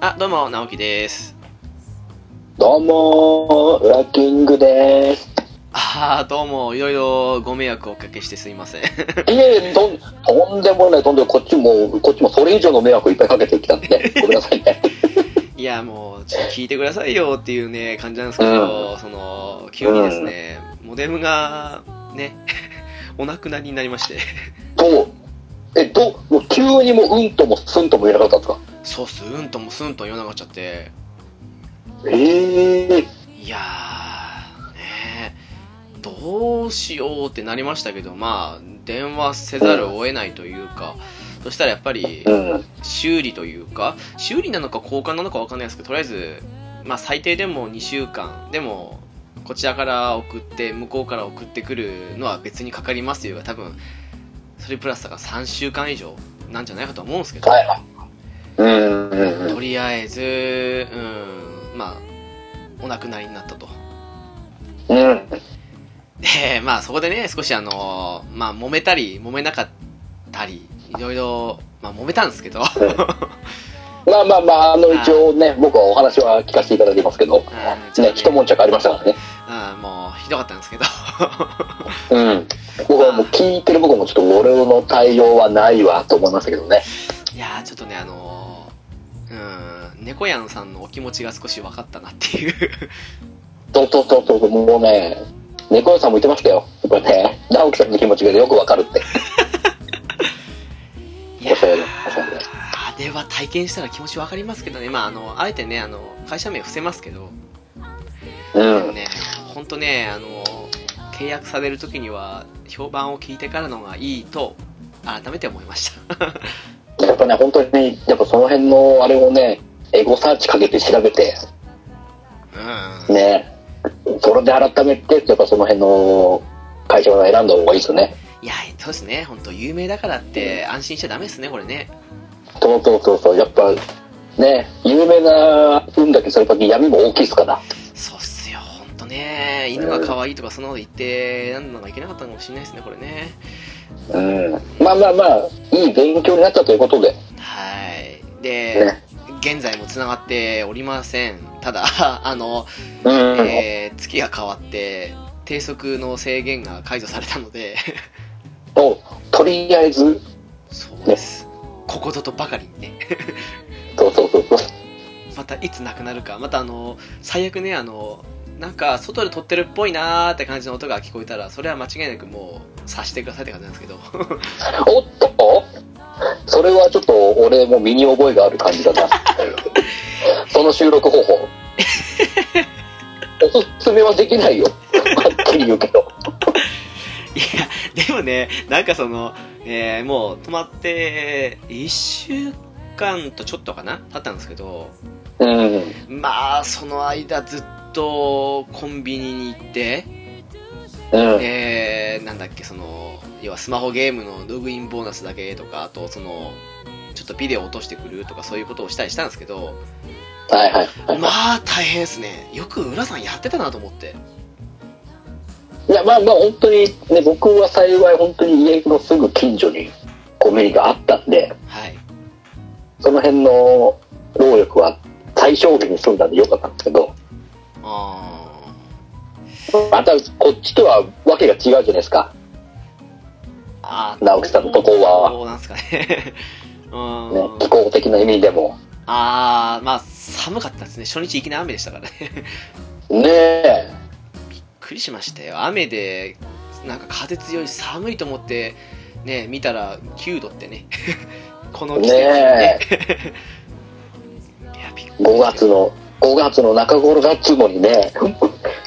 あ、どうも、直樹です。どうもー、ラッキングでーす。あー、どうも、いろいろご迷惑をおかけしてすいません。 いえいえ、とんとんでもない、とんでもない、こっちも、こっちもそれ以上の迷惑をいっぱいかけてきたんで ね、ごめんなさいね。いや、もう、ちょっと聞いてくださいよっていうね、感じなんですけど、その、急にですね、モデムが、ね、 お亡くなりになりまして。と、え、ど、もう急にもう、うんともすんとも言えなかったんでそうっす、うんともすんとも言わなくなっちゃって。すかええー、いやー、ねえどうしようってなりましたけど、まあ、電話せざるを得ないというか、そしたらやっぱり、うん、修理というか修理なのか交換なのかわかんないですけどとりあえず、まあ、最低でも2週間でもこちらから送って向こうから送ってくるのは別にかかりますというか多分それプラスだから3週間以上なんじゃないかと思うんですけどはいはい。うん、うん、うとん。りあえずうんまあお亡くなりになったとうん、でまあそこでね少しあのまあ揉めたり揉めなかったりいろいろまあ揉めたんですけ どまあまあまあ、あの、一応ね、僕はお話は聞かせていただいてますけど、うんね、一悶着ありましたからね。うんもうひどかったんですけどうん。僕はもう聞いてる僕もちょっと俺の対応はないわと思いましたけどね。いやー、ちょっとね、あのー、うーん、猫やんさんのお気持ちが少し分かったなっていう。そうそうそうそう、もうね、猫屋さんも言ってましたよ。やっぱりね、直樹さんの気持ちがよくわかるって。いやおしゃれーなおしゃれなあれは体験したら気持ち分かりますけどね、まあ、あの、あえてね、あの、会社名伏せますけど、うでもん。ね、ほんとね、あの、契約される時には、評判を聞いてからのがいいと、改めて思いました。やっぱね、本当に、やっぱその辺のあれをね、エゴサーチかけて調べて、うん。ね、それで改めて、やっぱその辺の会社を選んだ方がいいですよね。いや、そうですね、ほんと、有名だからって、安心しちゃダメですね、これね。そうそうそうそう、やっぱ、ね、有名な運だけそれだけ闇も大きいですから。そうっすよ、ほんとね、犬が可愛いとか、そんなこと言って、なんのがいけなかったのかもしれないですね、これね。うん。まあまあまあ、いい勉強になったということで、はい。でね、。現在も繋がっておりません。ただ、 あの、うん。えー月が変わって、低速の制限が解除されたので、 と、とりあえず、そうです。ここぞとばかりにね。そうそうそうそう。またいつなくなるか。またあの、最悪ね、あの、なんか外で撮ってるっぽいなーって感じの音が聞こえたら、それは間違いなくもう察してくださいって感じなんですけど。 おっとそれはちょっと俺も身に覚えがある感じ だなその収録方法おすすめはできないよはっきり言うけどいや、でもね、なんかその、えーもう止まって、1週間とちょっとかな経ったんですけど、うんまあ、その間ずっとコンビニに行って、うんえー、なんだっけ、その、要はスマホゲームのログインボーナスだけとか、あとその、ちょっとビデオ落としてくるとかそういうことをしたりしたんですけど、はいはいまあ大変ですね。よく浦さんやってたなと思って。いやまあまあ本当にね僕は幸い本当に家のすぐ近所にコンビニがあったんではい。その辺の労力は最小限に済んだんでよかったんですけどあまたこっちとはわけが違うじゃないですかーあー。直樹さんのとこはそうなんですかね。 うねーん。気候的な意味でもあー、まあ、寒かったですね。初日いきなり雨でしたからね。びっねえくりしましたよ。雨で、なんか風強い、寒いと思って、ね、見たら9度ってね。 この季節にね。 いや、びっくり5月の、5月の中頃だっつうのにね、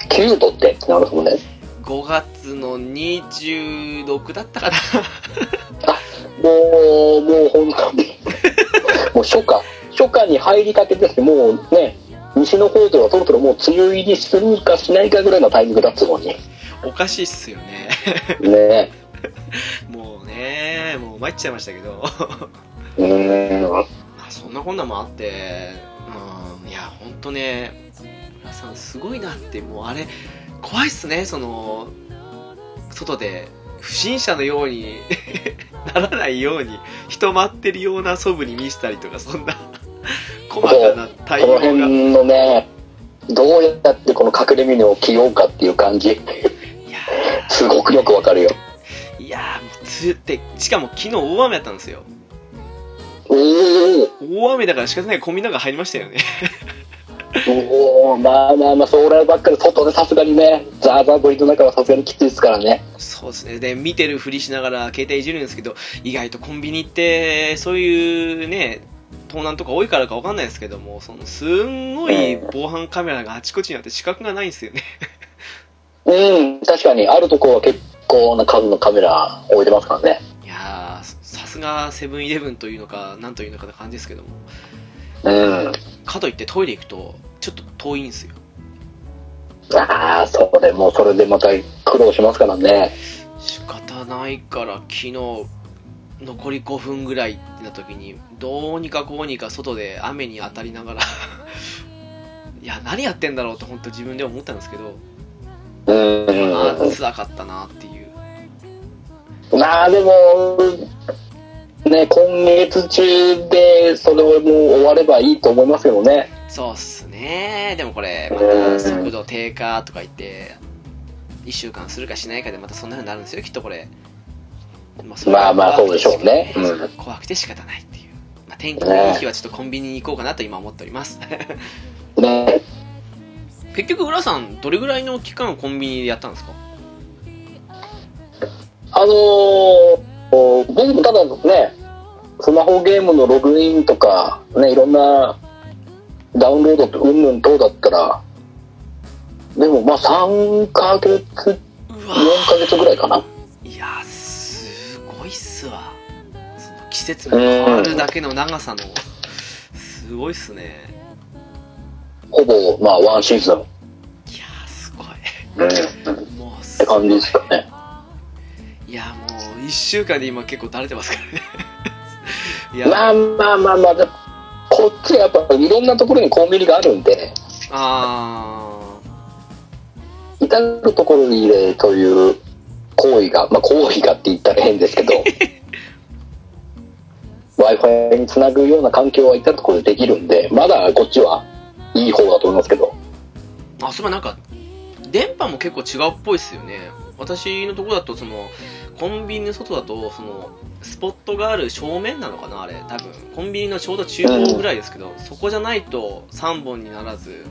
9度ってなるほどね。 5月の26だったかな。 もう、もう本当に、もう初夏、初夏に入りかけて、もうね、西の方ではそろそろもう梅雨入りするかしないかぐらいのタイミングだっつうのに、ねおかしいっすよね。え、もうね、もう参っちゃいましたけど。うーん、まあ、そんなこんなもあって、うん、いや、ほんとね、村さんすごいなって、もうあれ、怖いっすね、その、外で、不審者のように ならないように、人待ってるような素振り見せたりとか、そんな、細かな対応このがい辺のね、どうやってこの隠れミネを着ようかっていう感じ、やすごくよくわかるよ。ーいやーもうつってしかも昨日大雨だったんですよおー大雨だから仕方ないコンビニなんか入りましたよねおーまあまあまあ、将来ばっかり外でさすがにね、ザーザーぶりの中はさすがにきついですからね。そうですねで見てるふりしながら携帯いじるんですけど意外とコンビニってそういうね盗難とか多いからかわかんないですけどもそのすんごい防犯カメラがあちこちにあって資格がないんですよね うん、確かに、あるとこは結構な数のカメラ置いてますからね。いやーさすがセブンイレブンというのかなんというのかな感じですけどもうん。かといってトイレ行くとちょっと遠いんですよああ、それも、それでまた苦労しますからね。仕方ないから昨日残り5分ぐらいってな時にどうにかこうにか外で雨に当たりながら いや何やってんだろうと本当自分で思ったんですけどうん。あー辛かったなっていうまあでも、ね、今月中でそれをもう終わればいいと思いますけどね。そうっすねでもこれまた速度低下とか言って1週間するかしないかでまたそんな風になるんですよきっとこれ、まあそれまあはまあ怖くてそうでしょうね仕方ないうん怖くて仕方ないっていう、まあ、天気のいい日はちょっとコンビニに行こうかなと今思っておりますね。結局浦さんどれぐらいの期間コンビニでやったんですかあのー、僕もただね、スマホゲームのログインとか、ね、いろんなダウンロードとうんぬん等だったら、でもまあ3ヶ月、4うわヶ月ぐらいかな。いやーすごいっすわその季節が変わるだけの長さのすごいっすねほぼ、まあワンシーズン。いやーすごいうん。っもうすてごい感じですかね。いやもう1週間で今結構だれてます からねいやまあまあまあまあ、でもこっちやっぱいろんなところにコンビニがあるんで、あー至るところに入れという行為が、まあ、行為がって言ったら変ですけど w i f i につなぐような環境は至るところでできるんでまだこっちはいい方だと思いますけどあそういえばなんか電波も結構違うっぽいっすよね私のとこだとそのコンビニの外だとそのスポットがある正面なのかなあれ多分コンビニのちょうど中央ぐらいですけど、そこじゃないと3本にならず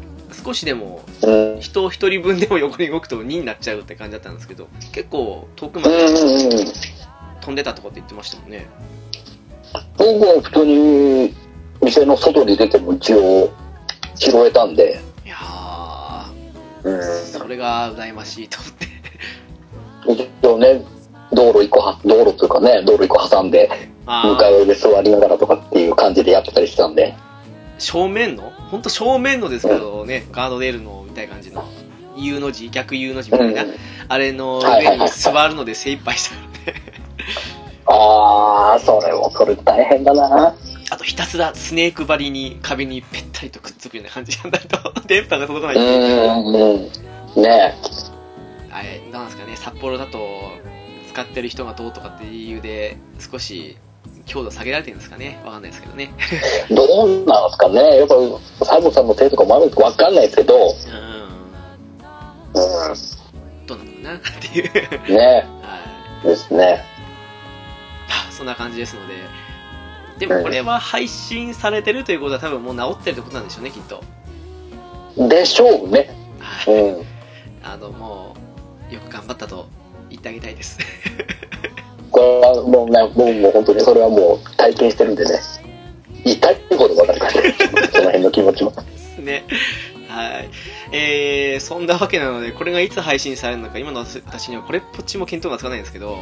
少しでもうんうん人1人分でも横に動くと2になっちゃうって感じだったんですけど結構遠くまうでんうん飛んでたとかって言ってましたもんね僕は普通に店の外に出ても一応拾えたんで、いやーうん、それが羨ましいと思って。一応ね道路一個は道路というかね道路一個挟んで向かあい上で座りながらとかっていう感じでやってたりしてたんで正面の本当正面のですけどね、ガードレールのみたいな感じの、U の字、逆 U の字みたいな、うんあれのはいは上いにはい座るので精一杯したので、ああそれもそれ大変だなあとひたすらスネーク張りに壁にぺったりとくっつくような感じなんだと、 電波が届かなうい。んうんねあれ、なんですかね、札幌だと使ってる人がどうとかっていう理由で、少し強度下げられてるんですかね、わかんないですけどね。えどうなんですかねやっぱサボさんの手とかもあるのか分かんないですけど、う、うんん、どうなのかなっていう。ねはいえですね そんな感じですので、でもこれは配信されてるということは、多分もう治ってるってことなんでしょうね、きっと。でしょうねはういんあのもう、よく頑張ったと言ってあげたいです。 これはもうね僕も本当にそれはもう体験してるんでね痛いってこと分かりま したその辺の気持ちもね。はい。えー、そんなわけなので、これがいつ配信されるのか、今の私にはこれっぽっちも見当がつかないんですけど、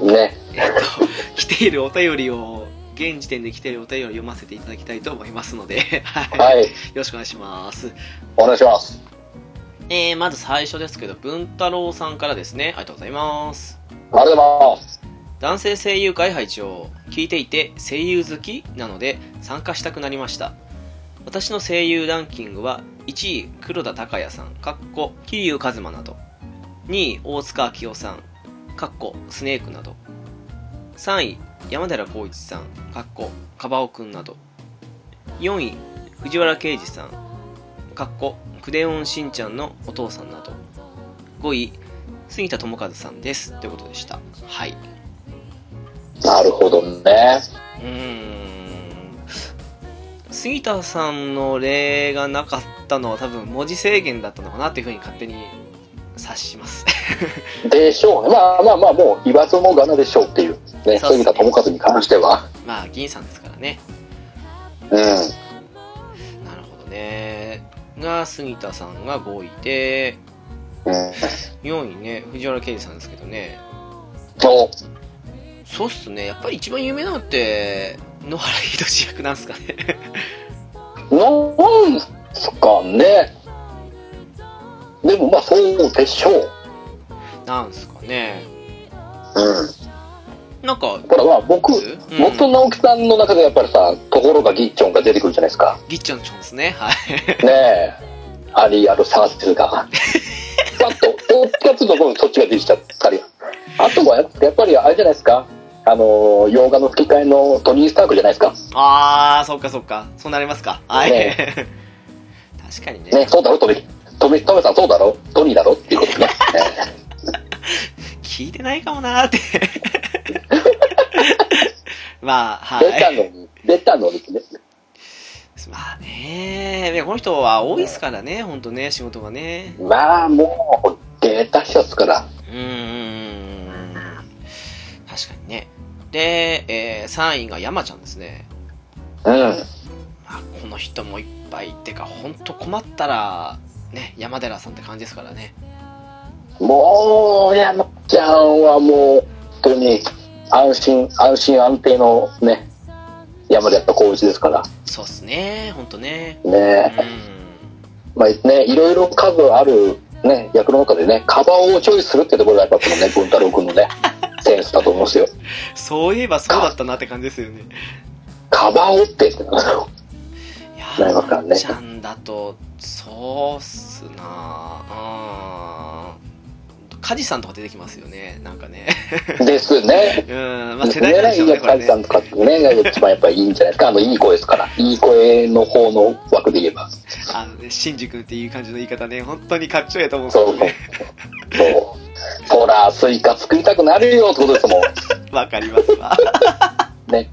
ねえっと、来 ているお便りを、現時点で来ているお便りを読ませていただきたいと思いますので、ははいい。よろしくお願いします。お願いしますえー、まず最初ですけど、文太郎さんからですね、ありがとうございます。ありがとうございます男性声優会拝聴聞いていて声優好きなので参加したくなりました私の声優ランキングは1位黒田孝也さんかっこ桐生一馬など2位大塚明夫さんかっこスネークなど3位山寺宏一さんかっこカバオくんなど4位藤原啓治さんかっこクレヨンしんちゃんのお父さんなど5位杉田智和さんですということでしたはいなるほどね。うーん杉田さんの例がなかったのは多分文字制限だったのかなっていうふうに勝手に察します でしょうね。まあまあまあ、もう言わずもがなでしょうっていう。ね、そうですね杉田智和に関しては。まあ銀さんですからねうん。なるほどねが杉田さんが5位でうん。 4位ね藤原啓治さんですけどねおそうっすねやっぱり一番有名なのって野原ひどし役なんすかねなんすかね。でもまあそうでしょう。なんすかねうん。なんかほらまあ僕、うん元直樹さんの中でやっぱりさ、ところがギッチョンが出てくるじゃないです か。ギッチョンチョンですねはいねえ。ありあるサースが。パッと、どっちかっていうと僕そっちが出てきちゃったり。あとはややっぱりあれじゃないですか。あの、洋画の吹き替えのトニー・スタークじゃないですか。あーそっかそっかそうなりますかはい、ね 確かにねね、そうだろ、トミ、トミ、トミさんそうだろ、トニーだろっていう ことね。聞いてないかもなーって まあは出たのいに、出たのにね。まあねでこの人は多いですからね本当ね仕事がねまあもう、出た人ですから。うーん確かにねで、え3位が山ちゃんですね、うん。まあ、この人もいっぱいってか本当困ったらね山寺さんって感じですからねもう、山ちゃんはもう、本当に、安心、安心安定のね、山田浩一ですから。そうっすね本当ねうねーんまあね、いろいろ数ある、ね、役の中でね、カバーをチョイスするってところがやっぱこのね、文太郎君のね、センスだと思うんですよ。そういえばそうだったなって感じですよねカバーをって、いやなりますからねちゃんだとそうっすなうん梶さんとか出てきますよねなんかね ですね。うんまあ世代なんで狙しょいうねがこれ感ねじたんとかってね、が一番やっぱいいんじゃないですか。あの、いい声ですから。いい声の方の枠で言えば。あのね、シンジ君っていう感じの言い方ね、本当にかっちょいいと思うんですそようそうね。。そう。ほら、スイカ作りたくなるよってことですもん。わかります わ。ね。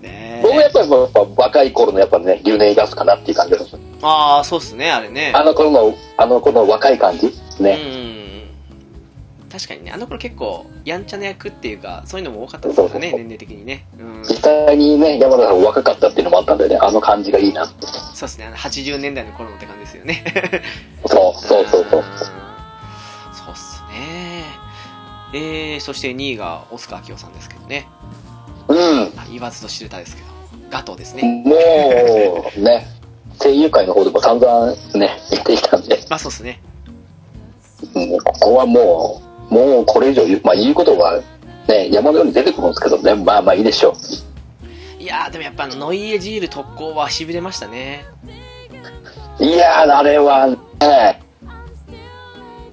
ね僕はやえっ。ぱりもうやっぱ若い頃のやっぱね、留年ガスかなっていう感じです。ああ、そうっすね、あれね。あの頃の、あの頃の若い感じね。うん。確かにね、あの頃結構、やんちゃな役っていうか、そういうのも多かったですからね、そうそうそう年齢的にね。うん。実際にね、山田さん若かったっていうのもあったんでね、あの感じがいいなって。そうっすね、あの80年代の頃のって感じですよね。そうそうそうそううん。そうっすね。えー、そして2位が、オスカー明夫さんですけどね。うん。あ言わずと知れたですけど。ガトーですね。もう、ね。声優界の方でも散々ね、言ってきたんで。まあそうっすね。もうここはもう、もうこれ以上言う、まあ、言うことは、ね、山のように出てくるんですけどね、まあまあいいでしょう。いやー、でもやっぱあの、ノイエジール特攻は痺れましたね。いやー、あれはね、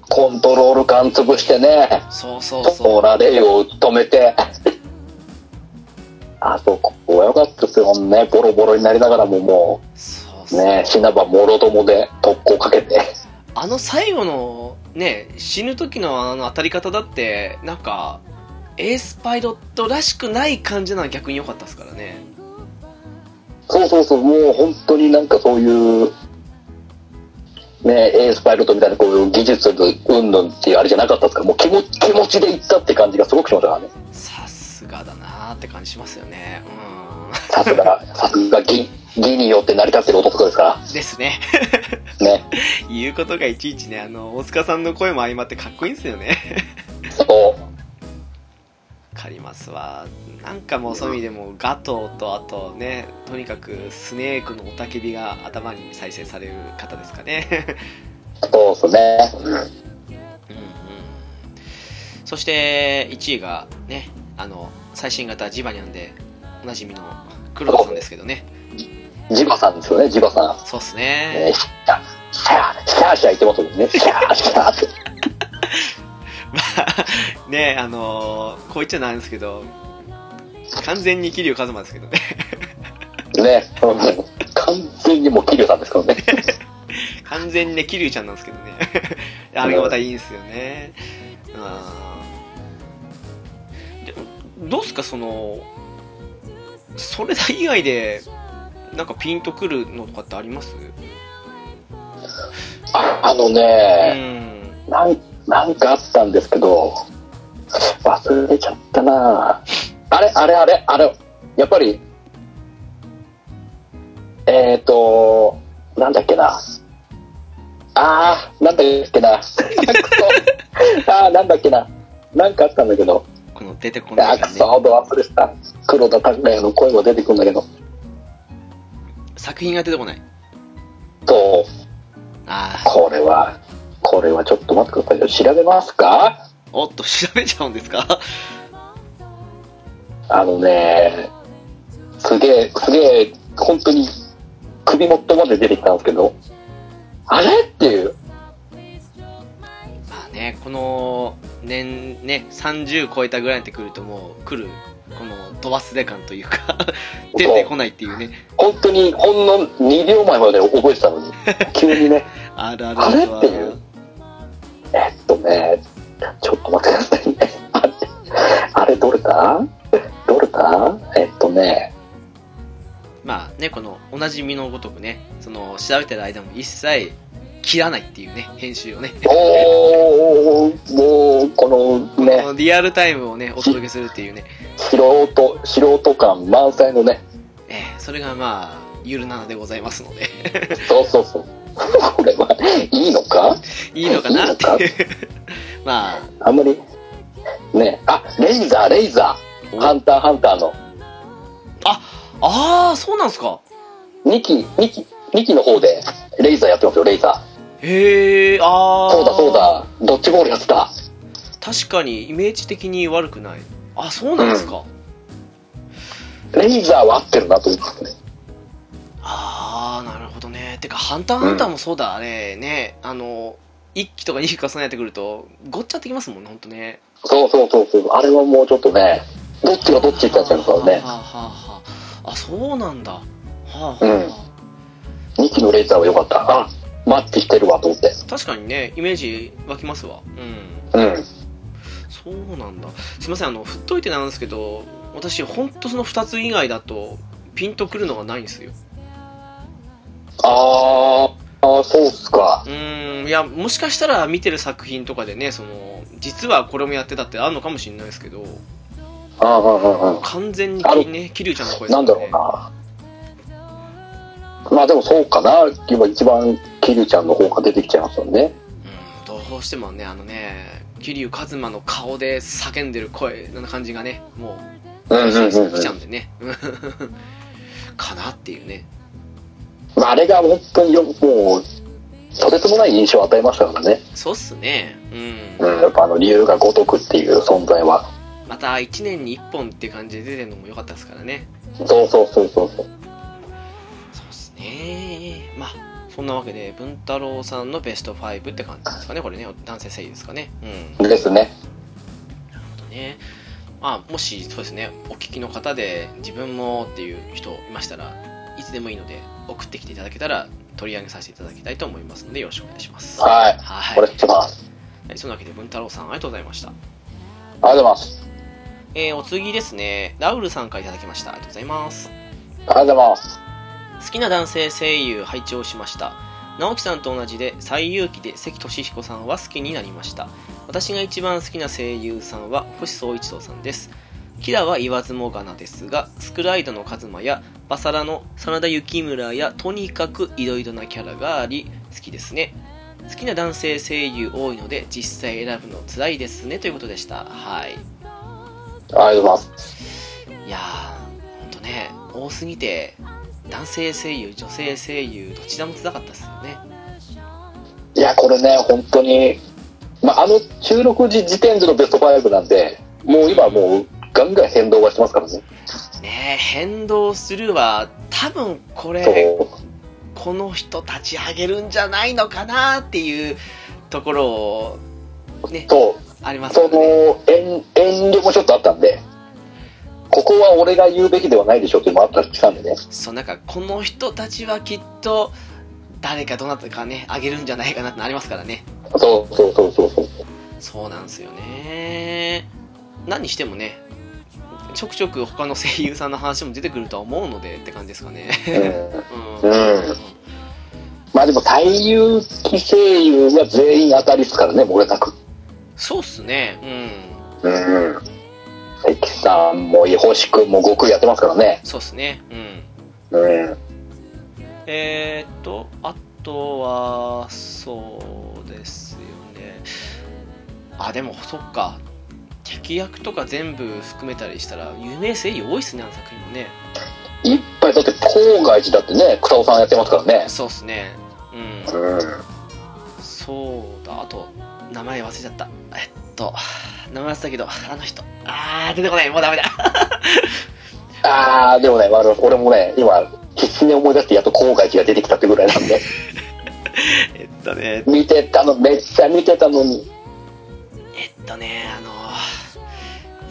コントロール感潰してね、そうそうトそう。ラレイを止めて、あそこは良かったですよね、ボロボロになりながらももそうう、そうね、死なばもろともで特攻かけて、あの最後の、ね、死ぬ時のあの当たり方だって、なんか、エースパイロットらしくない感じなのは逆に良かったですからね。そうそうそう、もう本当になんかそういう、ね、エースパイロットみたいなこういう技術のうんぬんっていうあれじゃなかったですから、もう気持ち気持ちでいったって感じがすごくしましたからね。さすがだなーって感じしますよね。さすが、さすが技、技によって成り立ってる男ですかうん。ですね。ら。ね。言うことがいちいちね、あの、大塚さんの声も相まってかっこいいんですよね。 そう。わかりますわ。なんかもうそういう意味でも、ガトーとあとね、とにかくスネークの雄たけびが頭に再生される方ですかね。 そうですね。うんうんそして1位がねあの最新型ジバニャンでおなじみの黒田さんですけどねジバさんですよね、ジバさそうっすん。ねね シャー、シャー、シャーシャー言ってますもんね。シャー、シャーって。まあねあのーこう言っちゃなんですけど完全に桐生一馬ですけどねね、うん完全にもう桐生さんですからね。完全にね、桐生ちゃんなんですけど ね。あれがまたいいんですよね。うん。でも、どうっすか、その、それ以外で、なんかピンとくるのとかってありますああのうね、ん。なん、なんかあったんですけど、忘れちゃったなあれ、あれ、あれ、あれ、やっぱり、えっ、ー、と、なんだっけな。あー、なんだっけな。 くそあー、なんだっけな。なんかあったんだけど、この出てこなあー、いかくらそ、ね。ほど忘れてた。黒田拓也の声も出てくるんだけど、作品が出てこない。そう、ああ。これは、これはちょっと待ってくださいよ。調べますかおっと、調べちゃうんですか あのね、すげえ、すげえ、本当に首元まで出てきたんですけど、あれっていう、まあね、この、年、ね、30超えたぐらいになってくるともう、来る、この、ド忘れ感というか、 出てこないっていうね。本当にほんの2秒前まで覚えてたのに、急にね、あるあるあれるっていうえっとね、ちょっと待ってくださいね。あれ、あれどれだどれだえっとね、まあね、このおなじみのごとくね、その調べてる間も一切切らないっていうね、編集をね、おー、おー、このこね、のリアルタイムをね、お届けするっていうね、 素人、素人感満載のね、ええそれがまあ、ゆるななでございますので、 そうそうそう。これは、いいのかいいのかなっていう。 まあ、あんまり、ねあ、レイザー、レイザー、おハンター、ハンターの、ああ、そうなんすか。 2期、2期、2期の方で、レイザーやってますよ、レイザへえ、あー。あ。そうだ、そう。だ、ドッジボールやってた。確かに、イメージ的に悪くない。あ、そうなんですか。レイザーは合ってるなと思ってね。ああ、なるほどね。てか、ハンターハンターもそうだ、あれね、あの、1期とか2期重ねてくると、ごっちゃってきますもんね、ほんとね。そうそうそうそう、あれはもうちょっとね、どっちがどっちってやっちゃうからねは、あはあはあ、あそうなんだ。はあはあ、 2期のレイザーは良かった。あ、マッチしてるわと思って。確かにね、イメージ湧きますわ。うん。うん。そうなんだ。すいません、あの、振っといてなんですけど、私、ほんとその2つ以外だと、ピンとくるのがないんですよ。あー、あーそうっすかう。ーん、いや、もしかしたら見てる作品とかでね、その、実はこれもやってたってあるのかもしれないですけど、あーうんうんうん。完全にあるね、桐生ちゃんの声ですなんだろうな。まあでもそうかな。今一番、キリュちゃんの方が出てきちゃいますよね。うん、どうしてもね、あのね、桐生一馬の顔で叫んでる声な感じがね、もう、うんうん来ちゃうんでね。かなっていうね。まああれが本当によ、もう、とてつもない印象を与えましたからね。そうっすね。う。うんん、やっぱあの理由が如くっていう存在は。また1年に1本っていう感じで出てるのも良かったですからね。そうそうそうそうそう。そうっすね。まあ、そんなわけで、文太郎さんのベスト5って感じですかね。これね、男性声優ですかね。うん。ですね。あとね。まあ、もし、そうですね、お聞きの方で、自分もっていう人いましたら、いつでもいいので、送ってきていただけたら、取り上げさせていただきたいと思いますので、よろしくお願いします。はいはい。これします。はいそんなわけで、文太郎さん、ありがとうございました。ありがとうございます。えーお次ですね、ラウルさんからいただきました。ありがとうございます。ありがとうございます。好きな男性声優拝聴しました直樹さんと同じで最有機で関俊彦さんは好きになりました私が一番好きな声優さんは星総一郎さんですキラは言わずもがなですがスクライドのカズマやバサラの真田幸村やとにかくいろいろなキャラがあり好きですね好きな男性声優多いので実際選ぶの辛いですねということでしたはいありがとうございます。いやー、ほんとね、多すぎて、男性声優、女性声優、どちらも辛かったですよね。いや、これね、本当に、まあ、あの収録時時点でのベスト5なんで、もう今はもうガンガン変動はしてますからね。ねえ、変動するは、多分これ、そう。この人立ち上げるんじゃないのかなっていうところを、ね、そう。ありますそよね。の遠遠慮もちょっとあったんで、ここは俺が言うべきではないでしょっていうのもあったりしたんでね。そうなんかこの人たちはきっと誰かどなたかねあげるんじゃないかなってのありますからねそうそうそうそうそう。そうなんですよね何にしてもねちょくちょく他の声優さんの話も出てくるとは思うのでって感じですかねうん。うんうんまあでも、対優機声優は全員当たりですからね、漏れなく。そうっすねうんうん。関さんも、いほしくんも、悟空やってますからね。そうっすねうんうん。えーっと、あとは、そうですよね。あ、でも、そっか。敵役とか全部含めたりしたら、有名声優多いっすね、あの作品もね。いっぱい、だって、郊外寺だってね、草尾さんやってますからね。そうっすね。うん。うん。そうだ、あと、名前忘れちゃった。えっと、名前忘れたけど、あの人。あー、出てこない。もうダメだ。 あー、でもね、我々俺もね、今、必死に思い出して、やっと郊外寺が出てきたってぐらいなんで、 えっとね、見てたの、めっちゃ見てたのに。えっとね、あの、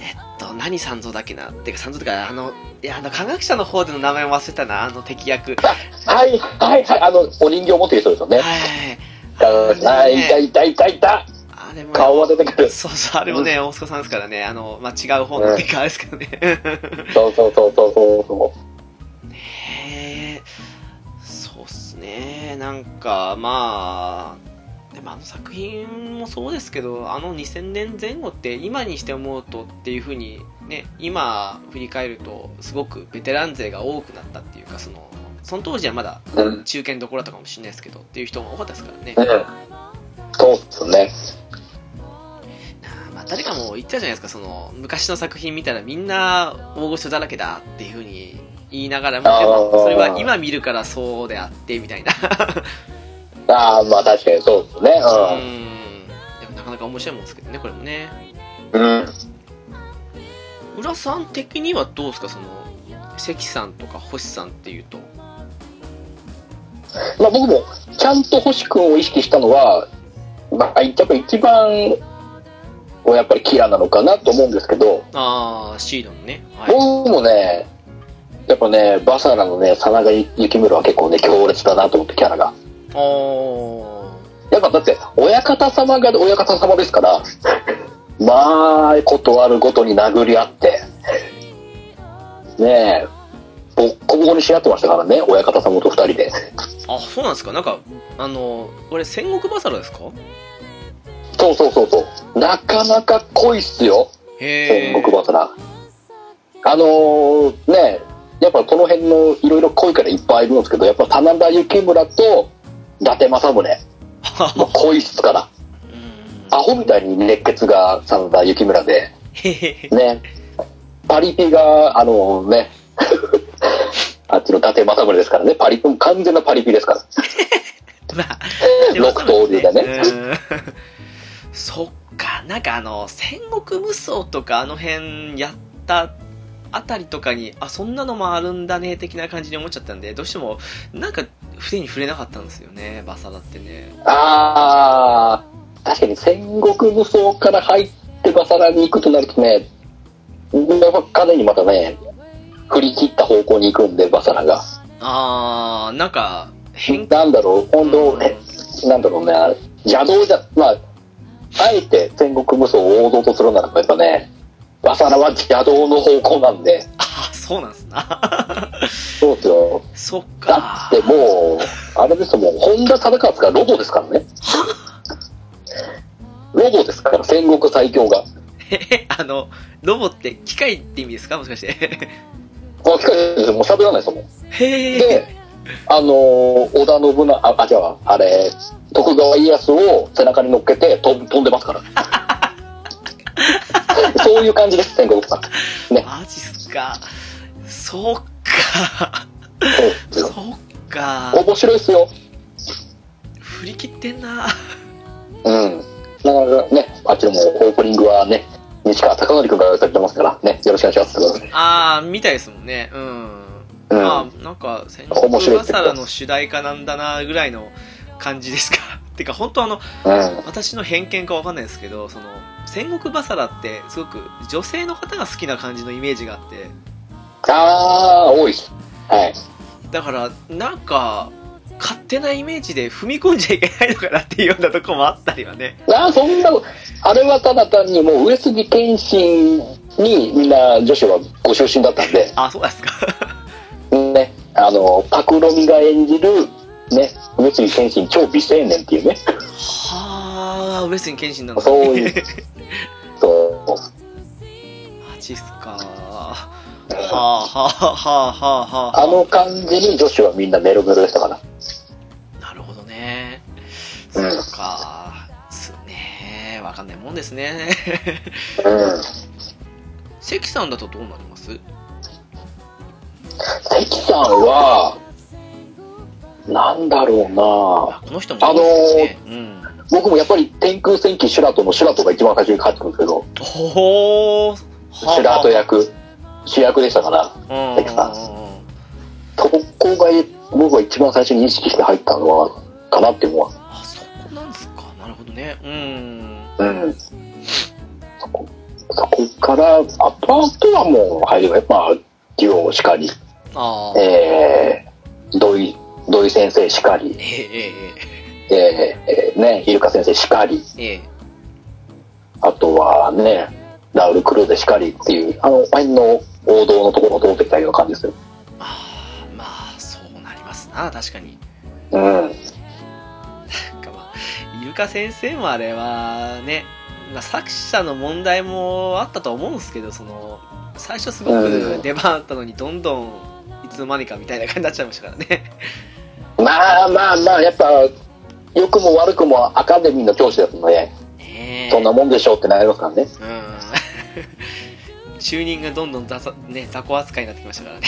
えっと、何三蔵だっけなってか、三蔵とか、あの、いや、あの、科学者の方での名前忘れたな、あの敵役。ははい、はい、はい、あの、お人形持ってる人ですよいね。。ああいた、れねいた、いた、いた。あれも、顔は出てくる。そうそう、あれもね、大塚さんですからね、あの、まあ、違う方の敵あれですけどね。そうそうそうそうそうそへえ、そうっすね、なんか、まあ、でもあの作品もそうですけど、あの2000年前後って今にして思うとっていうふうに、ね、今振り返ると、すごくベテラン勢が多くなったっていうか、その、その当時はまだう。うん。中堅どころだったかもしれないですけどっていう人も多かったですからね。うん。そうっすね。まあ、誰かも言ってたじゃないですか、その、昔の作品見たらみんな大御所だらけだっていうふうに言いながらも、でもあーそれは今見るからそうであってみたいな。ああ、まあ確かにそうですね。うん。でもなかなか面白いもんですけどね、これもね。うん。うん。浦さん的にはどうですか、その、関さんとか星さんっていうと。まあ僕も、ちゃんと星くんを意識したのは、まあ、やっぱり一番、やっぱりキラなのかなと思うんですけど、あー、シードのね。はい。僕もね、やっぱね、バサラのね、真田幸村は結構ね、強烈だなと思って、キャラが。おやっぱだって、親方様が親方様ですから、まあ、ことあるごとに殴り合って、ねえ、ボッコボコにし合ってましたからね、親方様と二人で。ー。あ、そうなんですか、なんか、あの、これ戦国バサラですかそうそうそうそう。なかなか濃いっすよ、へー。戦国バトラ。あのー、ねえ、やっぱこの辺のいろいろ濃いからいっぱいいるんですけど、やっぱ真田幸村と伊達政宗、もう濃いっすから、うんアホみたいに熱血が真田幸村で、へへへ。ね、パリピが、あのね、 あっちの伊達政宗ですからね、パリピ、完全なパリピですから。ま あ、六刀流だねうん。そっか、なんかあの、戦国無双とかあの辺やったあたりとかに、あ、そんなのもあるんだね、的な感じに思っちゃったんで、どうしても、なんか、筆に触れなかったんですよね、バサだってね。あー、確かに戦国武装から入ってバサラに行くとなるとね、やっぱかなりまたね、振り切った方向に行くんで、バサラが。あー、なんか、変化。なんだろう、本う当、んえなんだろうね、あれ邪道じゃ、まあ、あえて戦国武装を王道とするならば、やっぱね、バサラは邪道の方向なんで、あー、そうなんす な。そうですよ。そっだかっ。てもう、あれですよもん、本田忠勝がロゴですか らね。ロゴですから、戦国最強が。えあの、ロボって機械って意味ですかもしかして。もう、しかし、もう喋らないですもん。へでえ。、あのー織田信長、あ、あ、違う、あれ、徳川家康を背中に乗っけて飛ん飛んでます から。そういう感じです、戦国さん。ね、マジっすか。そっか。そうですそよ。っか。面白いですよ。振り切ってんな。うん。なかなかね、あっちのもうオープニングはね、西川貴教君が歌ってますから、ね、よろしくお願いします。あー、みたいですもんね。うん。うん。まあ、なんか、戦面国白いバサラの主題歌なんだな、ぐらいの感じですか。 てか本当あのうん。私の偏見かわかんないですけどその戦国バサラってすごく女性の方が好きな感じのイメージがあってああ、多いっす。はい。だからなんか勝手なイメージで踏み込んじゃいけないのかなっていうようなとこもあったりはねああ、そんな、あれはただ単にもう上杉謙信にみんな女子はご出身だったんで、あそうなん ですかね、あの、パクロミが演じる、ね、上杉謙信超美青年っていうね、はあ上杉謙信なんだそういう、そう、マジっすかはあはあはあはあはああの感じに女子はみんなメロメロでしたから。なるほどねそうんうかすねえわかんないもんですね うん。関さんだとどうなります関さんは、なんだろあうなこの人もいいですね、うん僕もやっぱり天空戦記シュラトのシュラトが一番最初に帰ってくるんですけど、ほーはあシュラト役、主役でしたから、うん関さそこが僕が一番最初に意識して入ったのは、かなって思う。あそこなんですかなるほどねうんうん。そこ、そこから、あとあとはもう入れば、やっぱ、デュオしかり、ああええー、土井、土井先生しかり、えええーえーね、イルカ先生しかり、えええあとはね、ラウル・クルーゼしかりっていう、あの、辺の王道のところを通ってきたような感じですよ。ああまあそうなりますな確かにうん。なんかまあイルカ先生もあれはね、まあ、作者の問題もあったと思うんですけどその最初すごく出番あったのにどんどんいつの間にかみたいな感じになっちゃいました からねまあまあまあ、やっぱ、良くも悪くもアカデミーの教師ですので、ねえそんなもんでしょうってなりますからね。うん就任がどんどん雑,、ね、雑魚扱いになってきましたからね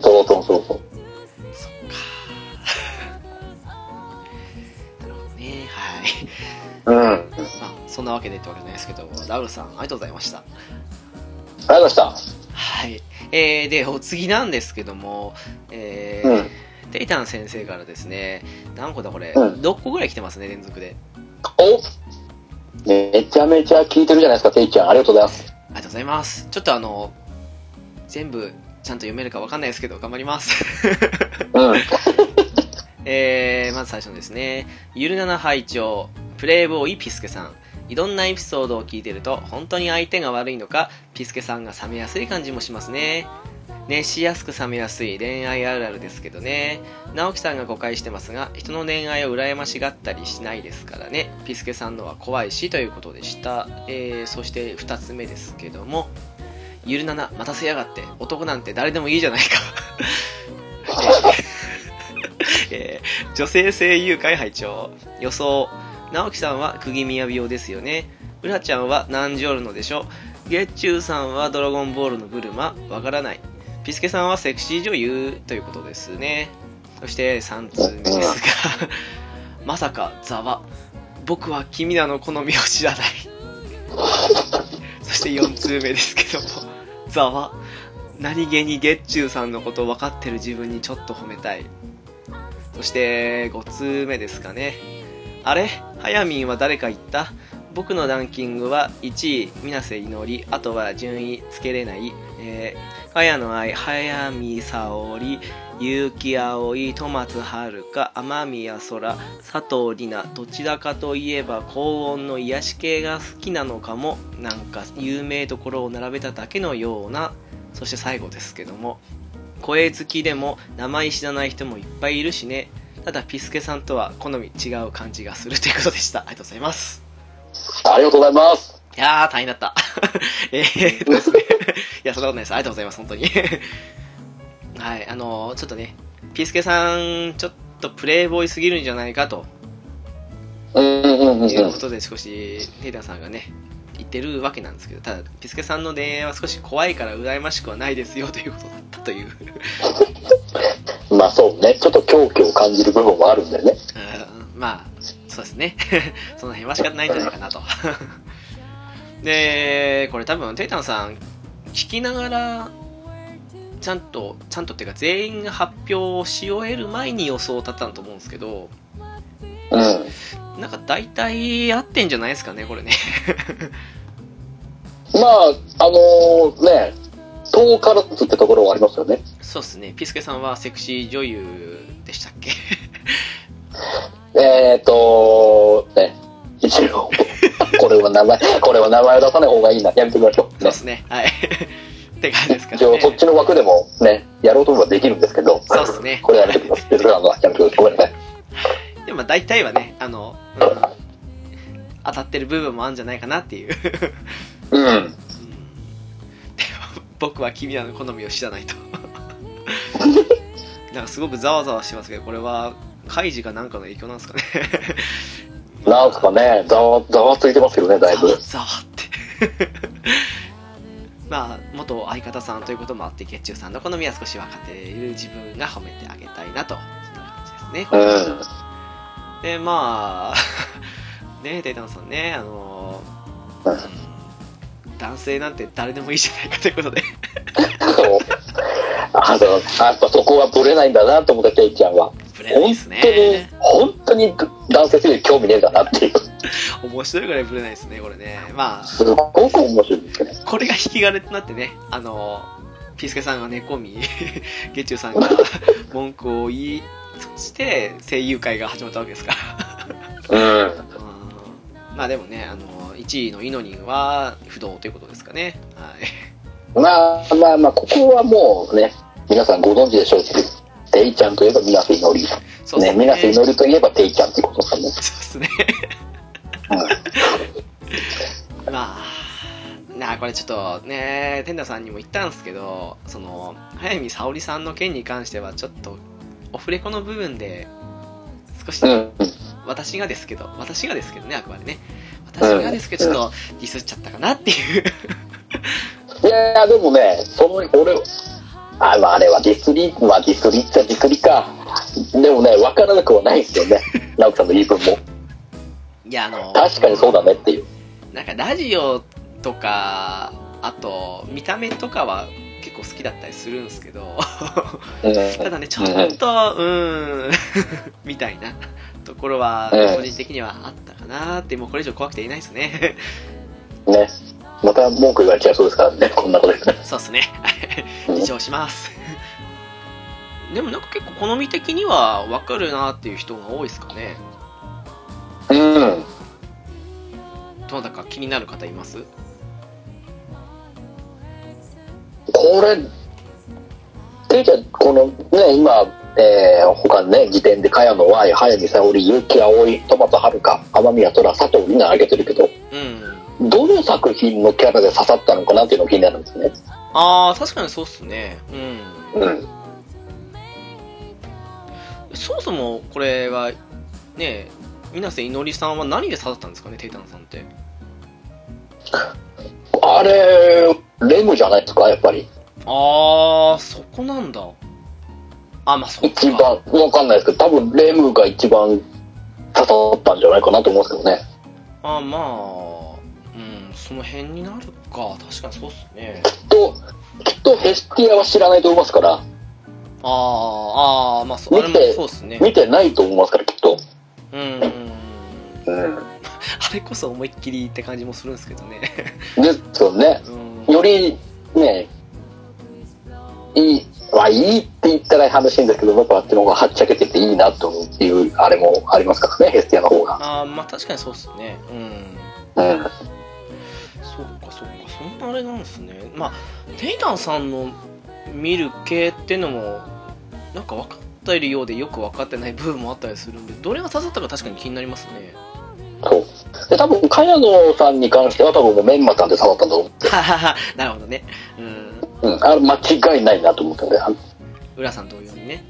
そうそうそうそそう。っ か。なるほどね。はい。うん。ありがとうまあ、そんなわけでってわけじゃないですけど、ラウルさん、ありがとうございました。ございました。はい。えー、で、お次なんですけども、えうーん。テイタン先生からですね、何個だこれ、うん6個ぐらい来てますね、連続で。おめちゃめちゃ聞いてるじゃないですか、ていちゃん。ありがとうございます。ありがとうございます。ちょっとあの、全部、ちゃんと読めるかわかんないですけど、頑張ります。うん。 えー、まず最初のですね、ゆるなな拝聴プレイボーイピスケさん。いろんなエピソードを聞いてると、本当に相手が悪いのか、ピスケさんが冷めやすい感じもしますね。熱しやすく冷めやすい恋愛あるあるですけどね。直樹さんが誤解してますが、人の恋愛を羨ましがったりしないですからね。ピスケさんのは怖いし、ということでした。えー、そして二つ目ですけども、ゆるなな、待たせやがって、男なんて誰でもいいじゃないか。えー女性声優会拝聴予想直樹さんは釘宮病ですよねうらちゃんは何時おるのでしょう月中さんはドラゴンボールのブルマわからないピスケさんはセクシー女優ということですねそして3通目ですがまさかざわ僕は君らの好みを知らないそして4通目ですけどもざわ何気に月中さんのこと分かってる自分にちょっと褒めたいそして5通目ですかねあれはやみんは誰か言った僕のランキングは1位、水瀬祈り、あとは順位つけれない、えー、かやの愛、はやみさおり、結城葵、戸松遥香、天宮空、佐藤里奈、どちらかといえば高音の癒し系が好きなのかも、なんか有名どころを並べただけのような、そして最後ですけども、声好きでも名前知らない人もいっぱいいるしねただピスケさんとは好み違う感じがするということでしたありがとうございますありがとうございます。いやー大変だった えーっとですね いやそんなことないですありがとうございます本当に はいあのーちょっとねピスケさんちょっとプレイボーイすぎるんじゃないかとうんうんうんうん。ということで少しヘイダーさんがね言ってるわけなんですけどただピスケさんの恋愛は少し怖いから羨ましくはないですよということだったというまあそうね、ちょっと狂気を感じる部分もあるんだよね。うんまあ、そうですね。 その辺は仕方ないんじゃないかなと。 で、これ多分、テイタンさん、聞きながら、ちゃんと、ちゃんとっていうか、全員が発表をし終える前に予想を立ったんだと思うんですけど、うん。なんか大体合ってんじゃないですかね、これね。 まあ、あのね、遠からずってところはありますよね。そうっすね。ピスケさんはセクシー女優でしたっけえっ、ー、とね、一応、これは 名前、これは名前を出さない方がいいな。やめておきましょう。そうねっすね。はい。 って感じですか一ら応、そっね。ちの枠でもね、やろうと思えばできるんですけど、そうっすねこれはやめてください。それはまあやめてください。ごめんなさい。でもまあ大体はね、あの、うん当たってる部分もあるんじゃないかなっていう。うん。僕は君らの好みを知らない となんかすごくざわざわしてますけどこれはカイジがなんかの影響なんですかねなんすかね、ざわ、ざわついてますけどね、だいざわぶ。ざわってまあ元相方さんということもあって月中さんの好みは少し分かっている自分が褒めてあげたいなとそんな感じですね、うん。でまあねデイタンさんねあのうん男性なんて誰でもいいじゃないかということでそう。あの、やっぱそこはブレないんだなと思った、ケイちゃんは。ブレない本で当すにね、本当に男性性に興味ねえんだなっていう。面白いぐらいブレないですねこれねまあすごく面白いですね。これが引き金となってね、あの、ピースケさんが寝込み、 ゲチュウ さんが文句を言い、そして声優会が始まったわけですから。うん。うんまあでもね、あの、1位のイノニンは不動ということですかね。はい。まあまあまあ、ここはもうね、皆さんご存知でしょうけど、テイちゃんといえば水瀬いのり。そっね、水瀬いそうのりといえばテイちゃんってことですっすね。 かね。まあ、なあ、これちょっとね、天ンさんにも言ったんですけど、その、早見沙織さんの件に関しては、ちょっと、オフレコの部分で、少しうん。うん。私がですけど、私がですけどね、あくまでね。私がですけど、ちょっとディスっちゃったかなっていう。 いやーでもね、その、俺、あまああれはディスリ、まあディスリっちゃディスリか。でもね、わからなくはないですよ ね。直樹さんの言い分も。いや、あの、確かにそうだねっていう。なんかラジオとか、あと、見た目とかは結構好きだったりするんですけど、ただね、ちょっと、うーん、 みたいなところはうん、個人的にはあったかなって、もうこれ以上怖くていないですね。 うんね。また文句言われちゃいそうですからね、こんなことですね。そうっすね。 うん以上します。 でもなんか結構好み的には分かるなっていう人が多いですかね。うん。どなたか気になる方いますこれ、ていちゃん、このね、今、えー、他にね、時点で、茅野は、早見沙織、結城葵、トマト遥香、天宮空、佐藤みんな挙げてるけど、うん。どの作品のキャラで刺さったのかなっていうのが気になるんですね。ああ、確かにそうっすね。うん。うん。そもそもこれは、ねえ、水瀬いのりさんは何で刺さったんですかね、テイタンさんって。あれ、レムじゃないですか、やっぱり。ああ、そこなんだ。あ、まあそっ一か。番、わかんないですけど、多分レムが一番刺さったんじゃないかなと思うんですけどね。あまあ、うん、その辺になるか。確かにそうっすね。きっと、きっとヘスティアは知らないと思いますから、ああ、ああ、まあそ、あれもそうっすね。見てないと思いますから、きっと。うん。うん。あれこそ思いっきりって感じもするんですけどね。ですよね。うん。より、ね、いい、まあいいって言ったら話しいんですけど、僕はあっちの方がはっちゃけてていいなと思うっていう、あれもありますからね、ヘスティアの方が。ああ、まあ確かにそうっすね。うん。うん。そっかそっかそんなあれなんですねまあテイタンさんの見る系ってのもなんか分かっているようでよく分かってない部分もあったりするんでどれが刺さったか確かに気になりますねそう。で、多分、茅野さんに関しては多分もうメンマさんで触ったんだと思ははは なるほどねうんう。うん。あれ間違いないなと思ったんで、あ浦さん同様にね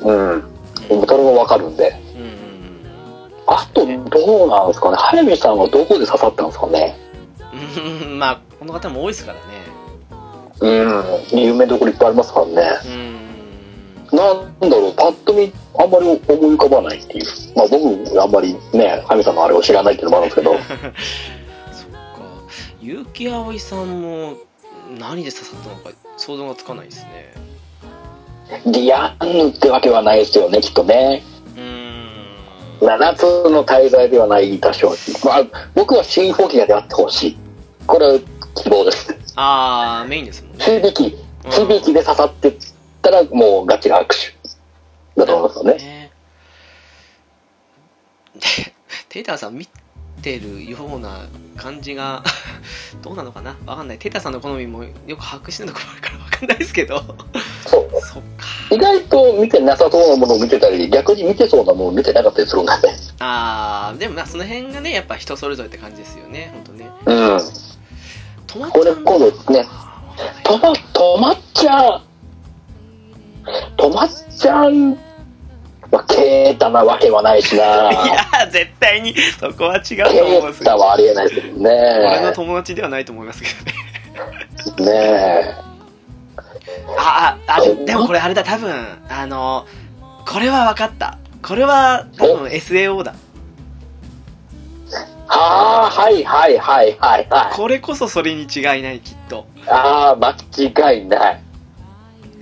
うん。でもそれもわかるんで。うんうんあと、どうなんですかね。早見さんはどこで刺さったんですかね。うん うんまあこの方も多いですからねうん。有名どころいっぱいありますからね。うんなんだろう、パッと見、あんまり思い浮かばないっていう。まあ僕、あんまりね、神様のあれを知らないっていうのもあるんですけど、そっか結城葵さんも何で刺さったのか想像がつかないですね ディアンヌってわけはないですよね、きっとね。うーん7つの滞在ではない多少、まあ、僕は新フォギアであってほしいこれは希望ですあー、メインですもんね。響き響きで刺さってったらもうガチが握手だと思いますよねね。 テーターさん見てるような感じが どうなのかなわかんないテーターさんの好みもよく把握してるのかもあるからわかんないですけどそうそっか意外と見てなさそうなものを見てたり逆に見てそうなものを見てなかったりするんだねあーでもなその辺がねやっぱ人それぞれって感じですよね本当ねうんトマこれ今度ねあーわかんないとま、とまっちゃん。とまっちゃん。まあ、ケータなわけはないしな。 いやー絶対にそこは違うと思ケうんですーけタどはありえないですよね。俺の友達ではないと思いますけどねねあああででもこれあれだ多分あのこれは分かったこれは多分 SAO だえ。はあ、はいはいはいはいはこれこそそれに違いないきっとい。ああ、間違いない。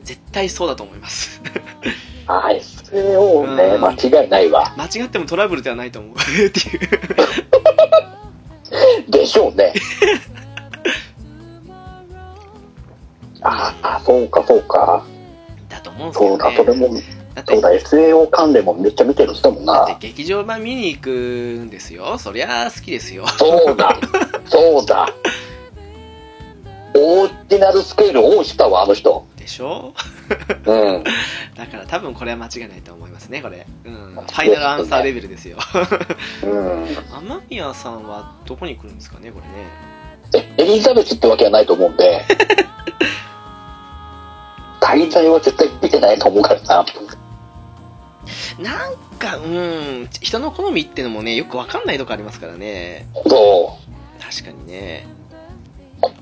絶対そうだと思います あ SAO ね、うん間違いないわ。間違ってもトラブルではないと思うっていうでしょ うね。ああ、そうかそうか。だと思うんですけそうどだ、それねも、だっそうてだ、SAO 関連もめっちゃ見てる人だもんだなっ。て劇場版見に行くんですよそりゃ好きですよそうだ、そうだ。オーディナルスケールをしたわ、あの人。でしょうん。だから多分これは間違いないと思いますねこれ、うん、ファイナルアンサーレベルですようん。雨宮さんはどこに来るんですかねこれねえ、エリザベスってわけはないと思うんで、滞在は絶対見てないと思うからな。なんかうん人の好みってのもねよく分かんないとこありますからねそう。確かにね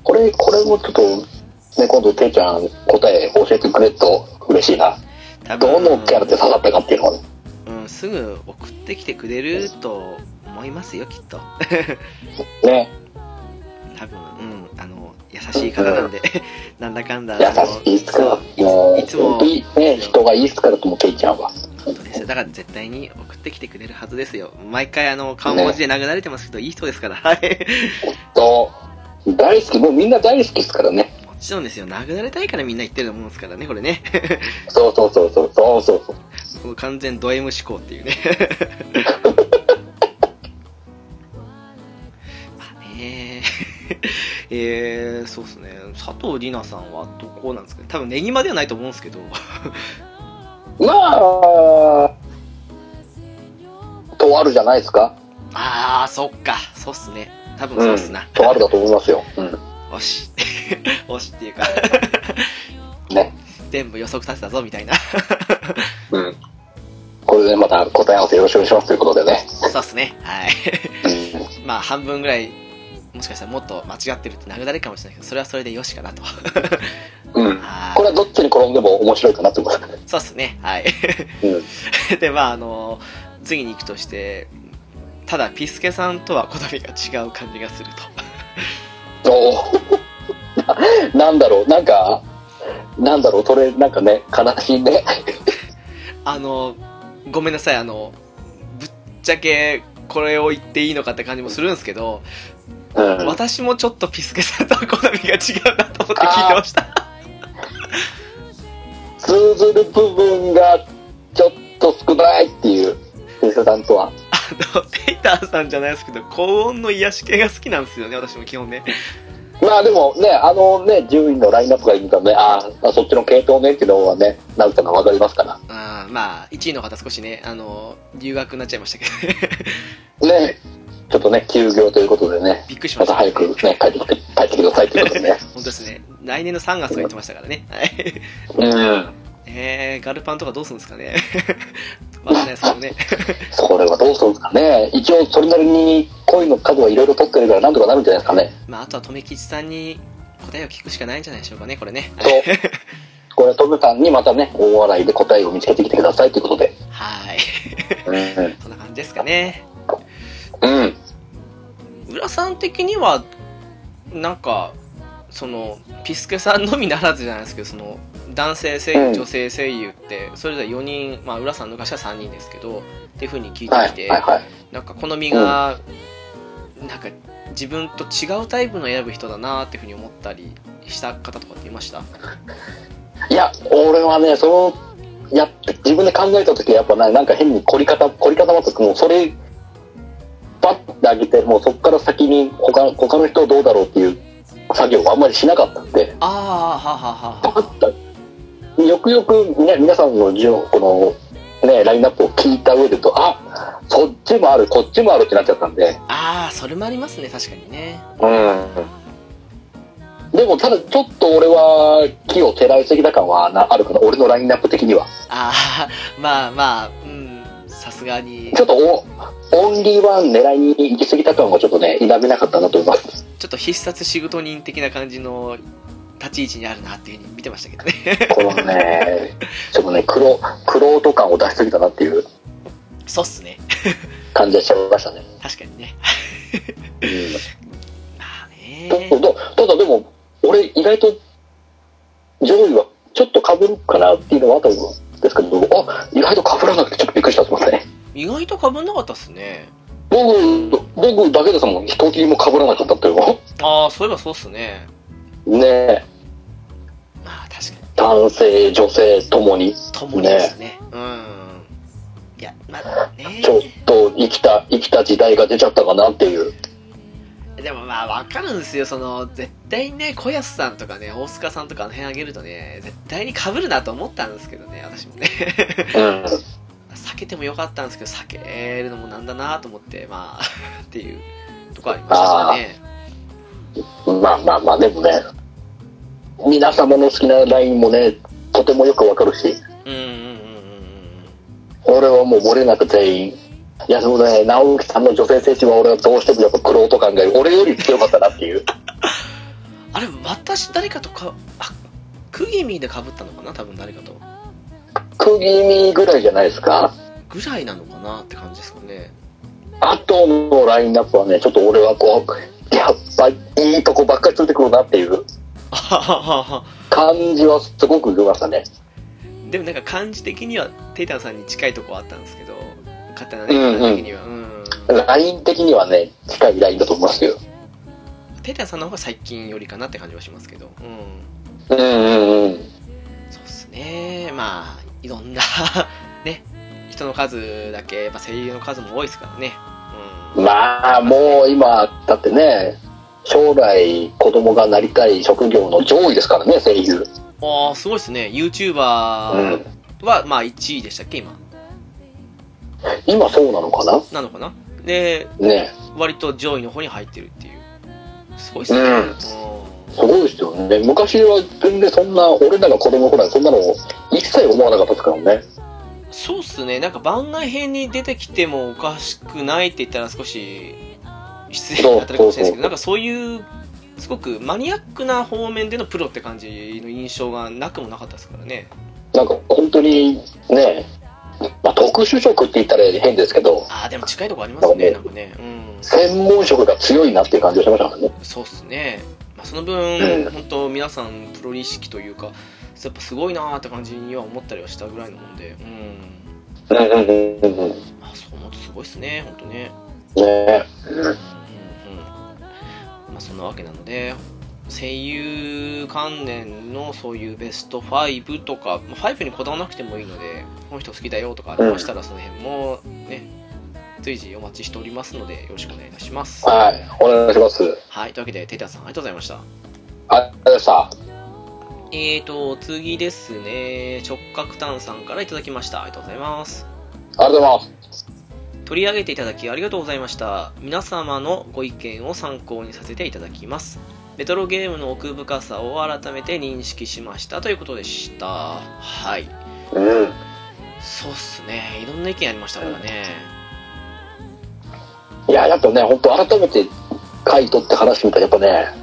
これ、これもちょっと、ね、今度、ていちゃん答え教えてくれると嬉しいな。多どのキャラで刺さったかっていうのはね。うん、すぐ送ってきてくれると思いますよ、きっと。ね。多分、うん、あの、優しい方なんで、 なんだかんだ、あの優しいっすから。そもうう、いついつも本当、にね、人がいいっすからとも、ていちゃんは。本当ですよだから絶対に送ってきてくれるはずですよ。毎回、あの、顔文字で殴られてますけど、いい人ですから、はい。そう。大好き、もうみんな大好きっすからね。もちろんですよ、殴られたいからみんな言ってると思うんですからね、これね。そうそうそうそうそうそうそう。この完全ド M 思考っていう ね。まあね えー、そうですね佐藤里奈さんはどこなんですかね多分ネギマではないと思うんですけどまあ、とあるじゃないですか。ああそっかそうっすね多分そうっすな、とあるだと思いますよ。うん。惜し い惜しいっていうか ね。全部予測させたぞみたいなうん。これでまた答え合わせよろしくお願いしますということでね。そうっすねはい まあ半分ぐらいもしかしたらもっと間違ってるって殴られるかもしれないけどそれはそれでよしかなとうん。うん。はいこれはどっちに転んでも面白いかなと思います。そうっすねはいうん。 でまああの次に行くとしてただピスケさんとは好みが違う感じがすると おお。 なんだろう、なんか、なんだろう、それ、なんかね、悲しいね。あのごめんなさいあのぶっちゃけこれを言っていいのかって感じもするんですけど、うん。私もちょっとピスケさんとは好みが違うなと思って聞いてました通ずる部分がちょっと少ないっていう、先生さんとは。あのペイターさんじゃないですけど高音の癒し系が好きなんですよね私も基本ねまあでもね、あのね、10位のラインナップがいるからね、あーあ、そっちの系統ねっていうのはね、なんかのわかりますから。あーまあ1位の方少しねあの留学になっちゃいましたけどね ね、ちょっとね、休業ということでね、びっくりしまましたた早くね、帰ってきて、帰ってきてくださいっていうことでね。本当ですね来年の3月と言ってましたからねはいうん。えー、ガルパンとかどうするんですかね わかんないですけどね。それはどうするんですかね。一応、それなりに恋の数はいろいろ取ってるから、なんとかなるんじゃないですかね。まあ、あとは留吉さんに答えを聞くしかないんじゃないでしょうかね、これね。 そう。これ、トムさんにまたね、大笑いで答えを見つけてきてくださいということで。はい。うん。そんな感じですかね。うん。浦さん的には、なんか、その、ピスケさんのみならずじゃないですけど、その、男性声優、うん女性声優ってそれぞれ4人、まあ、浦さんの昔は3人ですけどっていうふうに聞いはていきて、はいはいなんか好みが、なんか自分と違うタイプの選ぶ人だなっていうふうに思ったりした方とかっていましたいや、俺はね、その、やって、自分で考えた時はやっぱな、なんか変に凝り方、凝り固まった時もうそれ、バッて上げて、もうそこから先に他、他の人どうだろうっていう作業はあんまりしなかったんで、ああははははよくよく、ね、皆さんの順この、ね、ラインナップを聞いた上でと、あ、そっちもある、こっちもあるってなっちゃったんで、ああそれもありますね確かにねうん。でも、ただ、ちょっと俺は、木を照らしすぎた感はなあるかな、俺のラインナップ的には。ああまあまあうんさすがにちょっとおオンリーワン狙いに行き過ぎた感はちょっとね、否めなかったなと思 います。ちょっと必殺仕事人的な感じの立ち位置にあるなっていうふうに見てましたけどねこのね、ちょっとね、黒、黒音感を出しすぎたなっていう そうっすね感じがしちゃいましたね。確かにねうんまあねちょっと、ただでも、俺意外と上位はちょっと被るかなっていうのはあったんですけど、あ、意外と被らなくてちょっとびっくりしたと思ってね。意外とかぶんなかったっすね僕、僕だけですもん、一切も被らなかったっていうの。ああそういえばそうっすねねえまあ確かに男性、女性ともに。共にですねうんいやまあねちょっと生きた、生きた時代が出ちゃったかなっていう。でもまあわかるんですよその絶対にね小安さんとかね大塚さんとかあの辺あげるとね絶対に被るなと思ったんですけどね私もね うん。避けてもよかったんですけど避けるのもなんだなと思ってまあ っていうとこありましたねまあまあまあ、でもね、皆様の好きなラインもね、とてもよくわかるし、うんうんうんうん俺はもう漏れなく全員、いや、そうだね、直樹さんの女性選手は俺はどうしてもやっぱ黒と感が俺より強かったなっていう。うんあれ私誰かとかあクギミーで被ったのかな多分誰かと釘見ぐらいじゃないですか。ぐらいなのかなって感じですかね あとのラインナップはね、ちょっと俺はこう、やっぱいいとこばっかりついてくるなっていうあははは感じはすごく受けましたね。でもなんか感じ的にはテイタンさんに近いとこはあったんですけど勝手なねうんうん感じ的にはうんライン的にはね、近いラインだと思いますよ。テイタンさんの方が最近よりかなって感じはしますけどうんうんうんうん。そうっすねまあいろんな ね人の数だけやっぱ声優の数も多いですからねうんまあもう今だってね将来子供がなりたい職業の上位ですからね声優ああすごいっすね YouTuber は、まあ1位でしたっけ今今そうなのかななのかなでね割と上位の方に入ってるっていうすごいっすね、ううんんすごいですよね昔は全然そんな俺らが子供の頃はそんなの一切思わなかったですからねそうっすね、なんか番外編に出てきてもおかしくないって言ったら少し失礼に当たるかもしれないですけど、なんかそういう、すごくマニアックな方面でのプロって感じの印象がなくもなかったですからね。なんか本当にねまあ、特殊職って言ったら変ですけどああ、でも近いとこありますね、なんかね。うん。専門職が強いなっていう感じがしましたからねそうっすね。まあ、その分、うん本当皆さんプロ意識というか、やっぱすごいなーって感じには思ったりはしたぐらいのもんで、うん。うんうんうんうんまあ、そう思うとすごいっすね、本当ね。ねうんうんまあ、そんなわけなので声優関連のそういうベスト5とかまあ5にこだわらなくてもいいのでこの人好きだよとかありましたらその辺もね随時お待ちしておりますのでよろしくお願いいたしますははいお願いしますいというわけでテタさんありがとうございましたありがとうございましたえーと次ですね直角炭さんからいただきましたありがとうございますありがとうございます取り上げていただきありがとうございました皆様のご意見を参考にさせていただきますレトロゲームの奥深さを改めて認識しましたということでしたはいうんそうっすねいろんな意見ありましたからねいや、やっぱね、本当改めて書いとって話してみたら、やっぱね、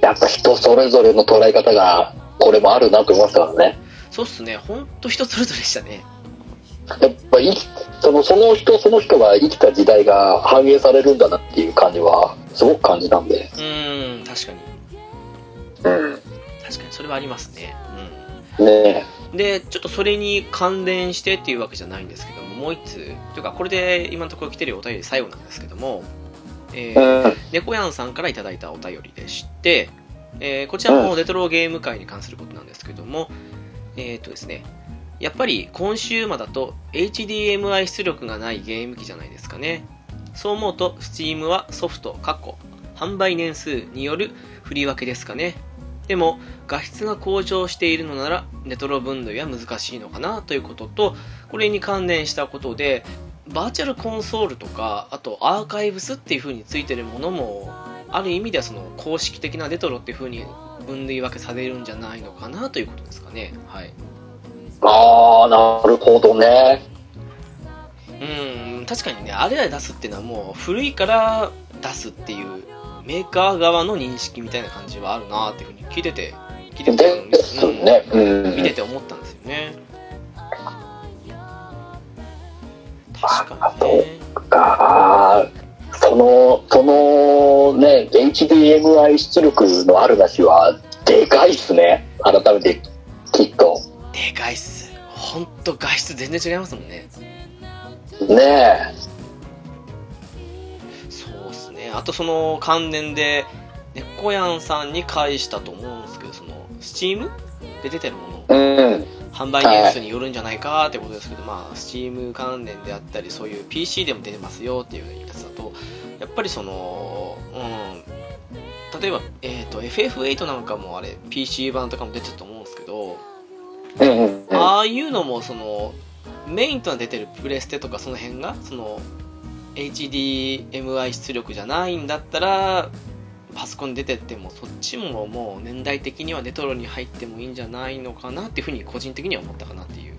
やっぱ人それぞれの捉え方が、これもあるなと思いましたからね。そうっすねほんと人それぞれでしたねやっぱ生きその、その人その人が生きた時代が反映されるんだなっていう感じは、すごく感じたんで。うーん確かにうん。確かにそれはありますねねでちょっとそれに関連してっていうわけじゃないんですけどももう1通というかこれで今のところ来てるお便り最後なんですけども、ええ。ー、うん。猫やんさんからいただいたお便りでして、えーこちらもレトロゲーム界に関することなんですけども、えーっとですね、やっぱりコンシューマだと HDMI 出力がないゲーム機じゃないですかね。そう思うと、Steam はソフト、過去、販売年数による振り分けですかね。でも、画質が向上しているのなら、レトロ分類は難しいのかなということと、これに関連したことで、バーチャルコンソールとか、あとアーカイブスっていう風についてるものも、ある意味ではその公式的なレトロっていう風に分類分けされるんじゃないのかなということですかね。はい。ああ、なるほどね。うん、確かにね、あれら出すっていうのはもう古いから出すっていうメーカー側の認識みたいな感じはあるなっていう風に聞いてて、聞いてて、ですね。ううん見てん。て思ったんですよね。あ確かにね。ああ、その、そのね、HDMI 出力のあるなしは、でかいっすね。改めて、きっと。でかいっす。ほんと画質全然違いますもんね。ねそうですねあとその関連で猫やんさんに返したと思うんですけどその Steam で出てるものえ。うん。販売年数によるんじゃないかってことですけど、まあ Steam 関連であったりそういう PC でも出てますよっていうやつだとやっぱりそのうん例えば、えー、と FF8 なんかもあれ PC 版とかも出てたと思うんですけど、うんうんうん。ああいうのもそのメインとは出てるプレステとかその辺がその HDMI 出力じゃないんだったらパソコンに出てってもそっちももう年代的にはレトロに入ってもいいんじゃないのかなっていうふうに個人的には思ったかなっていう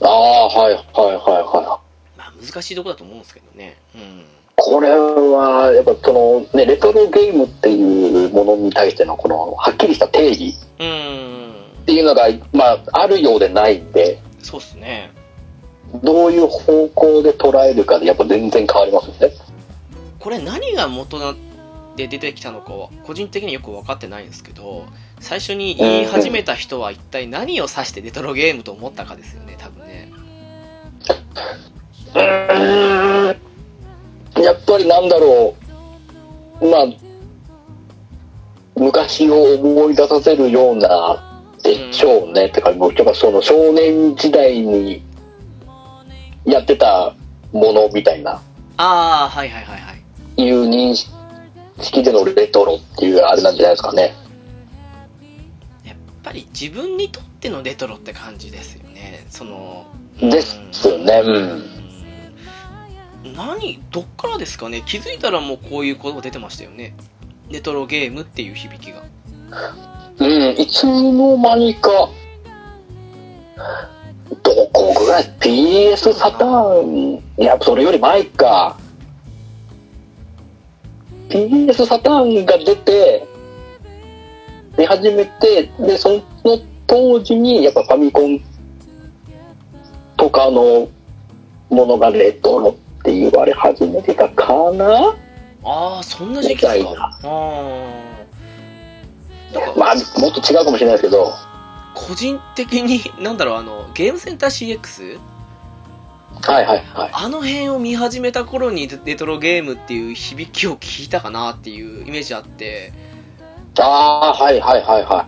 ああ、はいはいはいはい。まあ難しいとこだと思うんですけどねうんこれは、やっぱその、ね、レトロゲームっていうものに対しての、この、はっきりした定義うーんっていうのが、まあ、あるようでないんで、そうっすねどういう方向で捉えるかで、やっぱ全然変わりますね。これ何が元で出てきたのかは個人的によく分かってないんですけど最初に言い始めた人は一体何を指してレトロゲームと思ったかですよね多分ねうーん。やっぱりなんだろう、まあ、昔を思い出させるような、でしょうね。てか、僕はその少年時代にやってたものみたいな。ああはいはいはいはいいう認識でのレトロっていうあれなんじゃないですかね。やっぱり自分にとってのレトロって感じですよねそのですよね。うん。うん何どっからですかね気づいたらもうこういう言葉出てましたよねレトロゲームっていう響きがうん、いつの間にか、どこぐらい ?PS サターン、いや、それより前か。PS サターンが出て、出始めて、で、その当時に、やっぱファミコンとかのものがレトロって言われ始めてたかなああそんな時期ですみかあたいなあまあ、もっと違うかもしれないですけど、は個人的に、なんだろう、あの、ゲームセンター CX? いはいはい。あの辺を見始めた頃にレトロゲームっていう響きを聞いたかなっていうイメージあって、ああ、はいはいはいは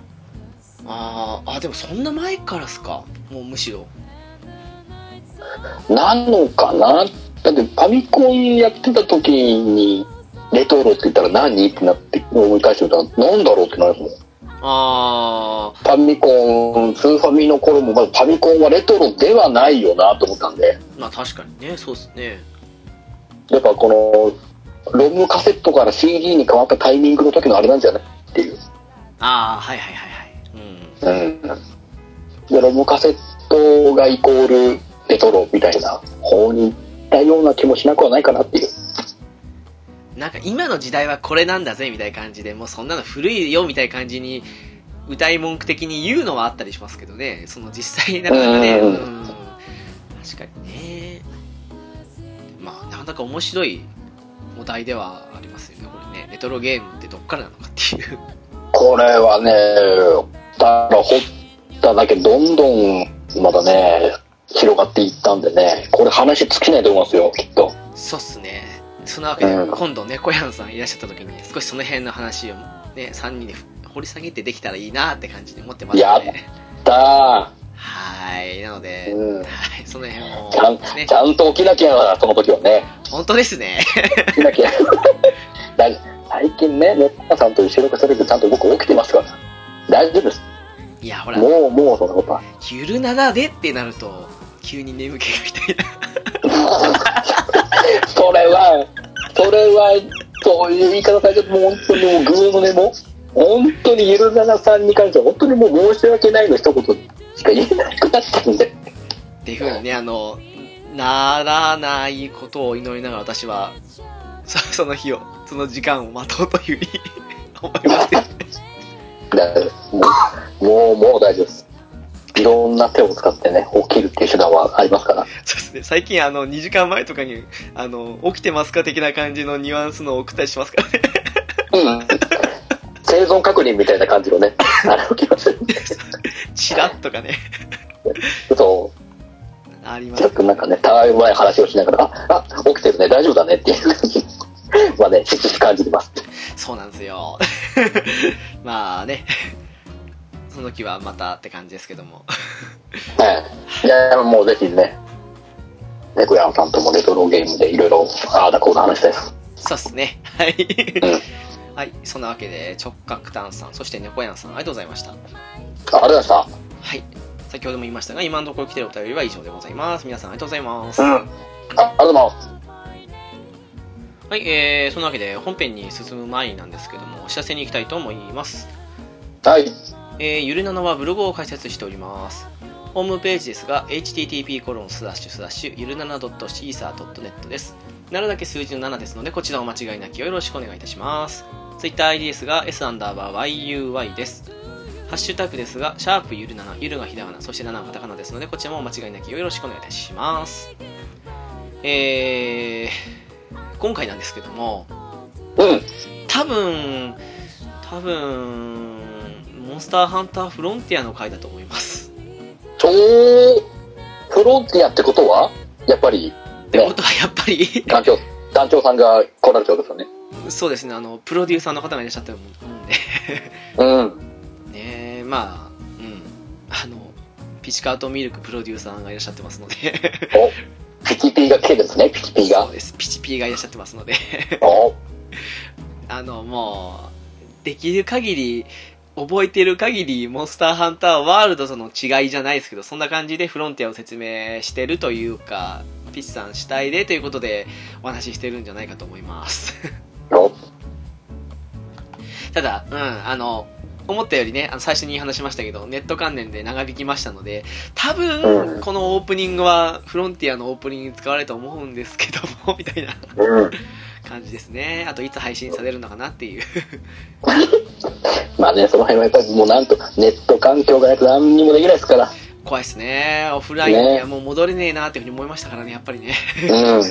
あーあ、でもそんな前からっすか。もうむしろ。い。なのかなだってファミコンやってた時に、レトロって言ったら何ってなって思い返してみたら、なんだろうってなるもん。フああ、ァミコン、スーファミの頃も、まずファミコンはレトロではないよなと思ったんで、まあ確かにね、そうっすね。やっぱこの、ロムカセットから CD に変わったタイミングの時のあれなんじゃないっていう。ああ、はいはいはいはい。うん。うん。で、ロムカセットがイコールレトロみたいな方に行ったような気もしなくはないかなっていう。なんか今の時代はこれなんだぜみたいな感じで、もうそんなの古いよみたいな感じに、歌い文句的に言うのはあったりしますけどね、その実際なかなかね、ううんん確かにね。まあ、なかなか面白いお題ではありますよね、これね。レトロゲームってどっからなのかっていう。これはね、だから掘っただけどんどんまだね広がっていったんでねこれ話尽きないと思いますよきっとそうっすね。そんなわけで、うん今度ね、小山さんいらっしゃった時に、少しその辺の話をね、3人で掘り下げてできたらいいなって感じに思ってますやっね。だはい。なので、うんはい、その辺もーちゃん、ねち、ゃんと起きなきゃその時はね本当ですね。起きなきゃ だ最近ねネッパさんと一緒にそれでちゃんと僕起きてますから大丈夫ですいや、ほら、もうもうそんなことはゆるななでってなると、急に眠気がみたいな。それは、それは、そういう言い方されて、もう本当にもう、グーのね、もう、本当にゆるななさんに関しては、本当にもう申し訳ないの一言しか言えなくなったんで、っていうふうにね、あの、ならないことを祈りながら私は、そその日を、その時間を待とうというふうに 思います。だからもう、もう、もう大丈夫です。いろんな手を使ってね、起きるっていう手段はありますから。そうですね。最近、あの、2時間前とかに、あの、起きてますか的な感じのニュアンスのを送ったりしますからね。 うん。生存確認みたいな感じの ね、あれをきまする。チラッとかね。そありう、まちょすっ。となんかね、たわいもない話をしながら、あ、あ、起きてるね、大丈夫だねっていう感じ。まあね、しつし感じてます。そうなんですよ。 まあね。その時はまたって感じですけども。はい。いや、もうぜひね、猫やんさんともレトロゲームでいろいろ、ああだこうだ話したいです。そうですね。はい。 うん。はい。そんなわけで、直角炭さん、そして猫やんさん、ありがとうございました。あありがとうございました。はい。先ほども言いましたが、今のところ来てるお便りは以上でございます。皆さんありがとうございます。うん。あありがとうございます。はい、えー、そんなわけで本編に進む前になんですけども、お知らせに行きたいと思います。はい。えー、ゆるなのはブログを開設しております。ホームページですが、http コロンスダッシュスダッシュゆるなな .caesar.net です。7だけ数字の7ですので、こちらお間違いなきよろしくお願いいたします。TwitterID ですが、s アンダーバー yuy です。ハッシュタグですが、シャープゆるなな、ゆるがひらがな、そして7がカタカナですので、こちらもお間違いなきよろしくお願いいたします。えー、今回なんですけども、うん。多分多分モンスターハンターフロンティアの回だと思いますとー、フロンティアってことは、やっぱり、ってこね、とはやっぱり団長、団長さんが来られちゃうんですよね。そうですねあのプロデューサーの方がいらっしゃったと思うんでうん。ねえまあうんあのピチカートミルクプロデューサーがいらっしゃってますのでピチピーが来てるんですね、ピチピー そがう。ですピチピーがいらっしゃってますのでおあのもうできる限り覚えてる限りモンスターハンターワールドとの違いじゃないですけどそんな感じでフロンティアを説明してるというかピッチさん主体でということでお話ししてるんじゃないかと思います おただうんあの思ったよりねあの最初に話しましたけどネット関連で長引きましたので多う分んこのオープニングはフロンティアのオープニングに使われると思うんですけどもみたいなうん。感じですねあといつ配信されるのかなっていうまあね、その辺はやっぱりもうなんと、ネット環境がないと何にもできないですから。怖いですねオフラインにねはもう戻れねえなっていうふうに思いましたからねやっぱりね うん。はい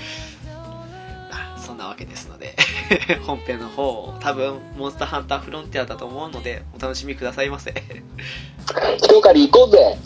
まあそんなわけですので 本編の方多分モンスターハンターフロンティアだと思うのでお楽しみくださいませ一狩り行こうぜ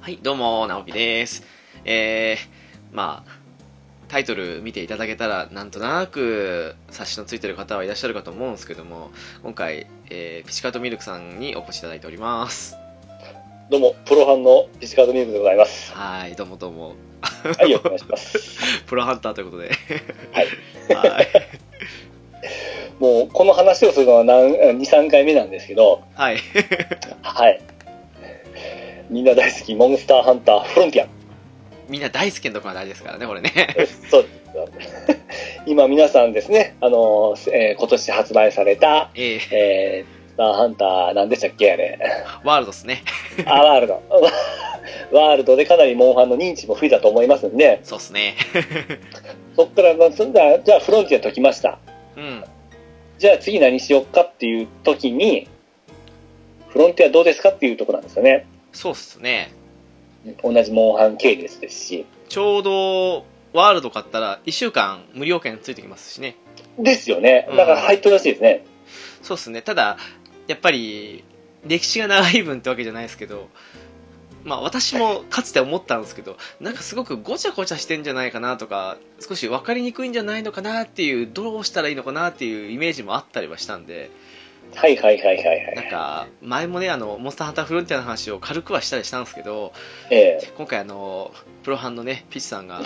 はい どうも直樹ですえー、まあタイトル見ていただけたらなんとなく冊子のついてる方はいらっしゃるかと思うんですけども今回、えーピチカートミルクさんにお越しいただいておりますどうも、プロハンのピチカードミームでござい ます。はいどうもどうもはい、お願いします。プロハンターということではい。はいもう、この話をするのは何、2、3回目なんですけど、はい。はい。みんな大好き、モンスターハンターフロンティみんな大好きなところが大事ですからね、これね。そうです。今皆さんですね、あの、えー今年発売された、えーえー、スターハンター、なんでしたっけあれ。ワールドですね。あ、ワールド。 ワールドでかなりモンハンの認知も増えたと思いますんで、そうっすね。そっから、まあそんなじゃあフロンティア解きました。うん。じゃあ次何しよっかっていう時に、フロンティアどうですかっていうところなんですよね。そうっすね。同じモンハン系列ですし。ちょうど、ワールド買ったら1週間無料券ついてきますしね。ですよね。だから入ってるらしいですね。そうっすね。ただ、やっぱり、歴史が長い分ってわけじゃないですけど、まあ私もかつて思ったんですけど、なんかすごくごちゃごちゃしてんじゃないかなとか、少し分かりにくいんじゃないのかなっていう、どうしたらいいのかなっていうイメージもあったりはしたんで、はいはいはいはいはなんい。か、前もね、あの、モンスターハンターフロンティアの話を軽くはしたりしたんですけど、え今回あの、プロハンのね、ピッチさんが、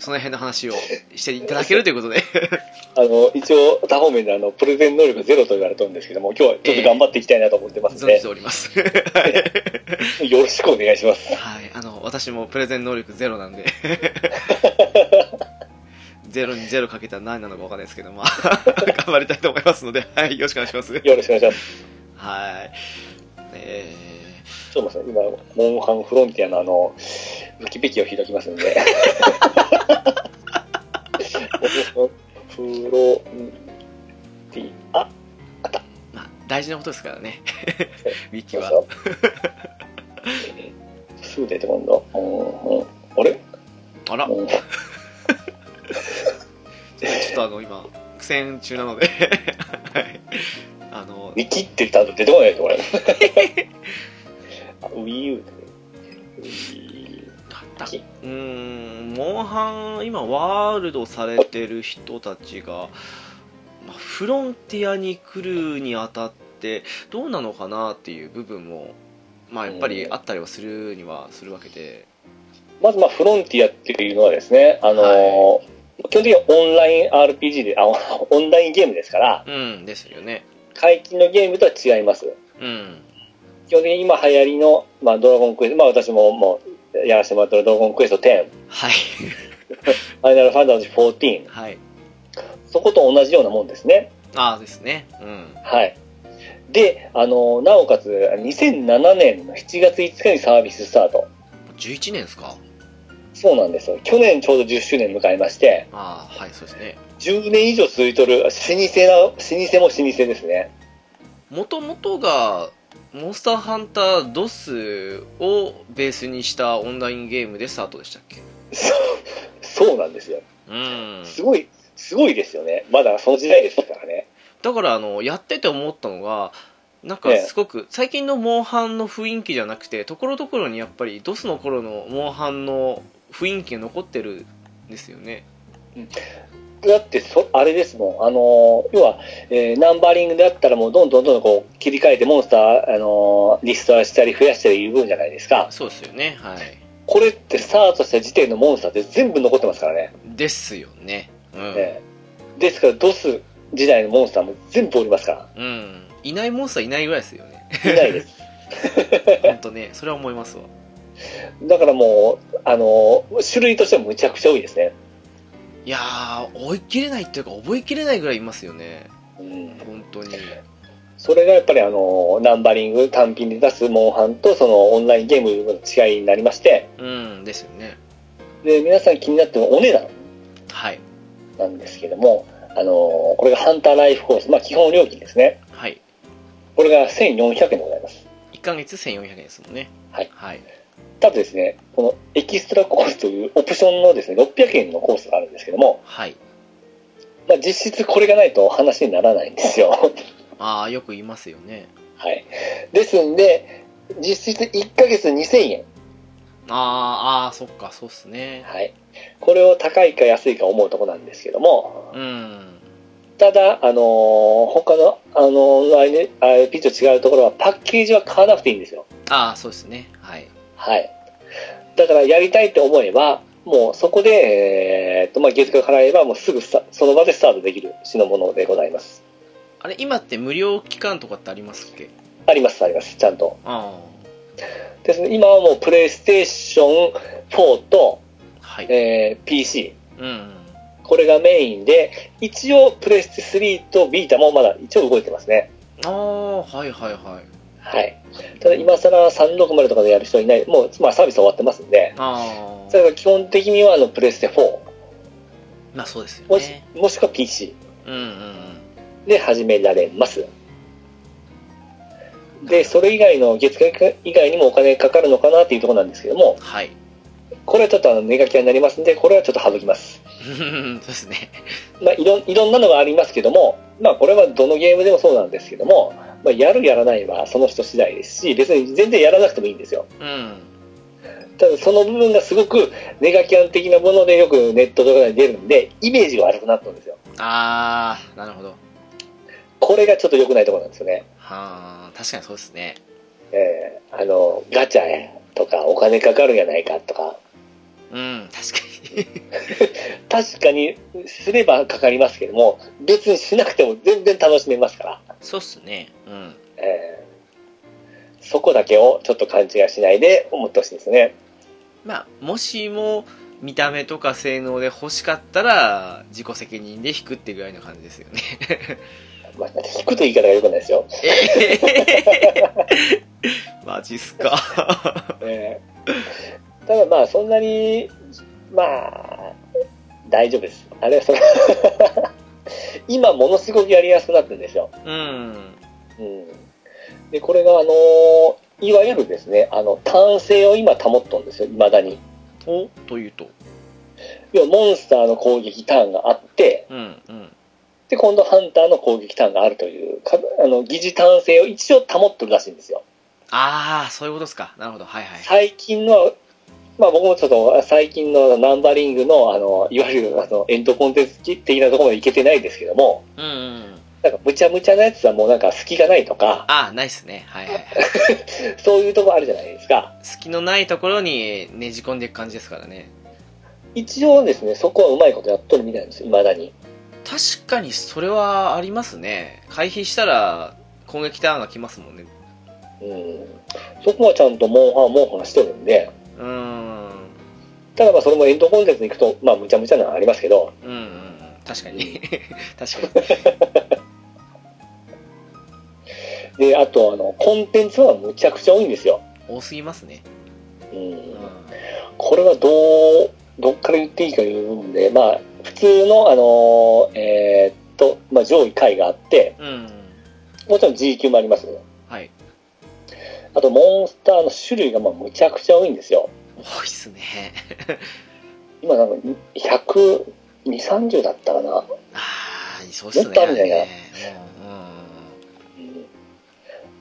その辺の話をしていただけるということで、えあの、一応、他方面であの、プレゼン能力ゼロと言われてるんですけども、今日はちょっと頑張っていきたいなと思ってますん存じでて、おります。よろしくお願いします。はい、あの、私もプレゼン能力ゼロなんで、ゼロにゼロかけたら何なのかわかんないですけど、まあ、頑張りたいと思いますので、はい、よろしくお願いします。よろしくお願いします。はい。えちょっと待って、今、モンハンフロンティアのあの、ウキペキを開きますんで。フロンティア。ー、まあ、大事なことですからね、ウィキきまはす。よ。すぐ出てこんだ。うんうんあれあら、ちょうんっとあの、今、苦戦中なので、 はい。あのウ、ィキって言ったら出てこないです、これ。あ Wii U だうーん、モンハン、今、ワールドされてる人たちが、まあフロンティアに来るにあたって、どうなのかなっていう部分も、まあ、やっぱりあったりはするにはするわけで、まず、まあ、フロンティアっていうのはですね、あのーは基本的にはオンライン RPG であ、オンラインゲームですから、うん、ですよね。解禁のゲームとは違います。うん、基本的に今流行りの、まあ、ドラゴンクエスト、まあ、私ももうやらせてもらってるドラゴンクエスト10、はい、 ファイナルファンタジー14、はい。そこと同じようなもんですね。ああですね、うん。はい。で、あの、なおかつ、2007年の7月5日にサービススタート。 11年ですかそうなんですよ。去年ちょうど10周年迎えまして、ああ、はい、そうですね。 10年以上続いとる老舗な、老舗も老舗ですね。もともとが、モンスターハンタードスをベースにしたオンラインゲームでスタートでしたっけそうそうなんですよ。うん。すごい、すごいですよね。まだその時代ですからね。だからあのやってて思ったのがなんかええすごく最近のモンハンの雰囲気じゃなくてところどころにやっぱりドスの頃のモンハンの雰囲気が残ってるんですよねだってそ、あれですもん、あのー要は、えーナンバリングであったら、もうどんどんどんどんこう切り替えて、モンスター、あのーリストラしたり増やしたりいう分じゃないですか、そうですよねはいこれってスタートした時点のモンスターって全部残ってますからね、ですよねうん、えーですから、ドス時代のモンスターも全部おりますか うんいないモンスターいないぐらいですよ ねら、いないです。本当ねそれは思いますわだからもう、あのー種類としてはむちゃくちゃ多いですね。いやー追い切れないっていうか覚えきれないぐらいいますよねうん本当にそれがやっぱりあのーナンバリング単品で出すモンハンとそのオンラインゲームの違いになりましてうんですよねで皆さん気になってるお値段はいなんですけども、あのーこれがハンターライフコース、まあ、基本料金ですね。はいこれが1400円でございます。 1ヶ月1400円ですもんねはいはい、ただですね、このエキストラコースというオプションのですね、600円のコースがあるんですけども、はい、まあ、実質これがないと話にならないんですよ。ああよく言いますよねはい。ですんで、実質1ヶ月2000円。あーあーそっかそうっすねはい。これを高いか安いか思うとこなんですけども、うんただ、あのー他の、あのー、あれねあれピッと違うところはパッケージは買わなくていいんですよ。ああそうですねはいはい。だからやりたいって思えば、もうそこで、えーっと、まあ、月額払えば、もうすぐスタその場でスタートできる品物でございます。あれ今って無料期間とかってありますっけあります、あります、ちゃんと。あですね、今はもうプレイステーション4と、はい。えー PC、うん。これがメインで、一応プレステ3とビータもまだ一応動いてますね。ああ、はいはいはい。はい。ただ今更360とかでやる人はいない、もう、まあサービス終わってますんで、あそあ。れが基本的にはあのプレステ4、まあそうですよもしね。、もしくは PC うんうんうん。で始められます。で、それ以外の月額以外にもお金かかるのかなっていうところなんですけども、はい。 これはちょっとあの、ネガキャになりますんで、これはちょっと省きます。そうですね。まあ、いろんいろんなのがありますけども、まあ、これはどのゲームでもそうなんですけども、まあ、やるやらないはその人次第ですし別に全然やらなくてもいいんですようん。ただその部分がすごくネガキャン的なものでよくネットとかで出るんでイメージが悪くなったんですよああ、なるほど。これがちょっと良くないところなんですよね、はあ、確かにそうですね。えーあのガチャとかお金かかるんやないかとかうん、確かに。確かにすればかかりますけども別にしなくても全然楽しめますからそうっすね。うん。えーそこだけをちょっと勘違いしないで思ってほしいですね。まあ、もしも、見た目とか性能で欲しかったら、自己責任で引くってぐらいの感じですよね。 まあ、引くという言い方が良くないですよ。マジっすか。えーただまあ、そんなに、まあ、大丈夫です。あれはその 今、ものすごくやりやすくなってるんですよ。 うん。うん。で、これが、あのーいわゆるですね、あの、単性を今保っとんですよ、未だに。おというと。要は、モンスターの攻撃ターンがあって、うん、うん。で、今度ハンターの攻撃ターンがあるという、かあの、疑似単性を一応保ってるらしいんですよ。ああ、そういうことっすか。なるほど。はいはい。最近の、まあ僕もちょっと最近のナンバリングの、あの、いわゆるあの、エンドコンテンツ的なところまでいけてないですけども、うん、うん。なんか無茶無茶なやつはもうなんか隙がないとか、ああ、ないっすね。はいはいはい。そういうところあるじゃないですか。隙のないところにねじ込んでいく感じですからね。一応ですね、そこはうまいことやっとるみたいなんですよ、未だに。確かにそれはありますね。回避したら攻撃ターンが来ますもんね。うん。そこはちゃんとモンハンモンハンしてるんで、うーん。ただまあそれもエンドコンテンツに行くと、まあ無茶無茶なのはありますけど、うんうんうん。確か に。確かに。で、あとあの、コンテンツはむちゃくちゃ多いんですよ。多すぎますね。ううんん。。これはどう、どっから言っていいかいう部分で、まあ、普通の、あのーえーっと、まあ、上位階があって、うん。もちろん G 級もありますね。はい。あと、モンスターの種類が、まあ、むちゃくちゃ多いんですよ。多いっす ね。今、なんか、100、2、30だったかな。ああ、そうっすね。もっとあるんじゃないうんうんうん。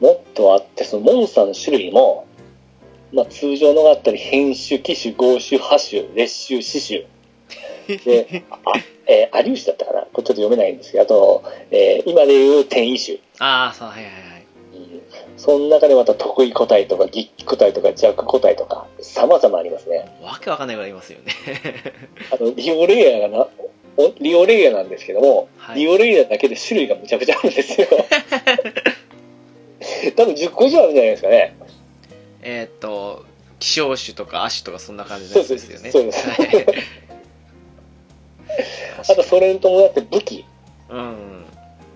もっとあって、そのモンスターの種類も、まあ、通常のがあったり、変種、機種、合種、破種、列種、死種。で、あ、えー、アリウシだったかなこれちょっと読めないんですけど、あと、えー今で言う転移種。ああ、そう、はいはいはい。その中でまた得意個体とか、ギッ個体とか、弱個体とか、様々ありますね。わけわかんないぐらいいますよね。 あの、リオレイヤーがな、おリオレイヤーなんですけども、はいリオレイヤーだけで種類がむちゃくちゃあるんです よ。多分10個以上あるんじゃないですかね。えーっと、希少種とか亜種とかそんな感じのそうやつでですよね。す。そうです。はいあと、それに伴って武器。うん。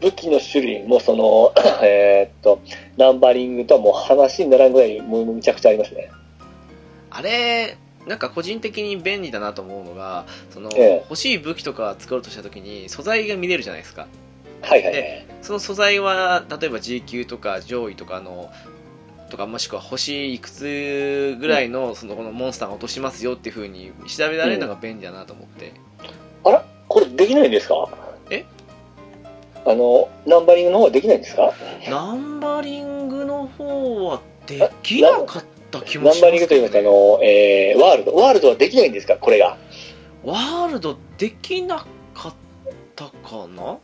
武器の種類も、その、 えーっと、ナンバリングとはもう話にならんぐらい、もうむちゃくちゃありますね。あれ、なんか個人的に便利だなと思うのが、その、ええ欲しい武器とか作ろうとした時に素材が見れるじゃないですか。はいはい、はいえ。その素材は、例えば G 級とか上位とかの、とかもしくは星いくつぐらいの、そのこのモンスターが落としますよっていう風に調べられるのが便利だなと思って。あらこれできないんですかえあの、ナンバリングの方はできないんですかナンバリングの方はできなかった気もナンしバまリンすけグといいまど、すか、あね。の、えー、ワールド。ワールドはできないんですかこれが。ワールドできなかったかな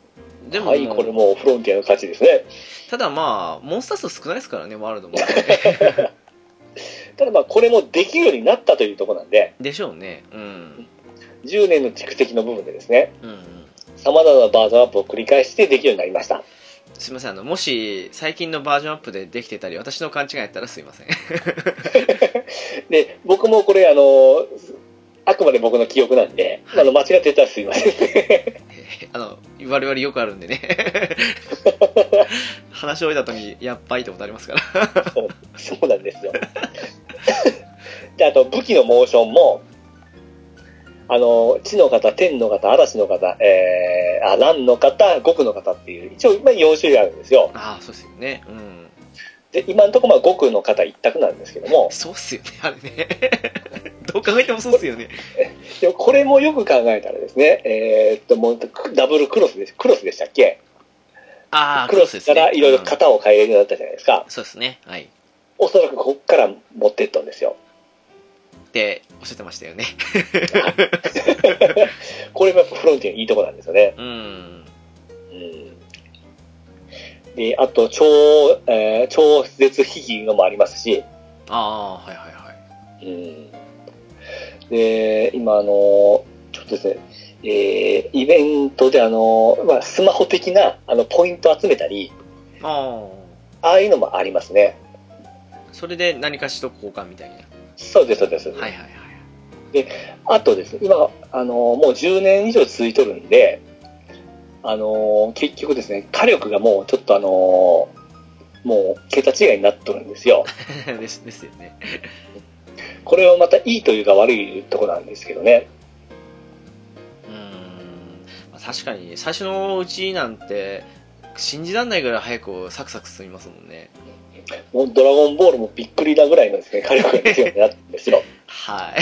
でも、はい、これもうフロンティアの勝ちですね。ただまあ、モンスター数少ないですからね、ワール ドも。ただまあ、これもできるようになったというところなんで、でしょうね。うん。 10年の蓄積の部分でですね、うんうん。様々なバージョンアップを繰り返してできるようになりました。すいませんあのもし最近のバージョンアップでできてたり私の勘違いやったらすいません で、僕もこれ、あの、あくまで僕の記憶なんで、あの、間違ってたらすいません。あの我々よくあるんでね話し終えた後にやっぱいってことありますからそうそうなんですよ。 で、あと、武器のモーションも、あの、地の方、天の方、嵐の方、えー、あ、乱の方、極の方っていう、一応、今4種類あるんですよ。ああそうっすよねうんで、今のところ、まあ、極の方一択なんですけども、そうっすよねあれね どう考えてもそうっすよねでもこれもよく考えたらですね、えーっと、もう、ダブルクロスで、クロスでしたっけああクロスからいろいろ型を変えるようになったじゃないですか。そうですねはいおそらくここから持ってったんですよ。っておっしゃってましたよねこれもやっぱフロンティアのいいとこなんですよね。うんうん。で、あと、超、えー超絶秘技のもありますし、ああはいはいはいうん。で、今、あの、ちょっとですね、えーイベントであの、まあ、スマホ的な、あの、ポイント集めたり、あああいうのもありますね。あそれで何かしら交換みたいなそうです、そうです。はいはいはい あとですね、今、あの、もう10年以上続いとるんで、あの、結局ですね、火力がもうちょっとあの、もう桁違いになっとるんですよ。ですですよねこれはまたいいというか悪いとこなんですけどね。うーんまあ確かに最初のうちなんて信じられないぐらい早くサクサク進みますもんねもうドラゴンボールもびっくりだぐらいのですね、火力が必要になってるんですよ。はい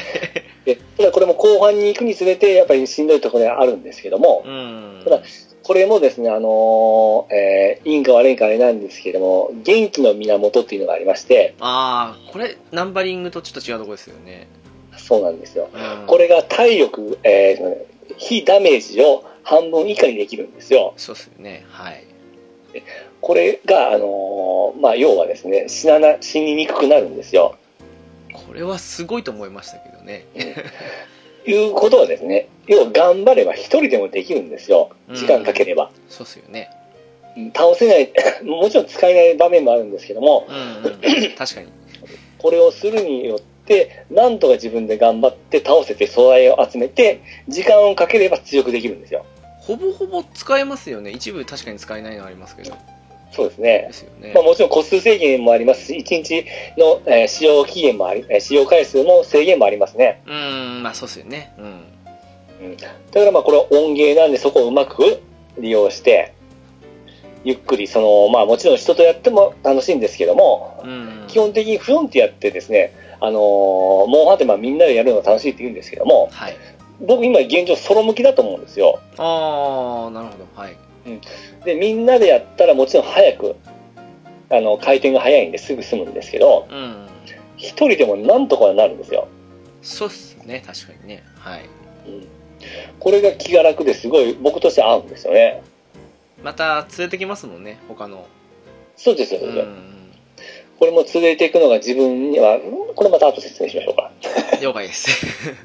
で、ただこれも後半に行くにつれて、やっぱりしんどいところがあるんですけどもう、んただこれもですね、あのえー、いいんか悪いんかあれなんですけども、元気の源っていうのがありまして、ああこれナンバリングとちょっと違うとこですよね、そうなんですよ。うん、これが体力、えー非ダメージを半分以下にできるんですよ。そうっすよねはいこれが、あのーまあ、要はですね、死なな、死ににくくなるんですよ。これはすごいと思いましたけどねいうことはですね、要は頑張れば一人でもできるんですよ。時間かければ。そうっすよねうん倒せない、 もちろん使えない場面もあるんですけども、うん、 うん、確かにこれをするによって、なんとか自分で頑張って倒せて素材を集めて、時間をかければ強くできるんですよ。ほぼほぼ使えますよね一部確かに使えないのありますけどそうですねで。すよねまあ、もちろん個数制限もありますし、1日の、えー使用期限もあり、えー使用回数の制限もありますね。うんまあそうっすよねうんだからまあこれは音ゲーなんでそこをうまく利用して、ゆっくり、その、まあもちろん人とやっても楽しいんですけども、うん基本的にフロンティアってですね、あのーモンハンってまあみんなでやるのが楽しいって言うんですけども、はい僕今現状ソロ向きだと思うんですよ。ああなるほどはいで、みんなでやったらもちろん早く、あの、回転が早いんですぐ済むんですけど、うん一人でもなんとかなるんですよ。そうっすね確かにねはいこれが気が楽ですごい僕として合うんですよね。また連れてきますもんね他のそうですよ、うそんううですよんこれも続いていくのが自分には、んこれまた後で説明しましょうか。了解です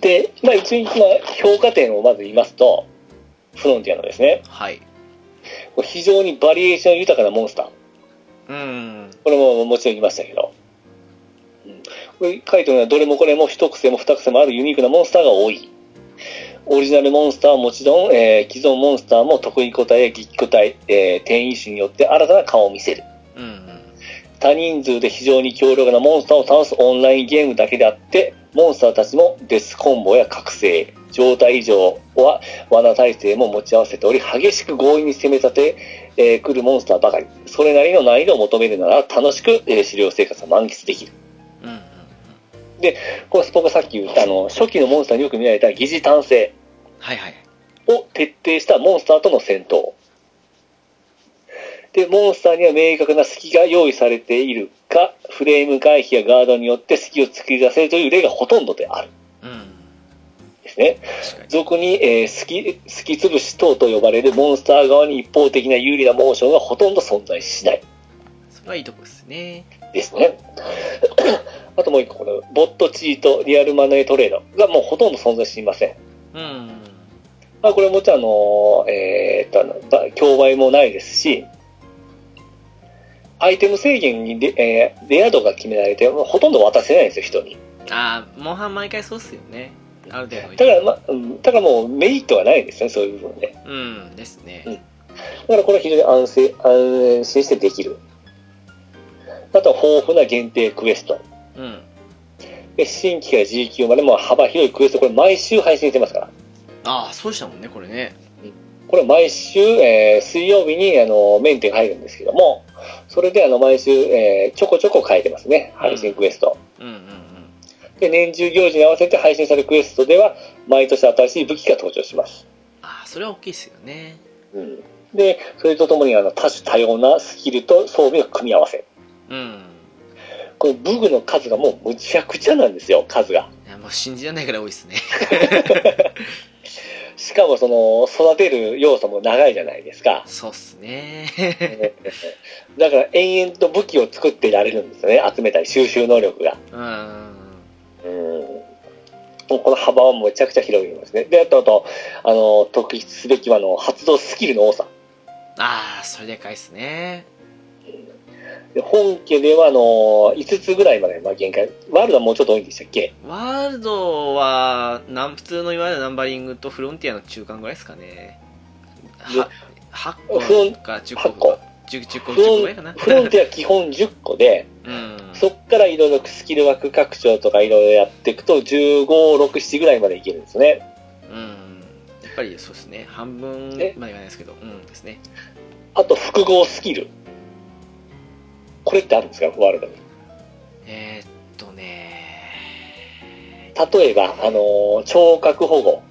で、まあ一応、まあ評価点をまず言いますと、フロンティアのですね、はいこれ非常にバリエーション豊かなモンスター。うんこれももちろん言いましたけど。うんこれ書いてあるのはどれもこれも一癖も二癖もあるユニークなモンスターが多い。オリジナルモンスターはもちろん、えー既存モンスターも得意個体や撃個体、えー転移種によって新たな顔を見せる。うんうん多人数で非常に強力なモンスターを倒すオンラインゲームだけであって、モンスターたちもデスコンボや覚醒、状態異常は罠耐性も持ち合わせており、激しく強引に攻め立て、えー来るモンスターばかり。それなりの難易度を求めるなら楽しく、えー狩猟生活を満喫できる。うんうんこれ僕がさっき言ったあの、初期のモンスターによく見られた疑似探性はいはいを徹底したモンスターとの戦闘。で、モンスターには明確な隙が用意されているか、フレーム回避やガードによって隙を作り出せるという例がほとんどであるんうんですね。確かに俗に、えー隙、隙潰し等と呼ばれるモンスター側に一方的な有利なモーションがほとんど存在しないそれはいいとこですねですね。あともう一個、このボットチート、リアルマネートレードがもうほとんど存在しません。うんままあ、これもちろん、あの、えーっとあのば、競売もないですし、アイテム制限にレ,、えーレア度が決められて、もうほとんど渡せないんですよ、人に。ああ、モンハン毎回そうっすよね。ある程度だから、まあ、うんだからもうメリットがないですね、そういう部分で。うん、ですね。だからこれは非常に安心安心してできる。あとは豊富な限定クエスト。うん。で新規から G 級までも幅広いクエスト、これ毎週配信してますから。ああ、そうでしたもんね、これね。これ毎週、えー水曜日にあのメンテが入るんですけども、それであの毎週、えーちょこちょこ変えてますね、配信クエスト。うんうんで、年中行事に合わせて配信されるクエストでは、毎年新しい武器が登場します。うん。ああ、それは大きいっすよね。うん、で、それとともにあの多種多様なスキルと装備の組み合わせ。うん。この武具の数がもうむちゃくちゃなんですよ、数が。いやもう信じられないぐらい多いっすね。 しかもその、育てる要素も長いじゃないです か。そうっすね。 だから延々と武器を作ってられるんですよね、集めたり収集能力が。うん。うん。もうこの幅はむちゃくちゃ広いですね。で、あと、あと、あの、特筆すべきは、あの、発動スキルの多さ。ああ、それでかいっすね。で本家では、あの、5つぐらいまで、まあ、限界。ワールドはもうちょっと多いんでしたっけワールドは、なん普通のいわゆるナンバリングとフロンティアの中間ぐらいですかね。は8フロン個か10個か。10, 10個、フ10個ぐロらいかなン。フロンティア基本10個で、 うん。そっからいろいろスキル枠拡張とかいろいろやっていくと、15、6、7ぐらいまでいけるんですね。うん。やっぱりそうですね。半分までえ言わないですけど、うんですね。あと複合スキル。これってあるんですかワールドに。えー、っとね例えば、あのー聴覚保護、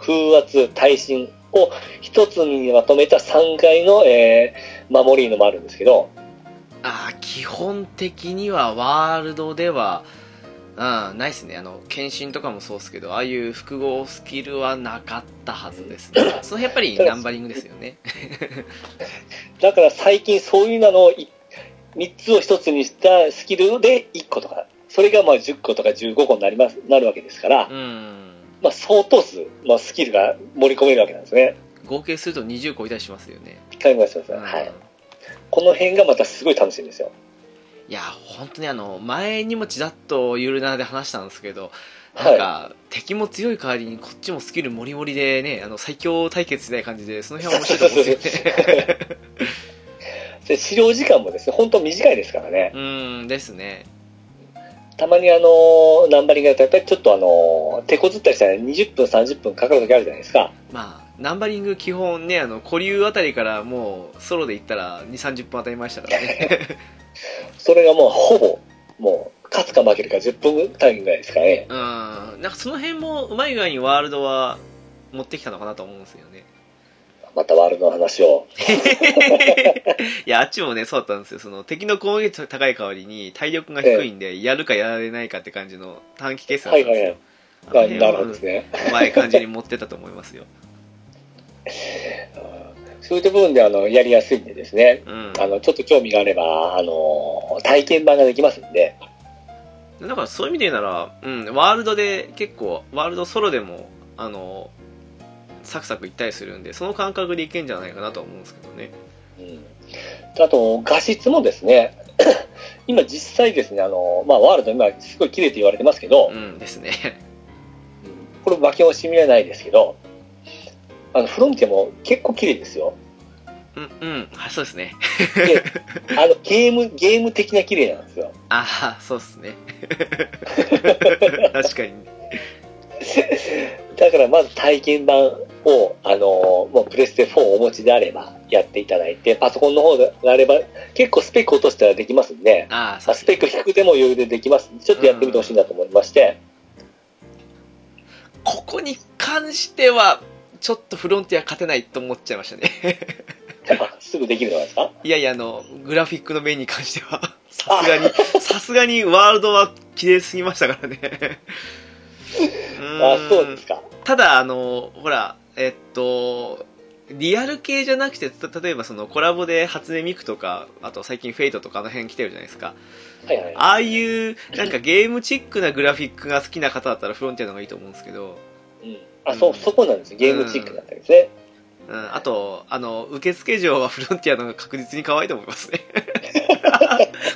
風圧、耐震を一つにまとめた3階の、えー守りのもあるんですけど、あー基本的にはワールドでは、うん、ないですね。あの、検診とかもそうですけど、ああいう複合スキルはなかったはずですね。その辺やっぱりナンバリングですよね。だから最近そういうのをい3つを1つにしたスキルで1個とか、それがまあ10個とか15個になりますなるわけですから、うん。まあ、相当数、まあ、スキルが盛り込めるわけなんですね。合計すると20個いたりしますよね。考えましたうんはい。この辺がまたすごい楽しいんですよ。いや、本当にあの、前にもちらっとゆるなで話したんですけど、はいなんか、敵も強い代わりにこっちもスキルもりもりでね、あの、最強対決みたいな感じで、その辺は面白いと思うんですよ ね。で治療時間もですね、本当短いですからね。うん、ですね。たまにあのーナンバリングやったらやっぱりちょっとあのー手こずったりしたら20分30分かかる時あるじゃないですかまあ、ナンバリング基本ね、あの、古流あたりからもう、ソロで行ったら2、30分当たりましたから ね。それがもうほぼもう勝つか負けるか10分単位ぐらいですかねうん、なんかその辺も、うまい具合にワールドは持ってきたのかなと思うんですよね。またワールドの話をいや、あっちもね、そうだったんですよ。その、敵の攻撃力高い代わりに、体力が低いんで、やるかやられないかって感じの短期決戦だったんですよ。なあの辺なるはほどですねうまい感じに持ってたと思いますよ。そういった部分であのやりやすいんでですねうん。あのちょっと興味があればあのー体験版ができますんでだからそういう意味で言うなら、うん、ワールドで結構、ワールドソロでも、あの、サクサクいったりするんで、その感覚でいけんじゃないかなとは思うんですけどね。うんあと画質もですね 今実際ですねあのーまあワールド今すごい綺麗って言われてますけど、うんですね。 これ負け惜しみはないですけど、あの、フロンティアも結構綺麗ですよ。うん、うん、あそうですね。 であの、ゲーム、ゲーム的な綺麗なんですよ。ああ、そうですね。 確かに。だからまず体験版を、あのーもうプレステ4をお持ちであればやっていただいて、パソコンの方であれば結構スペック落としたらできますんで、ああ、まそうあスペック低くても余裕でできますんで、ちょっとやってみてほしいなと思いまして、ここに関しては、ちょっとフロンティア勝てないと思っちゃいましたね。 あすぐできるじゃないですかいやいや、あの、グラフィックの面に関しては、さすが に、さすがにワールドは綺麗すぎましたからね。う あーんそうですか。ただ、あの、ほら、えっと、リアル系じゃなくて、た例えばそのコラボで初音ミクとか、あと最近フェイトとかあの辺来てるじゃないですか。はいはい。ああいう、なんかゲームチックなグラフィックが好きな方だったらフロンティアの方がいいと思うんですけど、うんあ、そうう、んそこなんですよ。ゲームチックだったんですね。うん、あと、あの、受付嬢はフロンティアの方が確実に可愛いと思い ますね。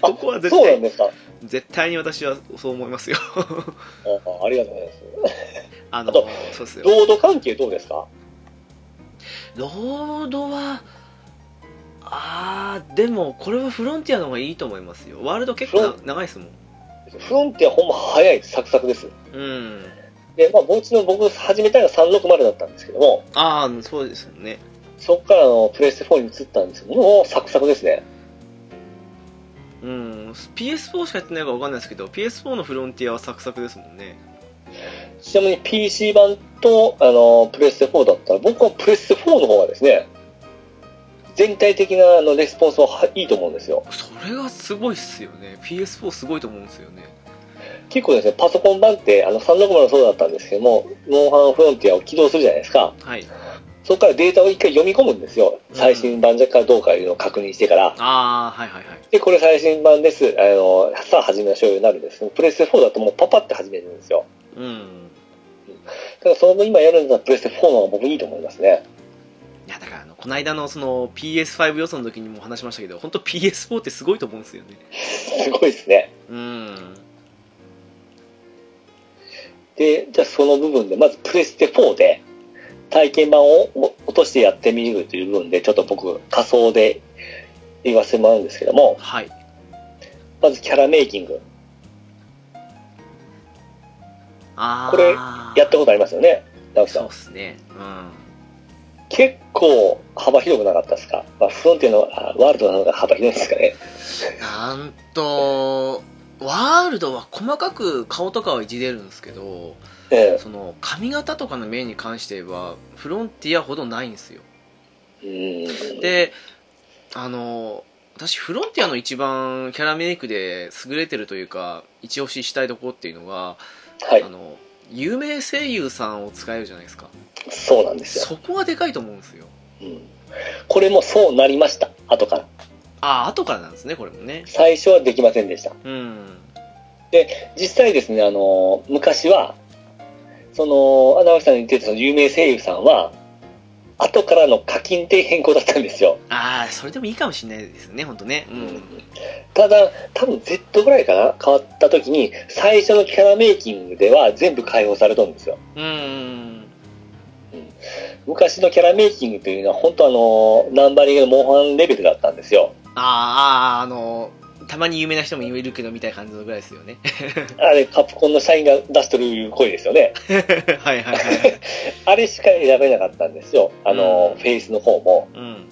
ここは絶そうなん対、ですか。絶対に私はそう思いますよ。 あありがとうございます。ああのと、そうですよ。ロード関係どうですかロードは、あー、でも、これはフロンティアの方がいいと思いますよ。ワールド結構な長いですもん。フロンティアほんま早い、サクサクです。うん。で、まあ、もちろん僕始めたのが360だったんですけども、あー、そうですよね。そこからあのプレステ4に移ったんですけども、サクサクですね。うん、PS4 しかやってないから分かんないですけど、PS4 のフロンティアはサクサクですもんね。ちなみに PC 版とあのプレステ4だったら、僕はプレステ4の方がですね、全体的なあのレスポンスははいいと思うんですよ。それがすごいっすよね。PS4 すごいと思うんですよね。結構ですね、パソコン版って、あの360もそうだったんですけども、モンハンフロンティアを起動するじゃないですか。はい。そこからデータを一回読み込むんですよ。うん最新版じゃかどうかいうのを確認してから。あー、はいはいはい。で、これ最新版です。あの、さあ始めましょうになるんですけど、プレステ4だともうパパって始めるんですよ。うん。だからその分今やるんだったらプレステ4の方が僕いいと思いますね。いやだからあのこの間のその PS5 予想の時にも話しましたけど本当 PS4 ってすごいと思うんですよねすごいですね。うんで、じゃあその部分で、まずプレステ4で体験版を落としてやってみるという部分で、ちょっと僕仮想で言わせてもらうんですけども、はいまずキャラメイキング、ああこれやったことありますよね、直樹さそうんっ。すねうん結構幅広くなかったですか、まあ、フロンティアのあワールドの方が幅広いですかね。なんとワールドは細かく顔とかはいじれるんですけどえその髪型とかの面に関してはフロンティアほどないんですよえうん。であの私フロンティアの一番キャラメイクで優れてるというか一押ししたいところっていうのがはいあ、の有名声優さんを使えるじゃないですかそうなんですよ。そこがでかいと思うんですようんこれもそうなりました、後から。ああ後からなんですねこれもね最初はできませんでした。うん実際ですね、あの昔は、その、穴脇さんに言ってたその有名声優さんは、後からの課金で変更だったんですよ。ああそれでもいいかもしれないですね本当ねうんただ、多分 Z ぐらいかな変わった時に、最初のキャラメイキングでは全部解放されたんですよ。うん昔のキャラメイキングというのは、本当あのナンバリングのモンハンレベルだったんですよ。あーあーあのたまに有名な人もいるけどみたいな感じのぐらいですよねあれ、カプコンの社員が出してる声ですよね。はいはいはいあれしか選べなかったんですよ。あの、うんフェイスの方も。うん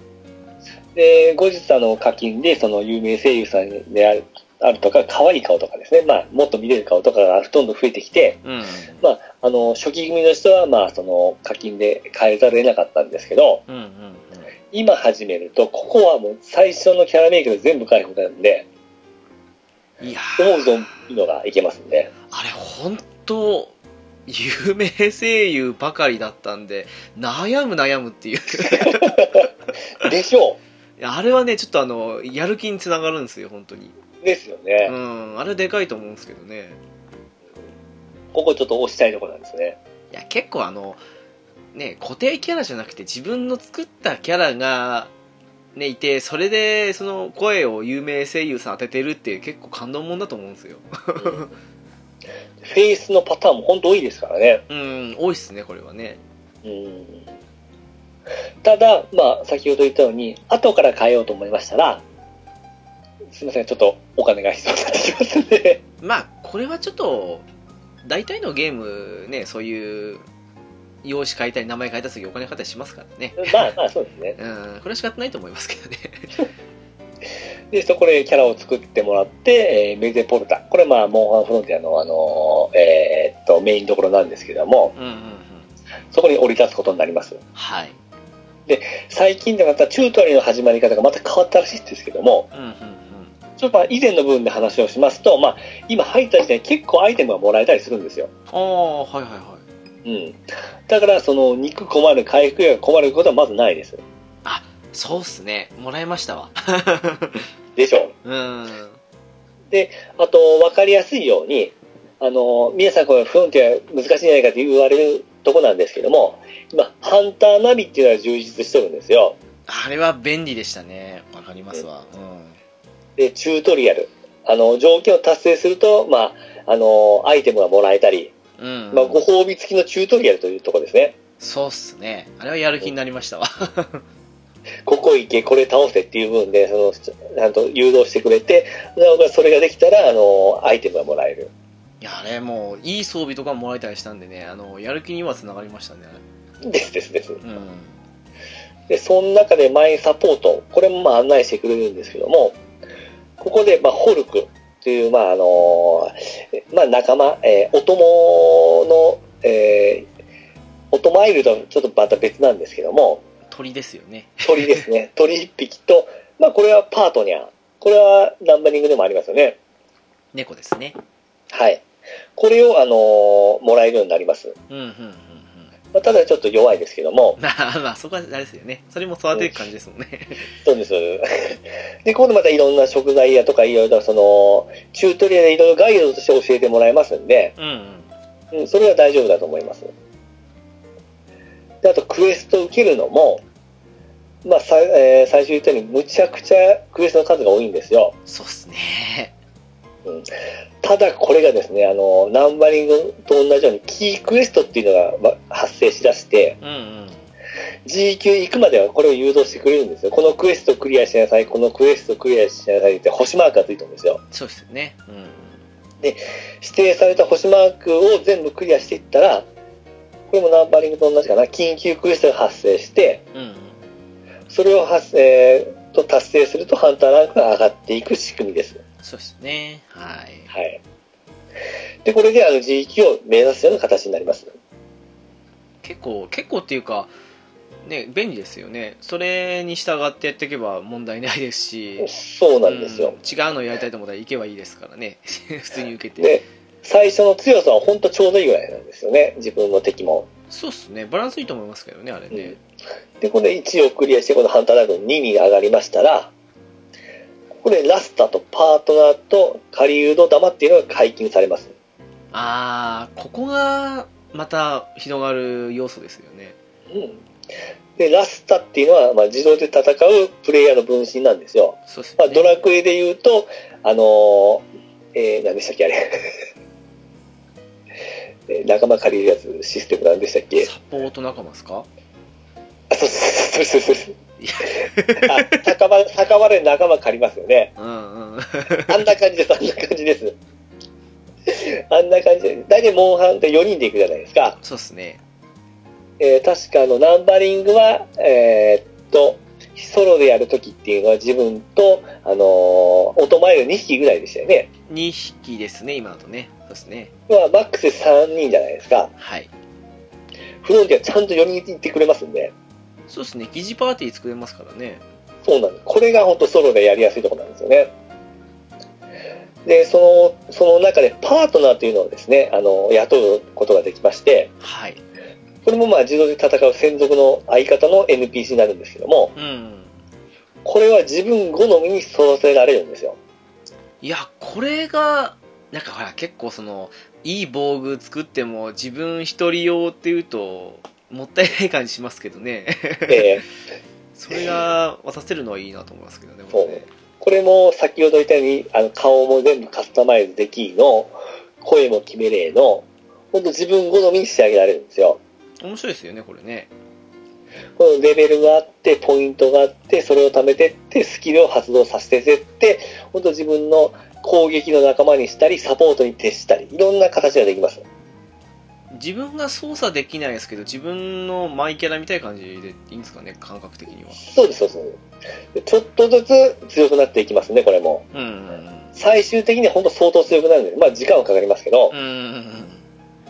で、後日あの課金で、その有名声優さんであるあるとか、可愛い顔とかですね、まあ、もっと見れる顔とかがどんどん増えてきて、うんまあ、あの、初期組の人は、まあ、その課金で変えざるを得なかったんですけど、うんうんうん今始めると、ここはもう最初のキャラメイクで全部解放なんで、いやー思う存分のがいけますんで。あれ本当有名声優ばかりだったんで悩む悩むっていう でしょいやあれはね、ちょっとあの、やる気につながるんですよ、本当に。うですようね。ん、あれでかいと思うんですけどね。ここちょっと押したいところなんですね。いや、結構あの、ね、固定キャラじゃなくて自分の作ったキャラが、ね、いて、それで、その声を有名声優さん当ててるって結構感動もんだと思うんですよ。フェイスのパターンも本当多いですからね。うん、多いっすね、これはね。うんただ、まあ、先ほど言ったように、後から変えようと思いましたら、すみません、ちょっとお金が必要になってきますんで、まあ、これはちょっと、大体のゲーム、ね、そういう、用紙変えたり名前変えたりする時お金かかったりしますからね。まあまあ、そうですね。うん、これは仕方ないと思いますけどね。で、そこでキャラを作ってもらって、えーメゼポルタ。これ、まあ、モンハンフロンティアの、あのーえーっと、メインどころなんですけども、うんうんうん。そこに降り立つことになります。はい。最近でまたチュートリアルの始まり方がまた変わったらしいんですけども、うんうんうん。ちょっとまあ以前の部分で話をしますと、まあ、今入った時点で結構アイテムがもらえたりするんですよ。ああ、はいはいはい。うん。だから、その、肉困る、回復薬が困ることはまずないです。そうっすね。もらいましたわ。でしょうーん。う。あと、わかりやすいように、あの、皆さんこれ、フロンティア難しいんじゃないかって言われるとこなんですけども、今、ハンターナビっていうのが充実してるんですよ。あれは便利でしたね。わかりますわ。うん。で、チュートリアル。あの、条件を達成すると、まあ、あの、アイテムがもらえたり、うん、まあ、ご褒美付きのチュートリアルというとこですね。そうっすね。あれはやる気になりましたわ。 ここ行け、これ倒せっていう部分で、その、ちゃんと誘導してくれて、なおかつそれができたら、あの、アイテムがもらえる。いや、あれもう、いい装備とかもらえたりしたんでね、あの、やる気にはつながりましたね。ですですです。うん。で、その中でマイサポート、これもまあ案内してくれるんですけども、ここで、まあ、ホルクという、まあ、あの、えまあ、仲間、えーお供の、えー、お供アイルとはちょっとまた別なんですけども、鳥ですよね。 鳥ですね。鳥一匹と、まあ、これはパートニャー。これはナンバリングでもありますよね。猫ですね。はい。これを、あのーもらえるようになります。うん、うん、うん。 うんまあ、ただちょっと弱いですけども、まあ、まあ、そこはあれですよね。それも育てる感じですもんね。そうです。 で、今度またいろんな食材やとかいろいろとその、チュートリアルでいろいろガイドとして教えてもらえますんで、うん、うん。うん、それは大丈夫だと思います。で、あとクエストを受けるのも、まあ、さえー最初言ったように、むちゃくちゃクエストの数が多いんですよ。そうっすね。ただこれがですね、あの、ナンバリングと同じようにキークエストっていうのがま発生しだして、うん、うん。 G 級行くまではこれを誘導してくれるんですよ。このクエストクリアしなさい、このクエストクリアしなさいって星マークがついてるんですよ。そうですよね。うん。指定された星マークを全部クリアしていったら、これもナンバリングと同じかな、緊急クエストが発生して、うん、うん。それを発生、と達成するとハンターランクが上がっていく仕組みです。そうですね。はい。はい。で、これであの G 級を目指すような形になります。結構、結構っていうか、ね、便利ですよね。それに従ってやっていけば問題ないですし、そうなんですうよ。ん違うのやりたいと思ったら行けばいいですからね 普通に受けてで、最初の強さは本当ちょうどいいぐらいなんですよね、自分の敵も。そうっすねバランスいいと思いますけどねあれね、で、この1をクリアして、このハンターランク2に上がりましたら、これラスタとパートナーと狩人玉っていうのが解禁されます。ああここがまた広がる要素ですよねうん。で、ラスタっていうのは、まあ、自動で戦うプレイヤーの分身なんですよ。そうっすまあ、ね、ドラクエで言うと、あのーえー、何でしたっけ、あれ。 えー仲間借りるやつシステムなんでしたっ けサポート仲間ですかあ、そうそうそうそう そう。あ、酒場、酒場で仲間借りますよね。うんうん あんな感じです、あんな感じです。あんな感じで、大体モンハンって4人で行くじゃないですか。そうっすねえー確かあのナンバリングは、えーっと、ソロでやるときっていうのは自分と、あのー、オトマイル2匹ぐらいでしたよね。 2匹ですね今だとねそうっすねまあ、マックスで3人じゃないですか。はいフロンティアちゃんと4人行ってくれますんで。そうっすね疑似パーティー作れますからねそうなんです。これが本当ソロでやりやすいところなんですよね。で、その、その中でパートナーというのをですね、あの、雇うことができまして、はいこれもまあ自動で戦う専属の相方の NPC になるんですけども、うんこれは自分好みに育てられるんですよ。いや、これが、なんかほら、結構その、いい防具作っても自分一人用っていうと、もったいない感じしますけどね。 えーそれが渡せるのはいいなと思いますけどね、そ僕うね。これも先ほど言ったように、あの顔も全部カスタマイズできの、声も決めれの、ほんと自分好みに仕上げられるんですよ。面白いですよね、これね。このレベルがあって、ポイントがあって、それを貯めてって、スキルを発動させてって、ほんと自分の攻撃の仲間にしたり、サポートに徹したり、いろんな形ができます。自分が操作できないですけど、自分のマイキャラみたいな感じでいいんですかね、感覚的には。そうです、そうです。ちょっとずつ強くなっていきますね、これも。うんうん最終的には本当相当強くなるんで、まあ時間はかかりますけどうん。う、んうんうん。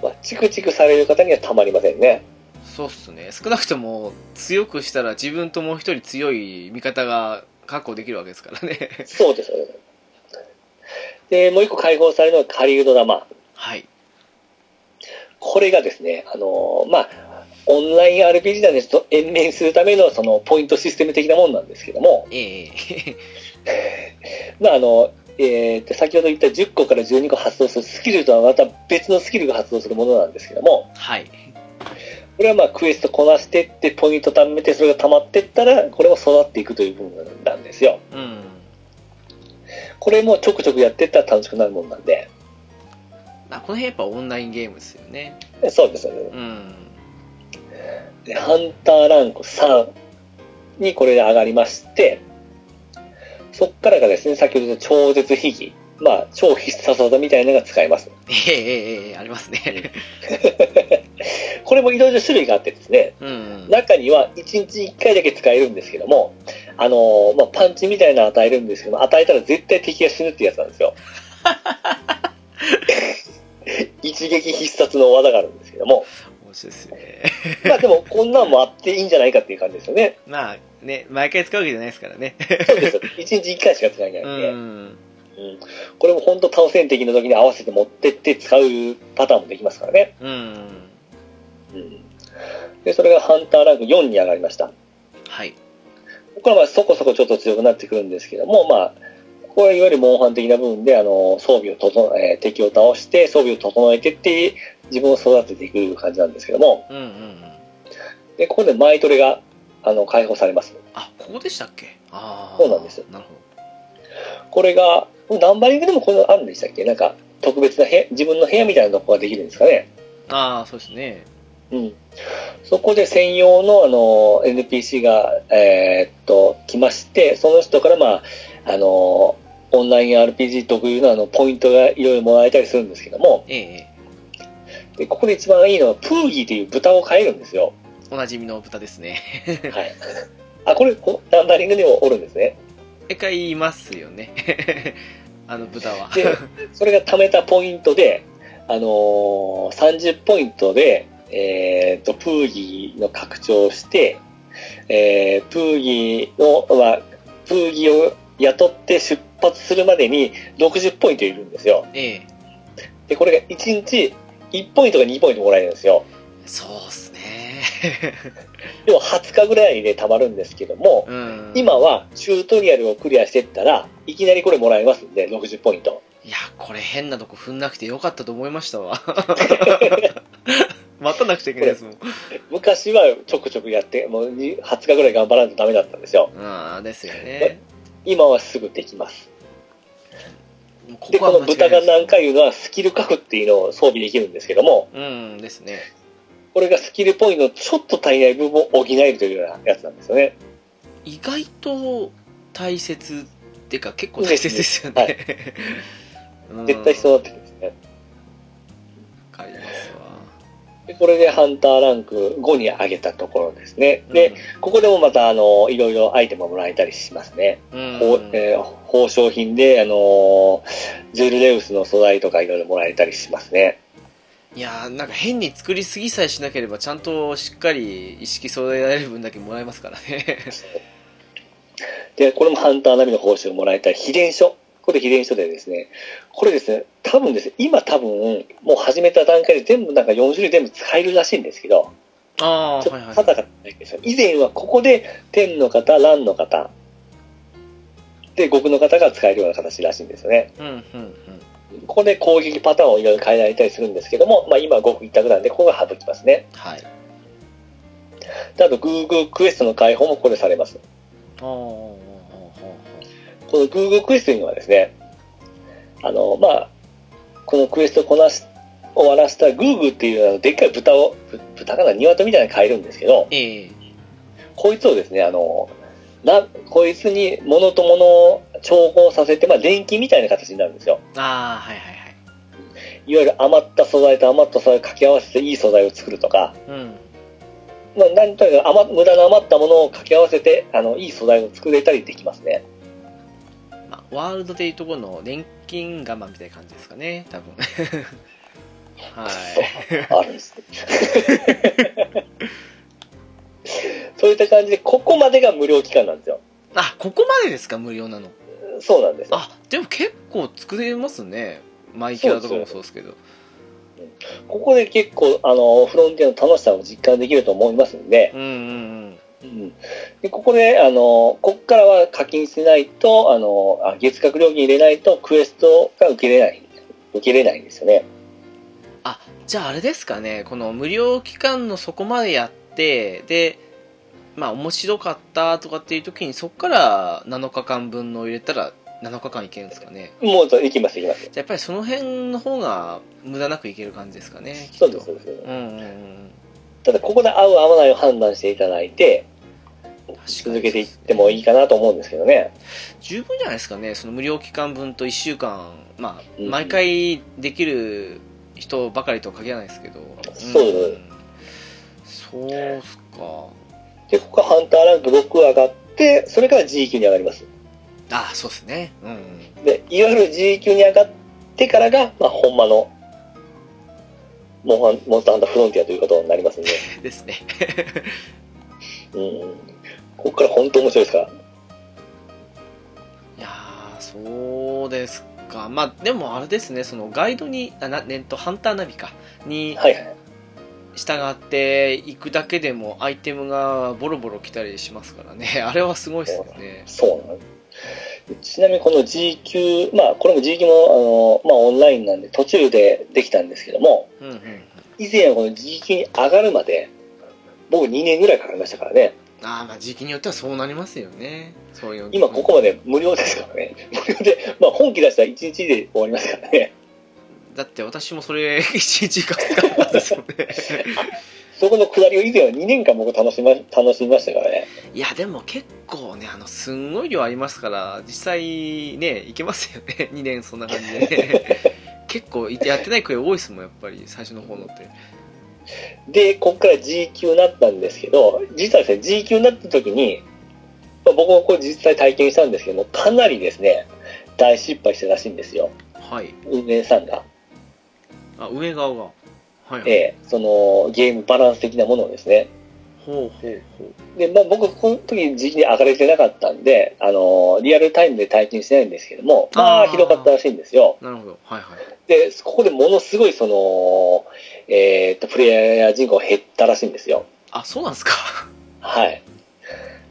まあ、チクチクされる方にはたまりませ んね。そうっすね。少なくとも、強くしたら自分ともう一人強い味方が確保できるわけですからね。 そうです。で、もう一個解放されるのが狩人玉。はい。これがですね、あのーまあ、オンライン RPG なんでちょっと延命するためのそのポイントシステム的なもんなんですけども、ええまああの、えーと先ほど言った10個から12個発動するスキルとはまた別のスキルが発動するものなんですけども、 はい。これはまあクエストこなしてってポイント貯めてそれが溜まってったらこれも育っていくという部分なんですようんこれもちょくちょくやってったら楽しくなるもんなんでまあこの辺やっぱオンラインゲームですよねそうですよねうんでハンターランク3にこれで上がりましてそっからがですね先ほどの超絶秘技まあ超必殺技みたいなのが使えますええええええありますねこれもいろいろ種類があってですね うん中には1日1回だけ使えるんですけども、あのーまあ、パンチみたいなの与えるんですけども、与えたら絶対敵が死ぬってやつなんですよ。一撃必殺の技があるんですけども、面白いですねまあでもこんなんもあっていいんじゃないかっていう感じですよ ね。まあね毎回使うわけじゃないですからねそうですよ。一日1回しか使えないんうで、んうんこれも本当倒せん敵の時に合わせて持ってって使うパターンもできますからね。うんうんで、それがハンターランク4に上がりました。はいこれはまあそこそこちょっと強くなってくるんですけども、まあ、これはいわゆるモンハン的な部分で、あの、装備を整え、えー敵を倒して、装備を整えてって、自分を育てていく感じなんですけども、うんうんうんで、ここでマイトレが、あの、解放されます。あここでしたっけああそうなんですよなるほどこれが、ナンバリングでもこういうのあるんでしたっけなんか、特別な部屋、自分の部屋みたいなとこができるんですかね。ああそうですねうん。そこで専用の、あの、NPC が、えーっと、来まして、その人から、まあ、あの、オンライン RPG 特有のあの、ポイントがいろいろもらえたりするんですけども、えええで、ここで一番いいのは、プーギーという豚を飼えるんですよ。えおなじみの豚ですねはい。あ、これ、こナンバリングでもおるんですね。毎回いますよね あの豚はで、それが貯めたポイントで、あのー30ポイントで、えーっと、プーギーの拡張をして、えープーギーの、まあ、プーギーを雇って出発するまでに60ポイントいるんですよ。 ええで、これが1日1ポイントか2ポイントもらえるんですよ。そうっす ねでも20日ぐらいで貯まるんですけども、うん今はチュートリアルをクリアしてったら、いきなりこれもらえますんで、60ポイント。いやこれ変なとこ踏んなくてよかったと思いました わ待たなくちゃいけないですもん昔はちょくちょくやって、もうに20日ぐらい頑張らないとダメだったんですよ。うんですよね今はすぐできます。もうこで、こはの間違い豚ながいです何回言うのはスキル核っていうのを装備できるんですけども、うんですねこれがスキルポイントのちょっと足りない部分を補えるというようなやつなんですよね。意外と大切っていうか結構大切ですよねうん絶対必要になってくるんですね。わかりますわでこれでハンターランク5に上げたところですね。で、ここでもまた、あの、いろいろアイテムをもらえたりしますね。うんほうえー宝商品で、あのーゼルレウスの素材とかいろいろもらえたりしますね。いやーなんか変に作りすぎさえしなければちゃんとしっかり意識揃えられる分だけもらえますからねで、これもハンター並みの報酬をもらえたり、秘伝書。これ秘伝書でですね、これですね、多分ですね、今多分、もう始めた段階で全部なんか4種類全部使えるらしいんですけど、あちあょはいっはとい定かじゃないですよ。以前はここで天の方、蘭の方、で、極の方が使えるような形らしいんですよね。うんうんうんここで攻撃パターンをいろいろ変えられたりするんですけども、まあ、今は極一択なんで、ここが省きますね。はいであと、Google クエストの解放もこれされます。あーこの Google クエストというのはですね、あの、まあ、このクエストをこなし、終わらせた Google っていうあのでっかい豚を、ぶ豚かな、鶏みたいなの飼えるんですけど、ええこいつをですね、あの、な、こいつに物と物を調合させて、まあ、電気みたいな形になるんですよ。ああはいはいはいいわゆる余った素材と余った素材を掛け合わせていい素材を作るとか、うんまあ、何となく余無駄な余ったものを掛け合わせてあのいい素材を作れたりできますねまあ、ワールドでいうとこの錬金釜みたいな感じですかね多分 は そうあるんですね そういった感じでここまでが無料期間なんですよいあここまでですか無料なのそうなんですよあでも結構作れますねマイキャラとかもそうですけどここで結構あのフロンティアの楽しさを実感できると思いますんで,、うんうんうん、でここであのここからは課金しないとあのあ月額料金入れないとクエストが受けれない受けれないんですよねうんあじゃああれですかねこの無料期間のそこまでやってでまあ面白かったとかっていう時にそこから7日間分の入れたら7日間いけるんですかねもう、行きます、行きます。じゃあやっぱりその辺の方が無駄なくいける感じですかねきっとそうです、そうです。うんうんうんただ、ここで合う、合わないを判断していただいて、続けていってもいいかなと思うんですけどね。十分じゃないですかねその無料期間分と1週間まあうん毎回できる人ばかりとは限らないですけど、そううんそうっすかで、ここがハンターランク6上がって、それから G 級に上がります。あそうですねうんうんで、いわゆる G 級に上がってからが、まあ、ほんまの、モンハンモンスターハンターフロンティアということになりますんで。ですねうんうん。ここから本当面白いですから。いやーそうですかまあでもあれですねそのガイドにあな、えっと、ハンターナビかにはいはい。従っていくだけでもアイテムがボロボロ来たりしますからね あれはすごいですよねそうなんですちなみにこの G 級、まあ、これも G 級も、あの、まあ、オンラインなんで途中でできたんですけども、うんうん以前はこの G 級に上がるまで、僕2年ぐらいかかりましたからね。ああまあ時期によってはそうなりますよねそういう今ここまで無料ですからね。無料で、まあ、本気出したら1日で終わりますからね。だって私もそれ 一日かかったんですよね そこの下りを以前は2年間僕楽しま、楽しみましたからね。いやでも結構ねあのすんごい量ありますから実際ねいけますよね2 年そんな感じで ね結構いてやってない声多いですもんやっぱり最初の方のってで、ここから G 級になったんですけど、実はですね、G 級になった時に、まあ、僕もこれ実際体験したんですけども、かなりですね、大失敗したらしいんですよ。はい運営さんが。あ上側がはいはい、ええその、ゲームバランス的なものをですね。ほうほうほうで、まあ僕、この時時期に上がれてなかったんで、あの、リアルタイムで体験してないんですけども、まああ、ーひどかったらしいんですよ。なるほどはいはいで、ここでものすごい、その、えーっと、プレイヤー人口減ったらしいんですよ。あそうなんですかはい。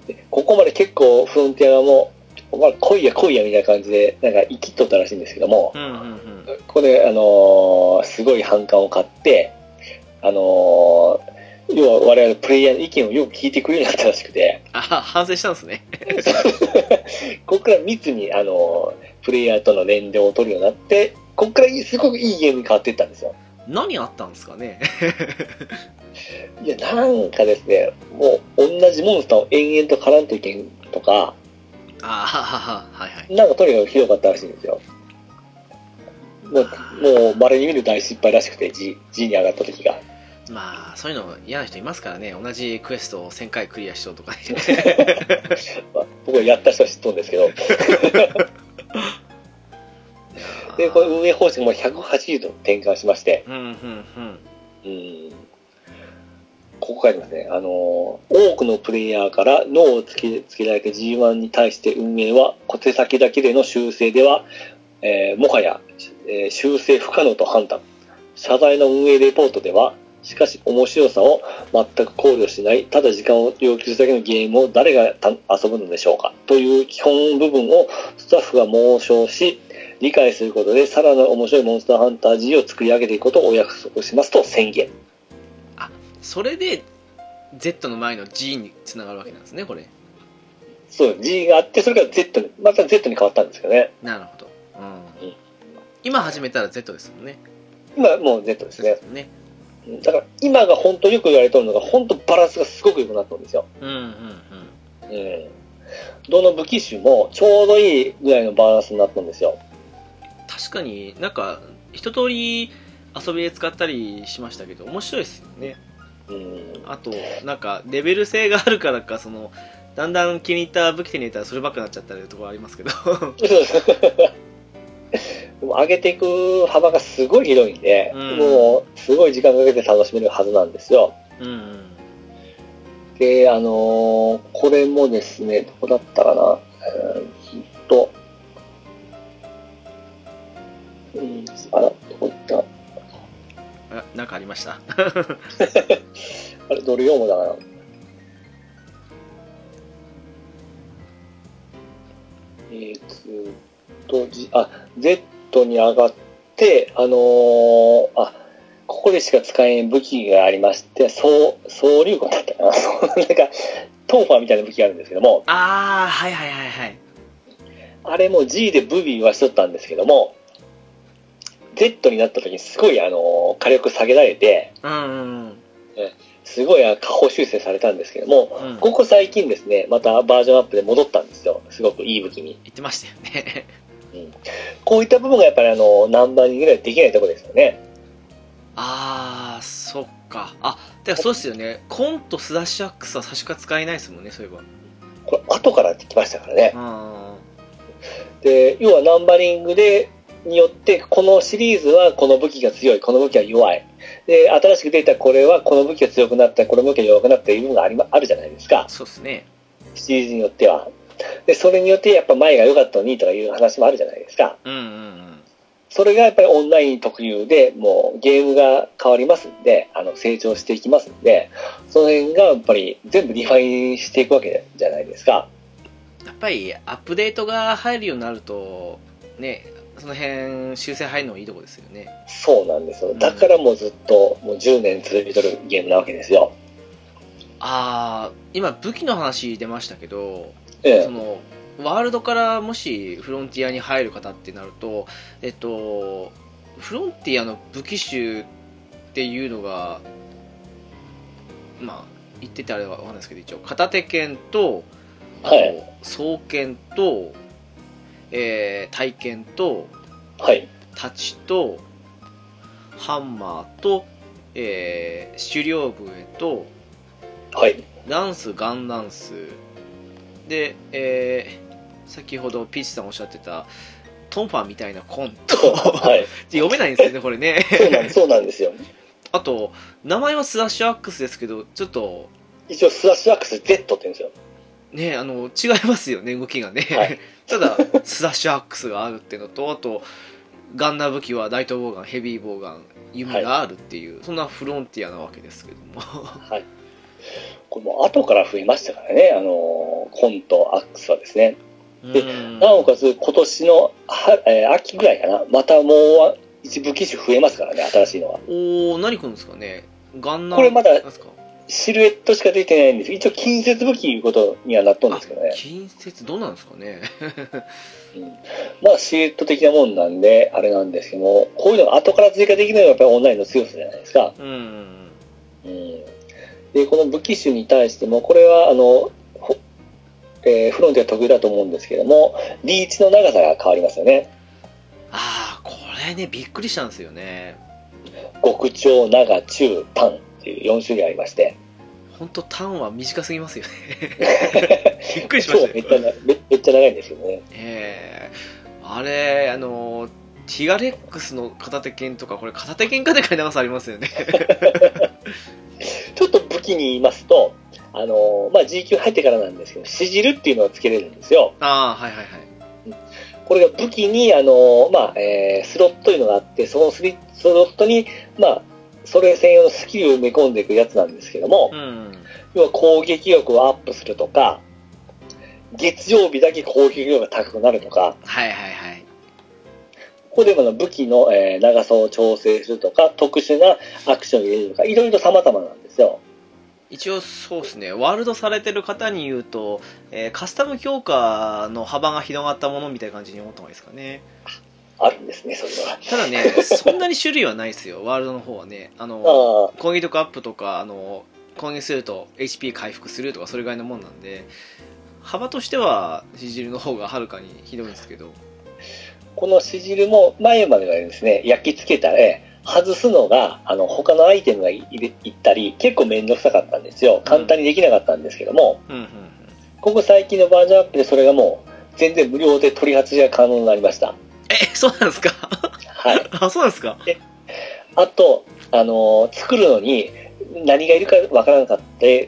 でここまで結構、フロンティア側も、お前来いや来いやみたいな感じで、なんか、生きっとったらしいんですけどもう、んうんうんここで、あのーすごい反感を買って、あのー要は我々プレイヤーの意見をよく聞いてくれるようになったらしくて、あ反省したんですねここから密に、あのープレイヤーとの連動を取るようになって、ここからいいすごくいいゲームに変わっていったんですよ。何あったんですかねいや、なんかですね、もう同じモンスターを延々と絡んでいけんとか、ああはいはいなんかとにかくひどかったらしいんですよ。もう、もう、稀に見る大失敗らしくて、G、G に上がった時が。まあそういうの嫌な人いますからね同じクエストを1000回クリアしようとかね まあ僕はやった人は知っとるんですけど。で、これ運営方針も180度転換しまして、うんうんうんうん。ここからですね、あのー多くのプレイヤーから脳をつけ、つけられた G1 に対して運営は、小手先だけでの修正では、えーもはや、えー修正不可能と判断。謝罪の運営レポートでは、しかし面白さを全く考慮しない、ただ時間を要求するだけのゲームを誰がた遊ぶのでしょうかという基本部分をスタッフが猛省し、理解することでさらなる面白いモンスターハンター G を作り上げていくことをお約束しますと宣言。それで Z の前の G につながるわけなんですねこれそう、G があって、それから Z に、また Z に変わったんですけどね。なるほど、うんうん今始めたら Z ですもんね今もう Z でそすうでねす。もんねだから今が本当よく言われてるのが、本当バランスがすごく良くなったんですよ。うんうんうん。どの武器種もちょうどいいぐらいのバランスになったんですよ。うん確かになんか一通り遊びで使ったりしましたけど面白いですよねうん。あとなんかレベル性があるからかそのだんだん気に入った武器手に入れたらそればっかになっちゃったりというところありますけどでも上げていく幅がすごい広いんで、うんもうすごい時間かけて楽しめるはずなんですよ。うんうんで、あのーこれもですね、どこだったかな、えー、ずっと、うん、あら、どこ行った あなんかありましたあれ、ドル4もだから。えー、ずっと、じあ、Z に上がって、あのーあ、こでしか使えん武器がありまして、そう、総流行だったかな。 そうなんか、トーファーみたいな武器があるんですけども、 あー、はいはいはいはい。あれも G でブビーはしとったんですけども、Z になった時にすごいあの、火力下げられて、うんうんうん。すごいあ下方修正されたんですけども、うんここ最近ですね、またバージョンアップで戻ったんですよ。すごくいい武器に。言ってましたよね。 こういった部分がやっぱりあの、ナンバリングではできないところですよね。あー、そっか。あ、てかそうですよね。コンとスラッシュアックスは最初から使えないですもんね、そういえば。これ後から来ましたからね。あで、要はナンバリングで、によって、このシリーズはこの武器が強い、この武器は弱い。で、新しく出たこれはこの武器が強くなった、この武器が弱くなったという部分がありまあるじゃないですかー、。そうですね。シリーズによっては。で、それによってやっぱ前が良かったのにとかいう話もあるじゃないですか。うんうんうん。それがやっぱりオンライン特有で、もうゲームが変わりますんで、あの成長していきますんで、その辺がやっぱり全部リファインしていくわけじゃないですか。やっぱりアップデートが入るようになると、ね、その辺修正入るのもいいとこですよね。そうなんですよ。だからもうずっともう10年続けとるゲームなわけですよ。あー、今武器の話出ましたけど、えそのワールドからもしフロンティアに入る方ってなると、えっと、フロンティアの武器種っていうのが、まあ、言っててあれはわかんないですけど、一応、片手剣と、あと、はい双剣と、えー、体剣と、はい。太刀と、ハンマーと、えー、狩猟笛と、はい。ランス、ガンランス。で、えー先ほどピーチさんおっしゃってた、トンファーみたいなコント。はい。読めないんですよね、これね。 そうなんそうなんですよ。あと、名前はスラッシュアックスですけど、ちょっと、一応、スラッシュアックス Z って言うんですよ。ね、あの、違いますよね、動きがね。はい ただ、スラッシュアックスがあるっていうのと、あと、ガンナ武器は大東ボウガン、ヘビーボウガン、弓があるっていう、そんなフロンティアなわけですけど も。これもう後から増えましたからね、あのーコントアックスはですね。うなんおかつ、今年のは、えー秋ぐらいかな、またもう一部機種増えますからね、新しいのは。おー、何来るんですかね。ガンナこれまだなんですかシルエットしか出てないんです一応、近接武器いうことにはなっとんですけどね。近接どうなんですかねまあ、シルエット的なもんなんで、あれなんですけども、こういうのが後から追加できないのがやっぱりオンラインの強さじゃないですか。 うんうんで、この武器種に対しても、これは、あの、ほえーフロンティア特有だと思うんですけども、リーチの長さが変わりますよね。ああこれねびっくりしたんですよね極長、長、中、短っていう4種類ありまして。本当ターンは短すぎますよね びっくりしまそうしめったちゃよなめめっちゃ長いんですけどね。ええあれあのティガレックスの片手剣とかこれ片手剣かでかい長さありますよねちょっと武器に言いますと、あのまあ、G 級入ってからなんですけど、しじるっていうのをつけれるんですよ。 ああはいはいはいこれが武器に、あのまあ、えースロットというのがあって、そのスリスロットに、まあ、それ専用のスキルを埋め込んでいくやつなんですけども、うん要は攻撃力をアップするとか、月曜日だけ攻撃力が高くなるとか、はいはいはいここでもあの武器のえー長さを調整するとか、特殊なアクションを入れるとか、いろいろ様々なんですよ。一応そうですねワールドされてる方に言うと、えーカスタム強化の幅が広がったものみたいな感じに思った方がいいですかねあるんですね、それは。ただ ね、そんなに種類はないですよ、ワールドの方はね。あの、あ攻撃力アップとか、あの、攻撃すると HP 回復するとか、それぐらいのもんなんで、幅としては、しじるの方がはるかにひどいんですけど、ーこのしじるも前まではですね、焼き付けたら、外すのが、あの、他のアイテムが入れいったり、結構めんどくさかったんですよ。簡単にできなかったんですけども、うんうんうん。ここ最近のバージョンアップでそれがもう、全然無料で取り外しが可能になりました。え、そうなんですかはい。あ、そうなんですかあと、あのー作るのに何がいるかわからなかった、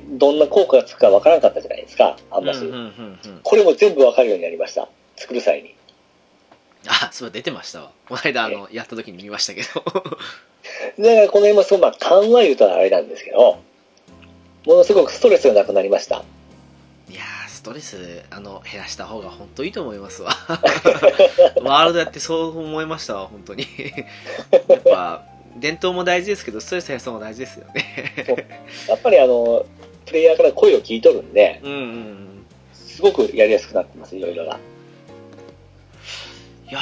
どんな効果がつくかわからなかったじゃないですか、あうんんうまんうし。んうん。これも全部わかるようになりました、作る際に。あ、そう、出てましたわ。この間、あの、やった時に見ましたけど。だからこの辺もそう、まあ、緩和言うとあれなんですけど、ものすごくストレスがなくなり ました。いやー、ストレス、あの、減らした方が本当いいと思います わ。 ワールドやってそう思いましたわ、本当に。やっぱ、伝統も大事ですけど、ストレス減らすのも大事ですよね。やっぱりあの、プレイヤーから声を聞いとるんで、うんうんうん。すごくやりやすくなってます、いろいろな。いや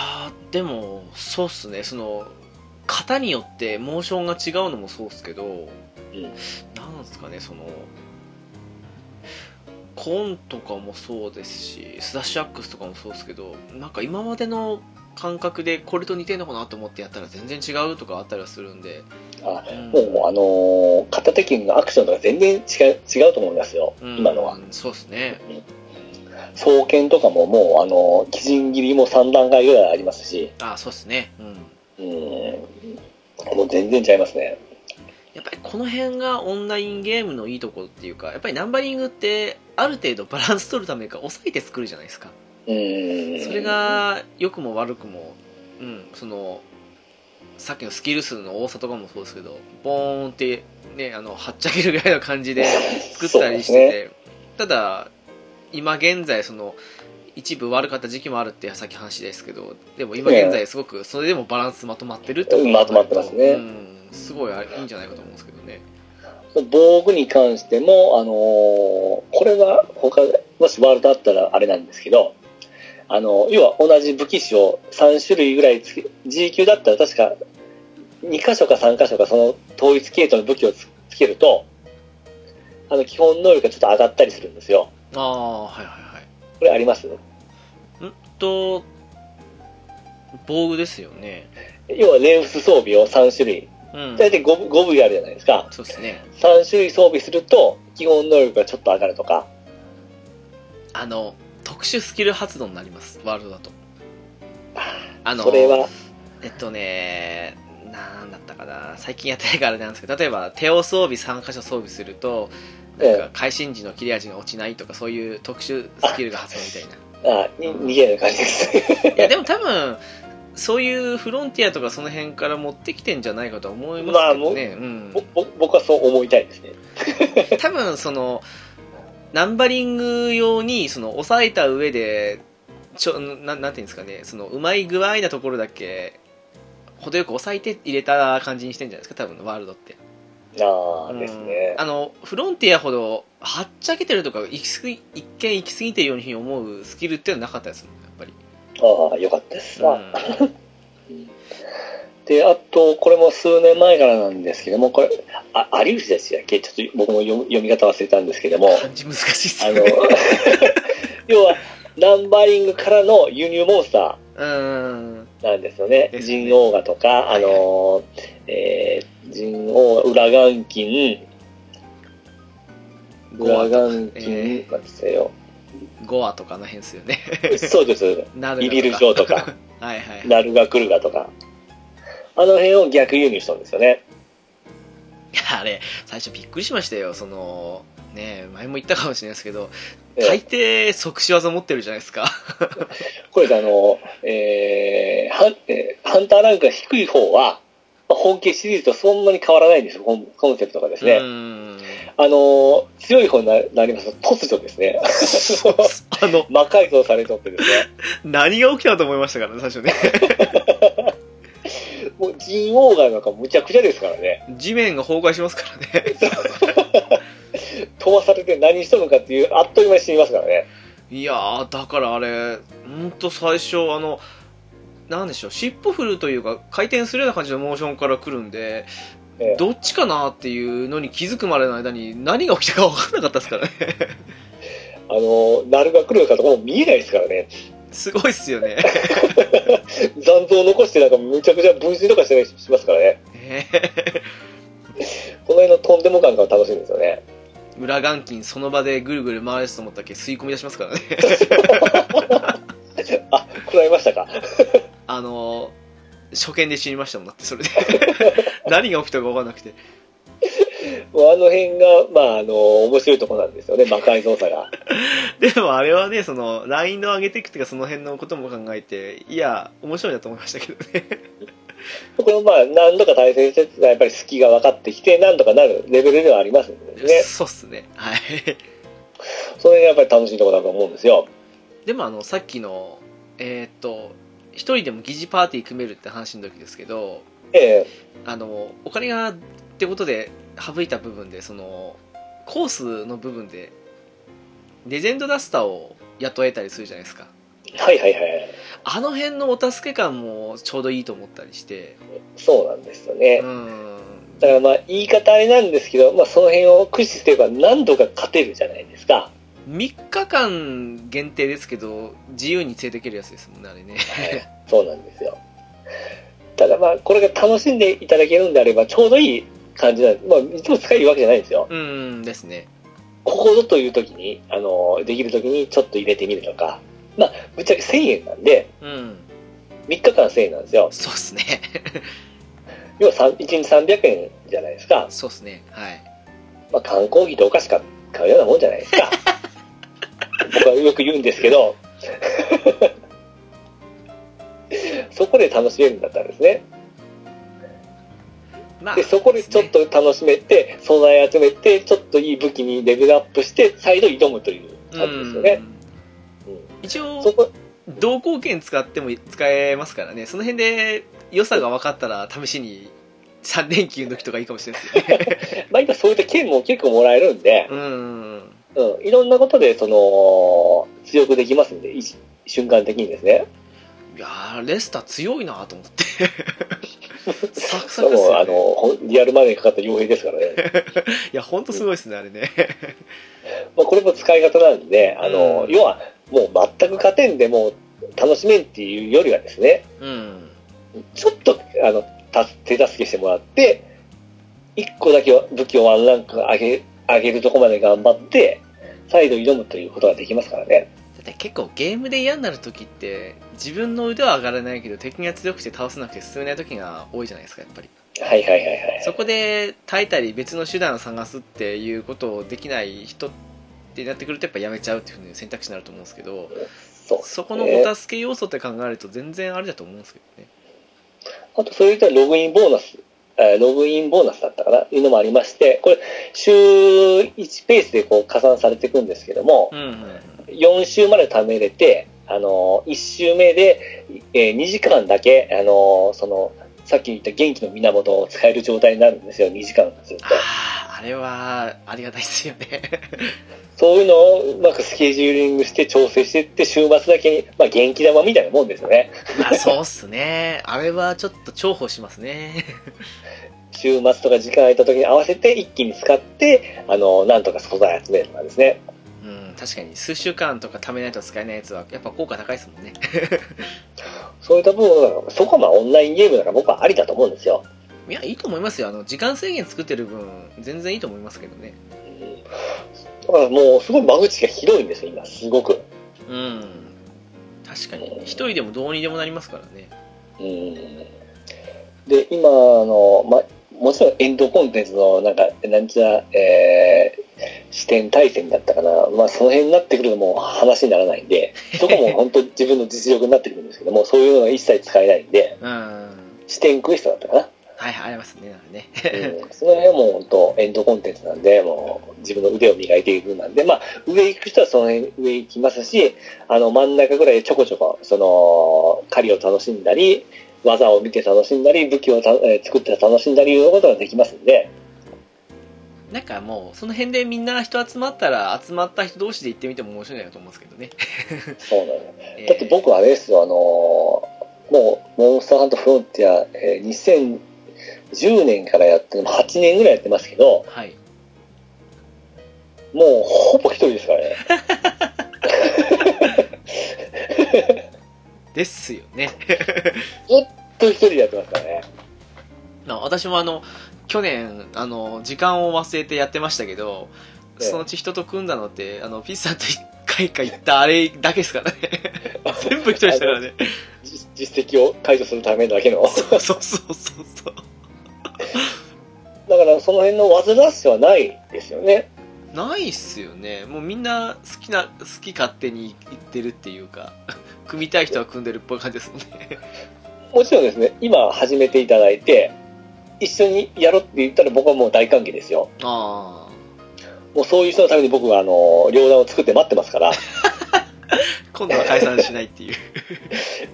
ー、でも、そうっすね、その、型によってモーションが違うのもそうっすけど、うん。なんですかね、その、コーンとかもそうですし、スラッシュアックスとかもそうですけど、なんか今までの感覚でこれと似てるのかなと思ってやったら全然違うとかあったりはするんで、あうんもう、あのー片手剣のアクションとか全然違う違うと思いますよ、うん今のは。そうですね。双剣とかももう、あのー、鬼人斬りも3段階ぐらいありますし、あ、そうですね。うん。うん、もう全然違いますね。やっぱりこの辺がオンラインゲームのいいところっていうか、やっぱりナンバリングってある程度バランス取るためか抑えて作るじゃないですか。うん。それ、が良くも悪くも、うん、そのさっきのスキル数の多さとかもそうですけどボーンって、ね、あのはっちゃけるぐらいの感じで作ったりしてそうでて、ただ今現在その一部悪かった時期もあるってさっき話ですけどでも今現在すごくそれでもバランスまとまってるってことうんまとまってますねうん、すごいあいいんじゃないかと思うんですけどね防具に関しても、あのーこれは他、もしワールドあったらあれなんですけど、あのー要は同じ武器種を3種類ぐらいつけ、G 級だったら確か2箇所か3箇所かその統一系統の武器をつつけると、あの基本能力がちょっと上がったりするんですよ。ああはいはいはいこれありますうんと防具ですよね要はレース装備を3種類。うん大体 5, 5部あるじゃないですか。そうですね3種類装備すると基本能力がちょっと上がるとか。あの特殊スキル発動になりますワールドだとあのそれは、えっとねなんだったかな最近やってないからあれなんですけど例えば手を装備3箇所装備するとなんか会心時の切れ味が落ちないとかそういう特殊スキルが発動みたいなあ、に逃げる感じです。いやでも多分そういうフロンティアとかその辺から持ってきてんじゃないかと思いますけど ね、うんぼぼ僕はそう思いたいですね。 多分そのナンバリング用にその抑えた上でちょななんていうんですかねそのうまい具合なところだけ程よく抑えて入れた感じにしてんじゃないですか多分ワールドってああ、ですねうん。あのフロンティアほどはっちゃけてるとか行き過ぎ一見行き過ぎてるように思うスキルっていうのはなかったですもんやっぱり、ああ、よかったです。あうんで、あと、これも数年前からなんですけども、これ、あ有吉でしたっけちょっと僕も読読み方忘れたんですけども、漢字難しいですあよの ね、要は、ナンバリングからの輸入モンスタ うんーなんですよね。ですね人王がとか、あの、えー、人王、裏眼金、ゴア裏眼え金、待ってよ。ゴアとかあの辺ですよね そうです。なるビビル城とか。 はいはいナルガクルガとか、あの辺を逆輸入したんですよね。いやあれ最初びっくりしましたよそのね前も言ったかもしれないですけど、え大ー抵即死技持ってるじゃないですかこれであの、えーハンえーハンターランクが低い方は、まあ本家シリーズとそんなに変わらないんですよ、コンコンセプトがですうね。ーんあのー、強い方にななりますと突如です ね、あの魔改造されとってです何が起きたと思いましたからね最初 ねね、もう人王がなんかむちゃくちゃですからね、 地面が崩壊しますからね飛ばされて何しとるのかっていう、あっという間に死にますからね。いやーだからあれほんと最初あのなんでしょう尻尾振るというか回転するような感じのモーションから来るんで、ええどっちかなっていうのに気づくまでの間に何が起きたか分からなかったですからね あのー、ナルガクルガとかもう見えないですからね、すごいっすよ ね残像残してなんかむちゃくちゃ分身とかしてしますからね。ねこの辺のとんでも感が楽しいんですよね。裏眼筋その場でぐるぐる回れすと思ったっけ吸い込み出しますからね あ、食らいましたか。あの初見で死にましたもんだってそれで何が起きたか分かんなくてもうあの辺が、まあ、あの、面白いとこなんですよね、魔改造さが。でもあれはねそのラインの上げていくとかその辺のことも考えていや面白いなと思いましたけどねこれもまあ、何度か対戦してたらやっぱり好きが分かってきて、何とかなるレベルではありますんでね。そうっすねはい それがやっぱり楽しいとこだと思うんですよ。でもあのさっきのえーっと一人でも疑似パーティー組めるって話の時ですけどええあのお金がってことで省いた部分でそのコースの部分でレジェンドダスターを雇えたりするじゃないですかえはいはいはい。あの辺のお助け感もちょうどいいと思ったりしてそうなんですよねう。んだからまあ言い方あれなんですけど、まあその辺を駆使すれば何度か勝てるじゃないですか。 3日間限定ですけど自由に連れていけるやつですもんねあれねはい そうなんですよ。ただまあこれが楽しんでいただけるんであればちょうどいい感じなんです。まあいつも使えるわけじゃないんですよ。うんですねここぞという時に、あの、できる時にちょっと入れてみるとか。まあぶっちゃけ1000円なんで、うん3日間1000円なんですよ。そうっすね 要はさん1日300円じゃないですか。そうっすねはいまあ観光費とお菓子買うようなもんじゃないですか。 僕はよく言うんですけど、 そこで楽しめるんだったらですね。まあで、そこでちょっと楽しめて、素材集めて、ちょっといい武器にレベルアップして、再度挑むという感じですよね。うん一応そこ、同行券使っても使えますからねその辺で良さが分かったら試しに3連休の時とかいいかもしれない ですよねまあ今そういった券も結構もらえるんで、うんうん、いろんなことで、その、強くできますんで、い瞬間的にですね。いやーレスター強いなと思ってサクサクそうですよ、ね、あの、ほんリアルマネーかかった傭兵ですからね。 いや本当すごいですねあれねまあ、これも使い方なんで、あの、うん要はもう全く勝てんでもう楽しめんっていうよりはですね、うんちょっとあのた手助けしてもらって、一個だけは武器をワンランク上げ上げるとこまで頑張って、再度挑むということができますからね。だって結構ゲームで嫌になる時って自分の腕は上がらないけど敵が強くて倒せなくて進めない時が多いじゃないですかやっぱりはいはいはいはい。そこで耐えたり別の手段を探すっていうことをできない人ってなってくるとやっぱやめちゃうっていうふうに選択肢になると思うんですけどそうそこのお助け要素って考えると全然あれだと思うんですけどねあと、それとログインボーナス、えーログインボーナスだったかないうのもありまして、これ、週1ペースでこう加算されていくんですけども、うんうんうん4週まで貯めれて、あのー、1週目で、えー2時間だけ、あのーその、さっき言った元気の源を使える状態になるんですよ、2時間ずっとあ。ああれはありがたいですよねそういうのをうまくスケジューリングして調整していって、週末だけに、まあ、元気玉みたいなもんですよね。 まあそうっすねあれはちょっと重宝しますね週末とか時間空いた時に合わせて一気に使って、あのーなんとか素材集めるとかですね。うん確かに数週間とか貯めないと使えないやつはやっぱ効果高いですもんねそういった部分は、そこはまあオンラインゲームなら僕はありだと思うんですよ。いやいいと思いますよあの時間制限作ってる分全然いいと思いますけどねうんだからもう、すごい間口が広いんですよ、今、すごく。うん確かに一人でもどうにでもなりますからねうんで、今あの、ま、もちろんエンドコンテンツの、なんか、なんちゃら、えー、視点対戦だったかな。まあ、その辺になってくるともう話にならないんで、そこも本当自分の実力になってくるんですけども、そういうのが一切使えないんで、うんは視点クエストだったかな。いはいありますねなんか ねうん、その辺はもう本当エンドコンテンツなんで、もう自分の腕を磨いていくなんで、まあ、上行く人はその辺上行きますし、あの、真ん中ぐらいでちょこちょこ、その、狩りを楽しんだり、技を見て楽しんだり、武器をた、えー作って楽しんだりいうことができますんで、なんかもうその辺でみんな人集まったら集まった人同士で行ってみても面白いなと思うんですけどねそうなんです。だだって僕はあれですよ、あのーもう、モンスターハントフロンティア、えー2010年からやって、8年ぐらいやってますけど、はいもうほぼ一人ですからね。ですよねほんと一人でやってますからね。な私もあの去年あの時間を忘れてやってましたけどええそのうち人と組んだのってあのピッサーと一回か行ったあれだけですからね 全部一人でしたからね実実績を解除するためだけの。 そうそうそうそうそうだからその辺の煩わしさはないですよね。ないっすよねもうみんな好きな好き勝手に行ってるっていうか 組みたい人は組んでるっぽい感じですもんねもちろんですね、今始めていただいて、一緒にやろうって言ったら僕はもう大歓迎ですよ。ああもうそういう人のために僕はあの、両団を作って待ってますから、 今度は解散しないっていう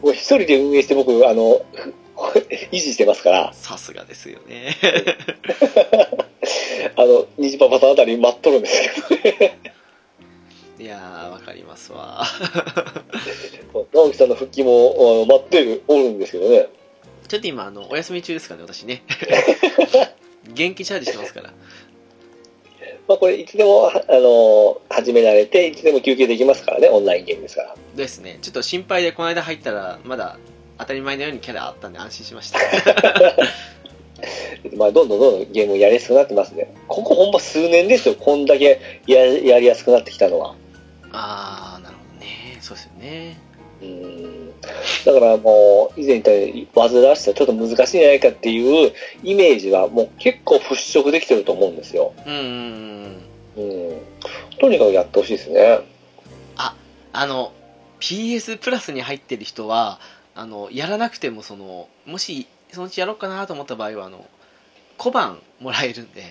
もう一人で運営して僕、あの、ふ 維持してますから、 さすがですよね。あの、虹パパさんあたり待っとるんですけどね。 いやー、わかりますわ。直樹さんの復帰もあの待ってる、おるんですけどね。ちょっと今、あの、お休み中ですからね、私 ね。元気チャージしてますから。まあこれ、いつでも、はあの、始められて、いつでも休憩できますからね、オンラインゲームですから。ですね。ちょっと心配で、この間入ったら、まだ当たり前のようにキャラあったんで安心しました。まあ、どんどんどんどんゲームやりやすくなってますね。ここほんま数年ですよ、こんだけややりやすくなってきたのは。 あー、なるほどね。そうですよね。うんだからもう、以前言ったように、煩わしさちょっと難しいんじゃないかっていうイメージはもう結構払拭できてると思うんですよ。うんうんうん。うん。とにかくやってほしいですね。あの、PS プラスに入ってる人は、あの、やらなくても、その、もし、そのうちやろうかなと思った場合は、あの、小判もらえるんで、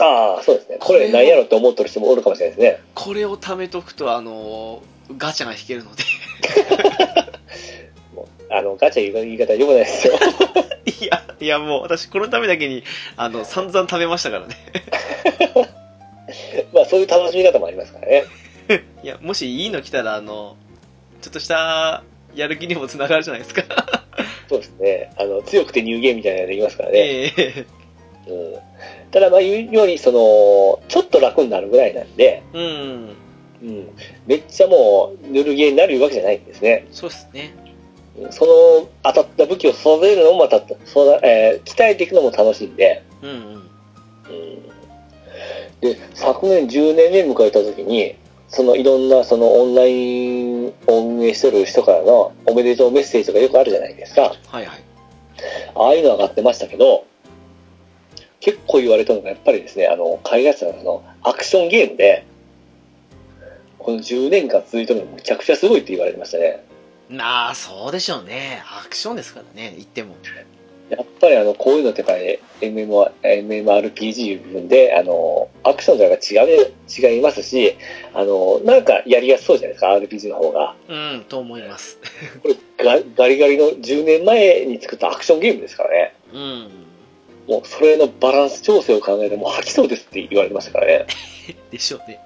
ああ、そうですね。これ何やろって思ってる人もおるかもしれないですね。これを貯めとくと、あの、ガチャが引けるので。 あの、ガチャ言い方良くないですよ。 いや、いやもう、私、このためだけに、あの、散々貯めましたからね。まあ、そういう楽しみ方もありますからね。いや、もしいいの来たら、あの、ちょっとした、やる気にもつながるじゃないですか。そうですね。あの、強くてニューゲームみたいなのができますからね。ええうん。ただ、まあ、言うように、その、ちょっと楽になるぐらいなんで、うん、うん。めっちゃもう、ぬるゲーになるわけじゃないんですね。そうですね。その当たった武器を育てるのもまた、そのえー鍛えていくのも楽しいんで、うんうん。うんで、昨年10年目迎えた時に、そのいろんなそのオンラインを運営してる人からのおめでとうメッセージとかよくあるじゃないですか。はいはい。ああいうの上がってましたけど、結構言われたのがやっぱりですね、あの、開発者のそのアクションゲームで、この10年間続いてるのむちゃくちゃすごいって言われてましたね。なあ、そうでしょうね。アクションですからね、言っても。やっぱりあの、こういうのってやっぱり MMO MMORPG いう部分で、あの、アクションとかが違う、違いますし、あの、なんかやりやすそうじゃないですか、RPG の方が。うん、と思います。これガ、ガリガリの10年前に作ったアクションゲームですからね。うん。もう、それのバランス調整を考えて、もう吐きそうですって言われてましたからね。でしょうね。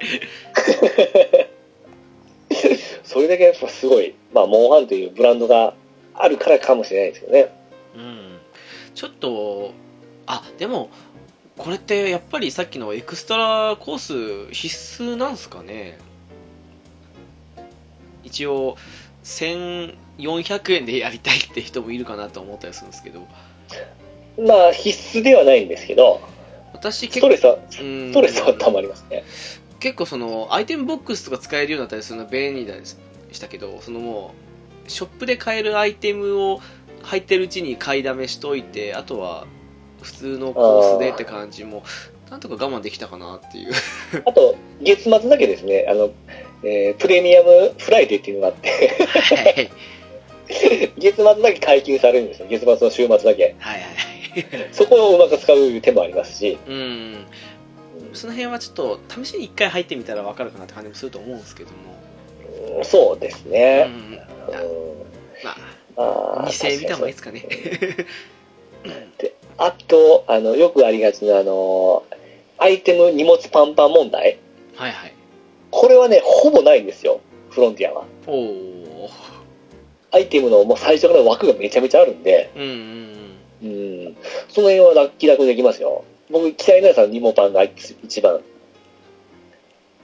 それだけやっぱすごい、まあ、モンハンというブランドがあるからかもしれないですけどね。うん。ちょっと、あ、でも、これってやっぱりさっきのエクストラコース必須なんすかね一応、1400円でやりたいって人もいるかなと思ったりするんですけど、まあ、必須ではないんですけど、私結スト構、レスは、スうんトレスはたまりますね。結構そのアイテムボックスとか使えるようになったりするのは便利でしたけどそのもうショップで買えるアイテムを入ってるうちに買いだめしといてあとは普通のコースでって感じもなんとか我慢できたかなっていうあと、月末だけですね、あの、えープレミアムフライデーっていうのがあって、 はい月末だけ解禁されるんですよ。月末の週末だけ。はいはいそこをうまく使う手もありますし、うんその辺はちょっと試しに1回入ってみたら分かるかなって感じもすると思うんですけども、うんそうですうん、ね。うんままああ2世見た方がいいですかねあと、あの、よくありがちな、あの、アイテム荷物パンパン問題。はいはいこれはね、ほぼないんですよ。フロンティアは。おおアイテムのもう最初から枠がめちゃめちゃあるんで、うんうんうんうん。その辺は楽気楽できますよ。僕、嫌いなやつは荷物パンが一番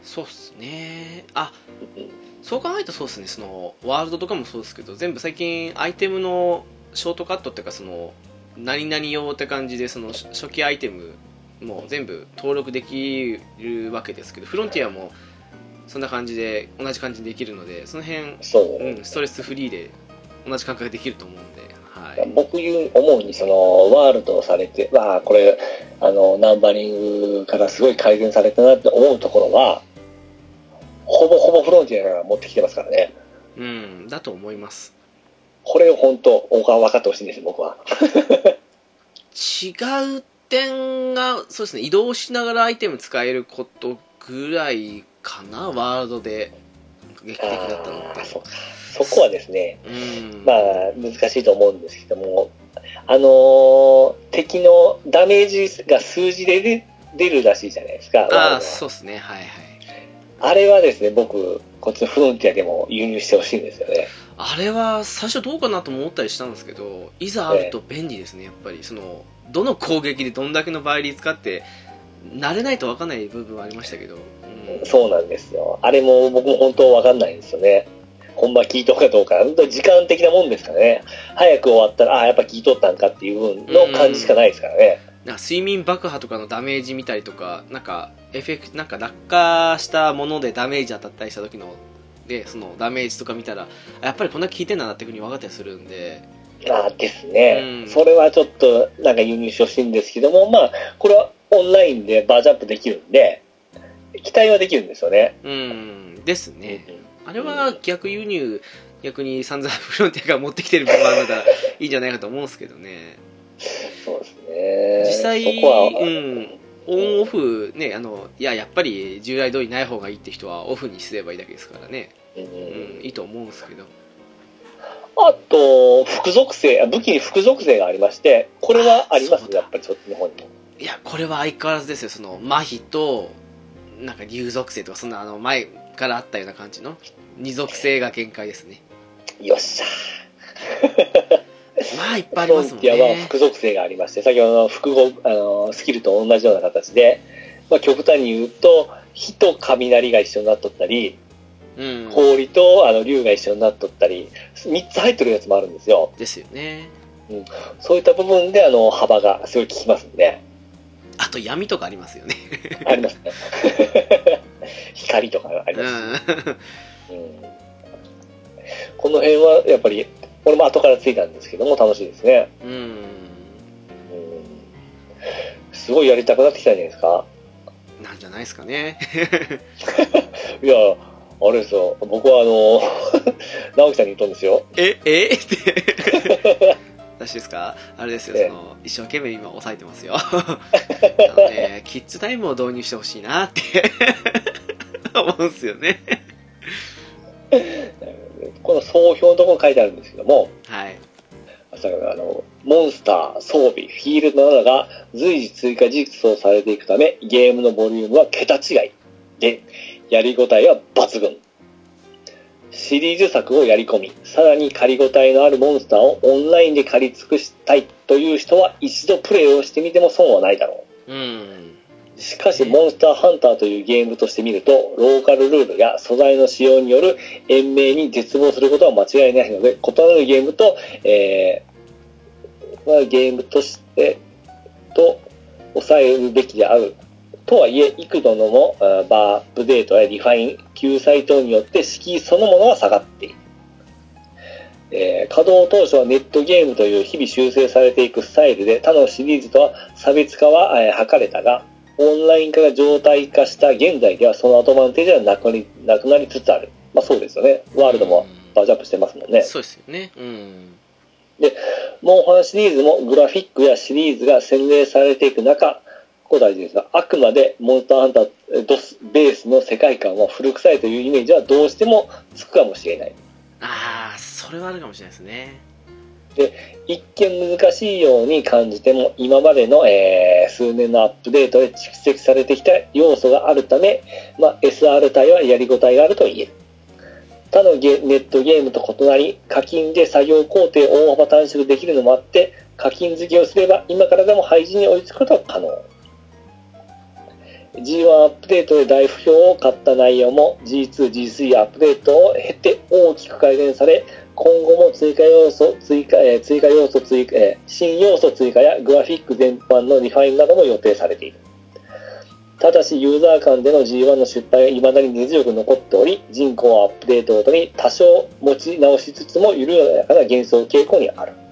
そうっすねあうんそう考えるとそうですねそのワールドとかもそうですけど全部最近アイテムのショートカットっていうかその何々用って感じでその初初期アイテムも全部登録できるわけですけどフロンティアもそんな感じで同じ感じにできるのでその辺、そう、うん、ストレスフリーで同じ感覚でできると思うんで、はい、僕言う思うにそのワールドをされてまあこれあのナンバリングからすごい改善されたなって思うところはほぼほぼフロンティアから持ってきてますからねうん、だと思いますこれを本当僕は分かってほしいんです僕は違う点がそうですね移動しながらアイテム使えることぐらいかなワールドで劇的だったのっあーてそうかそこはですねうんまあ難しいと思うんですけどもあのー敵のダメージが数字で出出るらしいじゃないですか。ああ、そうですね。はいはい。あれはですね、僕、こっちのフロンティアでも輸入してほしいんですよね。あれは最初どうかなとも思ったりしたんですけどいざあると便利ですね、やっぱりそのどの攻撃でどんだけの倍率かって慣れないと分かんない部分はありましたけど、うんそうなんですよ。あれも僕も本当わかんないんですよね。ほんま聞いとくかどうか、本当に時間的なもんですからね。早く終わったら、ああ、やっぱ聞いとったんかっていう分の感じしかないですからね。なんか睡眠爆破とかのダメージ見たりとかなんかエフェクトなんか落下したものでダメージ当たったりした時のでそのダメージとか見たらあやっぱりこんな効いてんだなっていうふうに分かったりするんでああですね、うんそれはちょっとなんか輸入してほしいんですけども、まあ、これはオンラインでバージョンアップできるんで、期待はできるんですよね。うんですねあれは逆輸入逆に散々フロンティアが持ってきてる部分はまだいいんじゃないかと思うんですけどねそうですね。実際そこは、うんオンオフねあのいややっぱり従来通りない方がいいって人はオフにすればいいだけですからね、うんうん、いいと思うんですけどあと、服属性、あ武器に服属性がありまして、これはありまそすうだやっぱりそっちの方にも。いやこれは相変わらずですよその麻痺となんか竜属性とかそんなあの前からあったような感じの二属性が限界ですねよっしゃまあいっぱいありフロまンすもんティアはね服属性がありまして、先ほどの複合あのスキルと同じような形で、まあ、極端に言うと、火と雷が一緒になっとったり、うん氷とあの竜が一緒になっとったり、3つ入ってるやつもあるんですよ。ですよねそういった部分であの幅がすごい効きますんで、あと闇とかありますよねありますね。 光とかありうます。んうんこの辺はやっぱり、俺も後からついたんですけども、楽しいですね。うんうんすごいやりたくなってきたんじゃないですか。なんじゃないですかねいや、あれですよ、僕はあの、 直樹さんに言ったんですよ。ええって私ですかあれですよ、ええその一生懸命今抑えてますよあの、ね、キッズタイムを導入してほしいなって思うんですよねこの総評のところに書いてあるんですけども、はいだからあの、モンスター、装備、フィールドなどが随時追加実装されていくため、ゲームのボリュームは桁違い。で、やりごたえは抜群。シリーズ作をやり込み、さらに借りごたえのあるモンスターをオンラインで借り尽くしたいという人は一度プレイをしてみても損はないだろうんう。しかし、モンスターハンターというゲームとして見ると、ローカルルールや素材の使用による延命に絶望することは間違いないので、異なるゲームと、えーまあ、ゲームとして、と、抑えるべきである。とはいえ、幾度のも、あーバーアップデートやリファイン、救済等によって敷居そのものは下がっている。えー稼働当初はネットゲームという日々修正されていくスタイルで他のシリーズとは差別化は、えー図れたが、オンライン化が常態化した現在ではそのアドバンテージはなくなりなくなりつつある。まあそうですよね。ワールドもバージョンアップしてますもんね。そうですよねうんモンハンシリーズもグラフィックやシリーズが洗練されていく中、ここ大事ですが、あくまでモンスターハンターえドスベースの世界観は古臭いというイメージはどうしてもつくかもしれない。ああそれはあるかもしれないですね一見難しいように感じても、今までの、えー数年のアップデートで蓄積されてきた要素があるため、まあ、SR 対はやりごたえがあると言える。他のゲネットゲームと異なり、課金で作業工程を大幅短縮できるのもあって、課金付けをすれば今からでも廃人に追いつくことは可能。G1 アップデートで大不評を買った内容も G2、G3 アップデートを経て大きく改善され、今後も追加要素、追加、えー追加要素、追加、えー新要素追加やグラフィック全般のリファインなども予定されている。ただし、ユーザー間での G1 の失敗が未だに根強く残っており、人口アップデートごとに多少持ち直しつつも緩やかな減少傾向にある。うん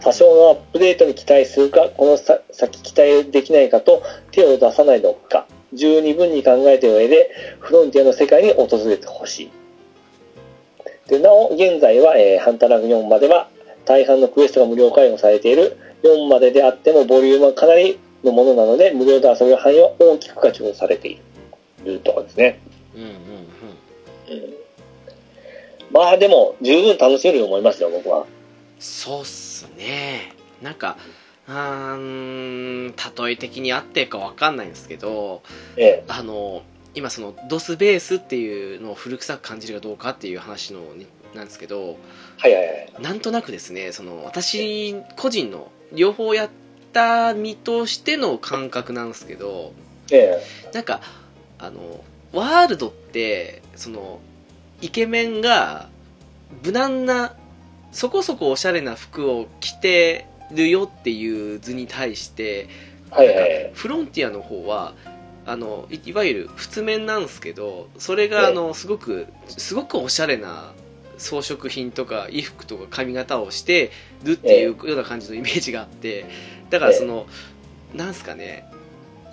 多少のアップデートに期待するか、このさ先期待できないかと手を出さないのか、十二分に考えた上で、フロンティアの世界に訪れてほしい。でなお、現在は、えーハンターラグ4までは、大半のクエストが無料開放されている、4までであってもボリュームはかなりのものなので、無料で遊べる範囲は大きく拡張されている。というところですね。うんうんうんまあでも、十分楽しめると思いますよ、僕は。そうっすですねなんかうーん例え的に合ってるかわかんないんですけどええ。あの今そのドスベースっていうのを古臭く感じるかどうかっていう話のになんですけどはいはいはい。なんとなくですねその私個人の両方やった身としての感覚なんですけどええ。なんかあのワールドってそのイケメンが無難なそこそこおしゃれな服を着てるよっていう図に対してはいはい。フロンティアの方はあのいいわゆる仏面なんですけどそれがええあのすごくすごくおしゃれな装飾品とか衣服とか髪型をしてるっていうような感じのイメージがあってだからその、なんですかね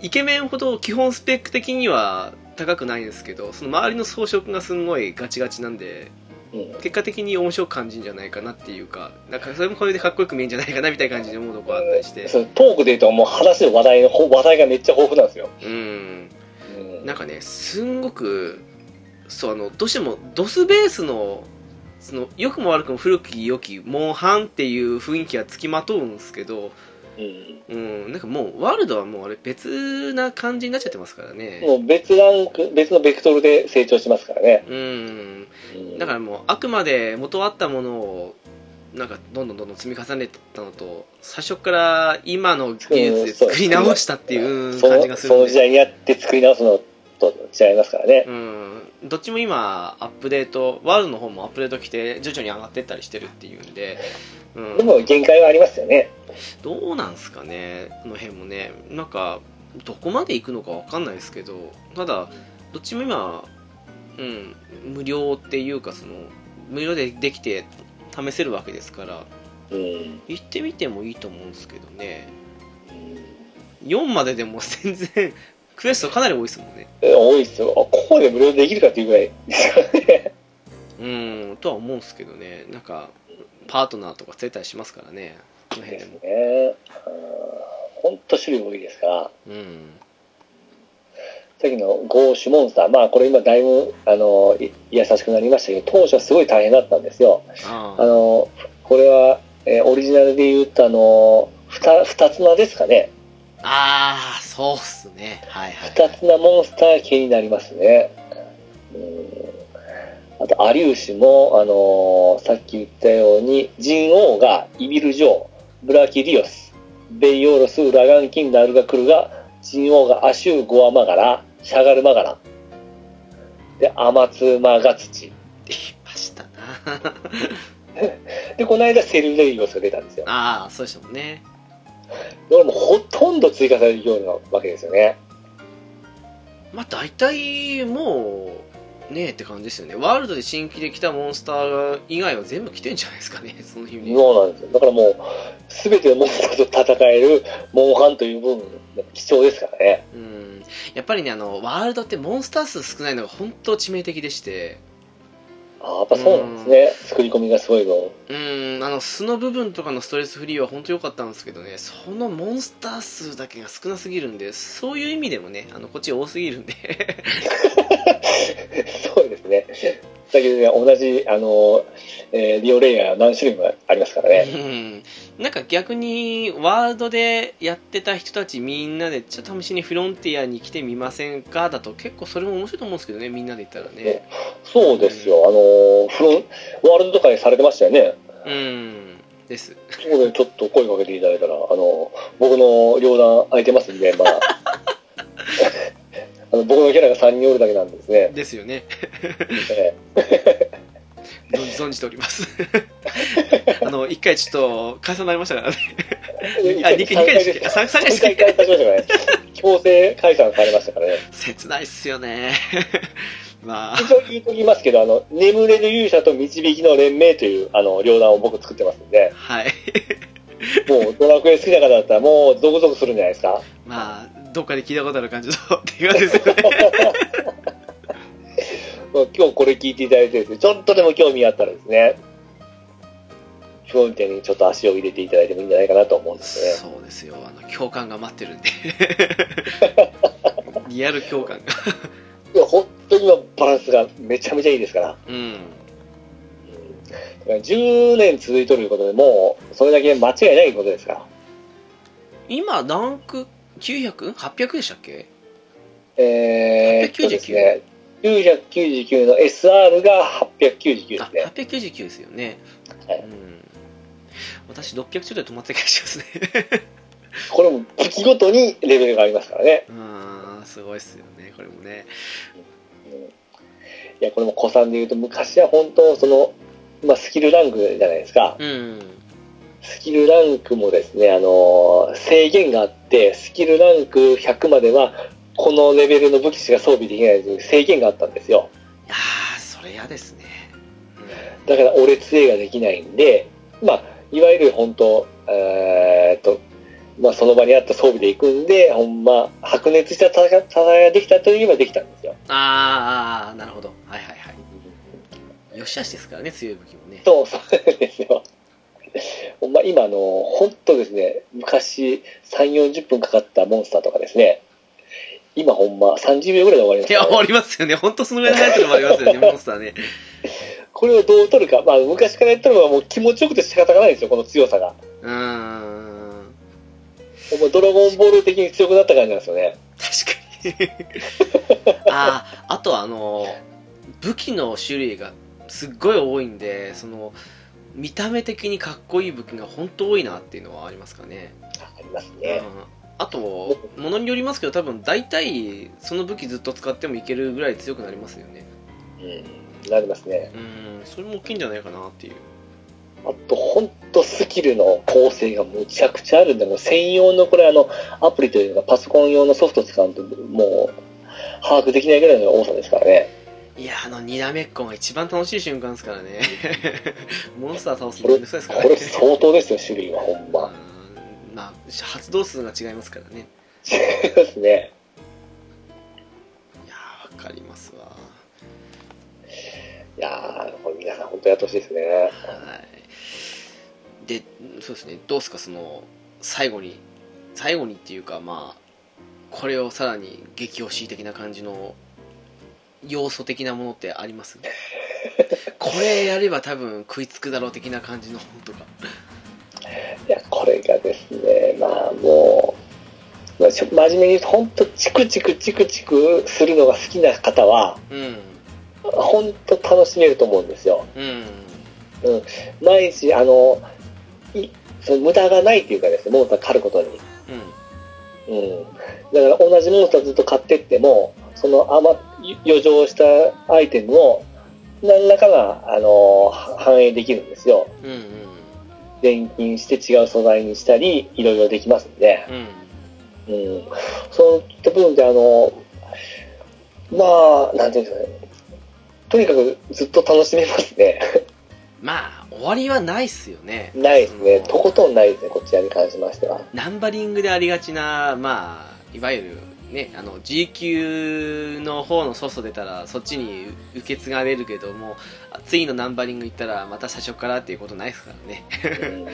イケメンほど基本スペック的には高くないんですけどその周りの装飾がすんごいガチガチなんでうん。結果的に面白く感じるんじゃないかなっていうかなんかそれもこれでかっこよく見えるんじゃないかなみたいな感じに思うとこあったりしてそうトークで言うともう話の話題の話題がめっちゃ豊富なんですよ。うんうんなんかね、すんごく、そう、あの、どうしても、ドスベースの、その、良くも悪くも古き良き、モンハンっていう雰囲気がつきまとうんですけど、うんうん、なんかもう、ワールドはもうあれ、別な感じになっちゃってますからね。もう別ランク、別のベクトルで成長しますからね。うん、うんだからもう、あくまで元あったものを、なんか、どんどんどんどん積み重ねてったのと、最初から今の技術で作り直したっていううんそ感のじがすそるんので時。代にやって作り直すのと違いますからね。うん、どっちも今、アップデート、ワールドの方もアップデート来て、徐々に上がってったりしてるっていうんで、うでん、も限界はありますよね。どうなんすかね、この辺もね、なんか、どこまで行くのか分かんないですけど、ただ、どっちも今、うん、無料っていうか、その、無料でできて試せるわけですから、うん。行ってみてもいいと思うんですけどね、4まででも全然、 クエストかなり多いですもんね。多いですよ。あここで無料でできるかっていうぐらいですからね。うんとは思うんですけどねなんかパートナーとか連れたりしますからねこの辺でですもね。本当種類多いですから。うんさっきのゴーシュモンスター。まあこれ今だいぶ、あの、い優しくなりましたけど、当初はすごい大変だったんですよ。あああの、これは、えーオリジナルで言うと、あの、ふた、二つ名ですかね。あーそうっすねはいはい二つ名モンスター系になりますね。うん。あと、アリウシも、あのーさっき言ったように、人王がイビル城、ブラキリオス、ベイオロス、ラガンキン、ナルガクルガ、人王がアシュー、ゴアマガラ、シャガルマガラ、で、アマツマガツチ。言いましたな で、この間、セルレイオスが出たんですよ。ああそうでしたもんねこれもほとんど追加されるようなわけですよね。まあ大体もうねえって感じですよねワールドで新規で来たモンスター以外は全部来てんじゃないですかね その意味でそうなんですよ。だからもう、すべてのモンスターと戦えるモンハンという分、貴重ですからね。うんやっぱりねあのワールドってモンスター数少ないのが本当致命的でしてああ、やっぱそうなんですね。作り込みがすごいの。 うーんあの素の部分とかのストレスフリーは本当良かったんですけどねそのモンスター数だけが少なすぎるんでそういう意味でもねあのこっち多すぎるんでそうですね。だけどね、同じ、あの、えーリオレイヤー何種類もありますからね。うん なんか逆にワールドでやってた人たちみんなでちょっと試しにフロンティアに来てみませんかだと結構それも面白いと思うんですけどねみんなで言ったらねそうですよ。あの、フロン、ワールドとかにされてましたよね。うんですそこでちょっと声かけていただいたら、あの、僕の両団空いてますんで、ま あ。あの僕のキャラが3人おるだけなんですね。ですよねええ存じ存じております あの一回ちょっと解散になりましたからねあ二回二回でしたっけあ三三回でしたっ3回解散しましたからね。強制解散されましたからね。切ないっすよね まあ一応言いときますけど、あの、眠れる勇者と導きの連盟という、あの、両団を僕作ってますんで、はいもうドラクエ好きな方だったらもうゾクゾクするんじゃないですか。まあ、どっかで聞いたことある感じのっていう感じですよね。もう今日これ聞いていただいてですね、ちょっとでも興味あったらですね、今日みたいにちょっと足を入れていただいてもいいんじゃないかなと思うんですね。そうですよ、あの共感が待ってる んで、リアル共感が、いや、本当に今バランスがめちゃめちゃいいですから。うん、 10年続いとるいうことでもう、それだけ間違いないことですから。今、ランク 900?800 でしたっけえー、 899そうですね。999の SR が899ですあ、ね。 899ですよね。はいうん。私、600ちょっとで止まってた気がしますね。 これも武器ごとにレベルがありますからね。うーん、すごいっすよね、これもね。うんいや、これも古参で言うと、昔は本当、その、まあ、スキルランクじゃないですか。うん。スキルランクもですね、あのー制限があって、スキルランク100までは、このレベルの武器しか装備できないという制限があったんですよ。いやー、それ嫌ですね。だから、俺杖ができないんで、まあ、いわゆる本当、えーっと、まあ、その場にあった装備で行くんで、ほんま、白熱した戦いができたといえばできたんですよ。あー、あーなるほど。はいはいはい。よしあしですからね、強い武器もね。そう、そうですよ。ほんま、今、あの、本当ですね、昔、3、40分かかったモンスターとかですね、今、ほんま、30秒ぐらいで終わりまいすかや、らね終わりますよね。ほんとそのぐらいの速さでもあります よね、モンスターね。これをどう取るか、まあ、昔からやったのはもう気持ちよくて仕方がないですよ、この強さが。うーん。ほんま、ドラゴンボール的に強くなった感じなんですよね。確か にあああとはあの武器の種類がすっごい多いんでその見た目的にかっこいい武器が本当多いなっていうのはありますかね、ありますうんね。、あとものによりますけど多分大体その武器ずっと使ってもいけるぐらい強くなりますよねうん、なりますね。うんそれも大きいんじゃないかなっていうあと、ほんとスキルの構成がむちゃくちゃあるんで、もう専用の、これ、あの、アプリというか、パソコン用のソフト使うと、もう、把握できないぐらいの多さですからね。いやあのにらめっこが一番楽しい瞬間ですから ねモンスター倒すこのめれ、んどくさいですからこれ相当ですよ、種類は、ほんま。うんまあ発動数が違いますからね違いますね。いやーわかりますわいやー、これ皆さん本当やってほしいですね。はいでそうですねどうですかその最後に最後にっていうかまあこれをさらに激推し的な感じの要素的なものってあります これやれば多分食いつくだろう的な感じの本とかいや、これがですね、まあもう、まあ、ちょ真面目に言うと、本当チクチクチクチクするのが好きな方は、うん本当楽しめると思うんですよ。うん毎日、あの、いその無駄がないというかですね、モンスター狩ることに。うんうん。だから同じモンスターずっと買ってっても、その余、余剰したアイテムを、何らかが、あの、反映できるんですよ。うんうん錬金して違う素材にしたり、いろいろできますんで。うんうんそういった部分で、あの、まあ、なんていうんですかね。とにかくずっと楽しめますね。まあ終わりはないっすよねないですね。そのとことんないですね、こちらに関しましては。ナンバリングでありがちな、まあ、いわゆる、ね、あの G 級の方のソフト出たらそっちに受け継がれるけども次のナンバリング行ったらまた最初からっていうことないですからねうん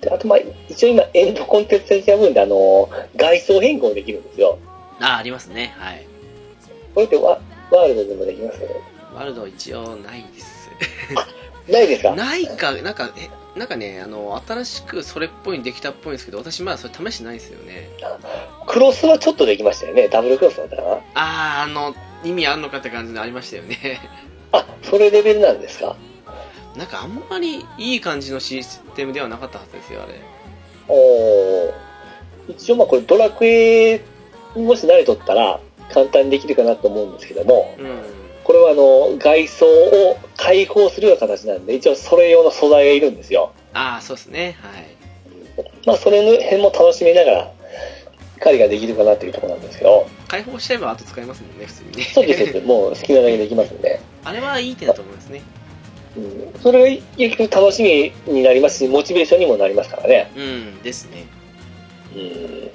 であと、まあ、一応今、エンドコンテンツ的な部分で、あの、外装変更できるんですよ。あありますねはいこれってワワールドでもできますよね。ワールド一応ないですないですかないかなんかえなんかねあの新しくそれっぽいにできたっぽいんですけど私まだそれ試してないんですよねクロスはちょっとできましたよね。ダブルクロスだったかな。あああの意味あんのかって感じのありましたよねあ、それレベルなんですかなんかあんまりいい感じのシステムではなかったはずですよあれおー一応まあこれドラクエにもし慣れとったら簡単にできるかなと思うんですけどもうんこれはあの外装を開放するような形なんで一応それ用の素材がいるんですよああそうですねはいまあそれの辺も楽しみながら狩りができるかなというところなんですけど解放しちゃえば後使えますもんね普通にねそうですそうですもう好きなだけできますんで、 あれはいい点だと思いますねうん、それが結局楽しみになりますしモチベーションにもなりますからねうんですねうん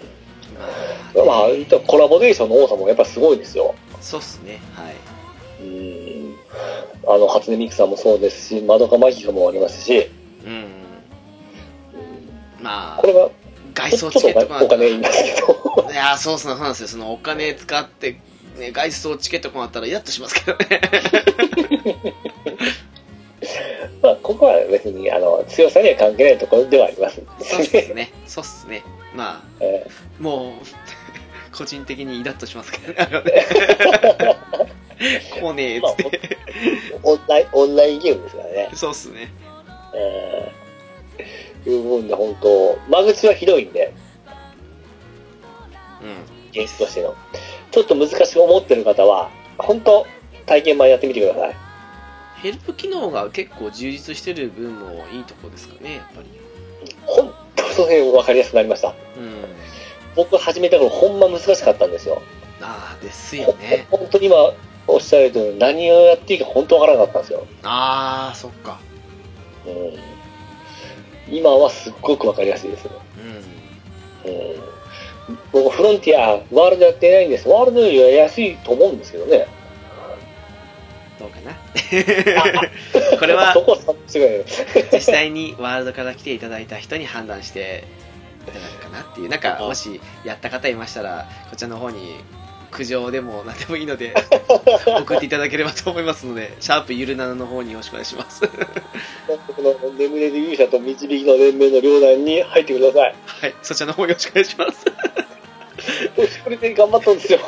ままあ言ったらコラボレーションの多さもやっぱすごいですよそうっすねはいうんあの初音ミクさんもそうですし、まどかマギカもありますし、うんうんまあこれは外ちょ装ちょチっとケットお金お金いりいますけど、やーそうっすねそうなんですよそのお金使って、ね、外 装チケットこうなったらイラッとしますけどねまあ、強さには関係ないところではあります。そうっすね。そうっすね。まあ、えもう、 個人的にイラッとしますけど、あ のね。来ねえっーまあつって。オンライン、オンラインゲームですからね。そうっすね。えー、いう分で本当、間口はひどいんで、うん。現実としての。ちょっと難しく思ってる方は、本当、体験版やってみてください。ヘルプ機能が結構充実してる分もいいとこですかね、やっぱり。本当、その辺分かりやすくなりました。うん。僕始めた頃、ほんま難しかったんですよ。ああ、ですよね。本当に今、おっしゃるとり何をやっていいか本当わからなかったんですよ。ああ、そっか。うん、今はすっごくわかりやすいです。うん。うん、僕、フロンティア、ワールドやってないんです。ワールドよりは安いと思うんですけどね。どうかな。 あこれはそ、こは違うよ。実際にワールドから来ていただいた人に判断していただくかなっていうなんかもしやった方いましたらこちらの方に苦情でも何でもいいの で送っていただければと思いますのでシャープゆるななの方によろしくお願いします この眠れる勇者と導きの連盟の両団に入ってください。はいそちらの方よろしくお願いしますそれで頑張ったんですよ。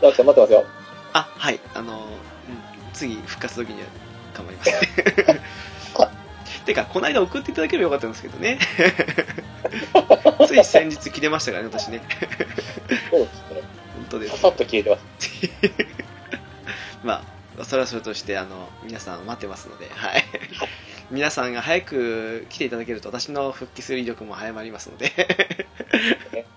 ダークさん待ってますよ。あはいあの、うん次復活時には頑張ります てかこの間送っていただければよかったんですけどねつい先日切れましたからね私ね そうですね。本当ですささっと消えてます。まあ、それはそれとして、あの、皆さん待ってますので、はい。 皆さんが早く来ていただけると、私の復帰する威力も早まりますので、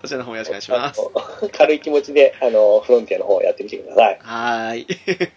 こちらの方よろしくお願いします。あの軽い気持ちで、あの、フロンティアの方やってみてください。はーい。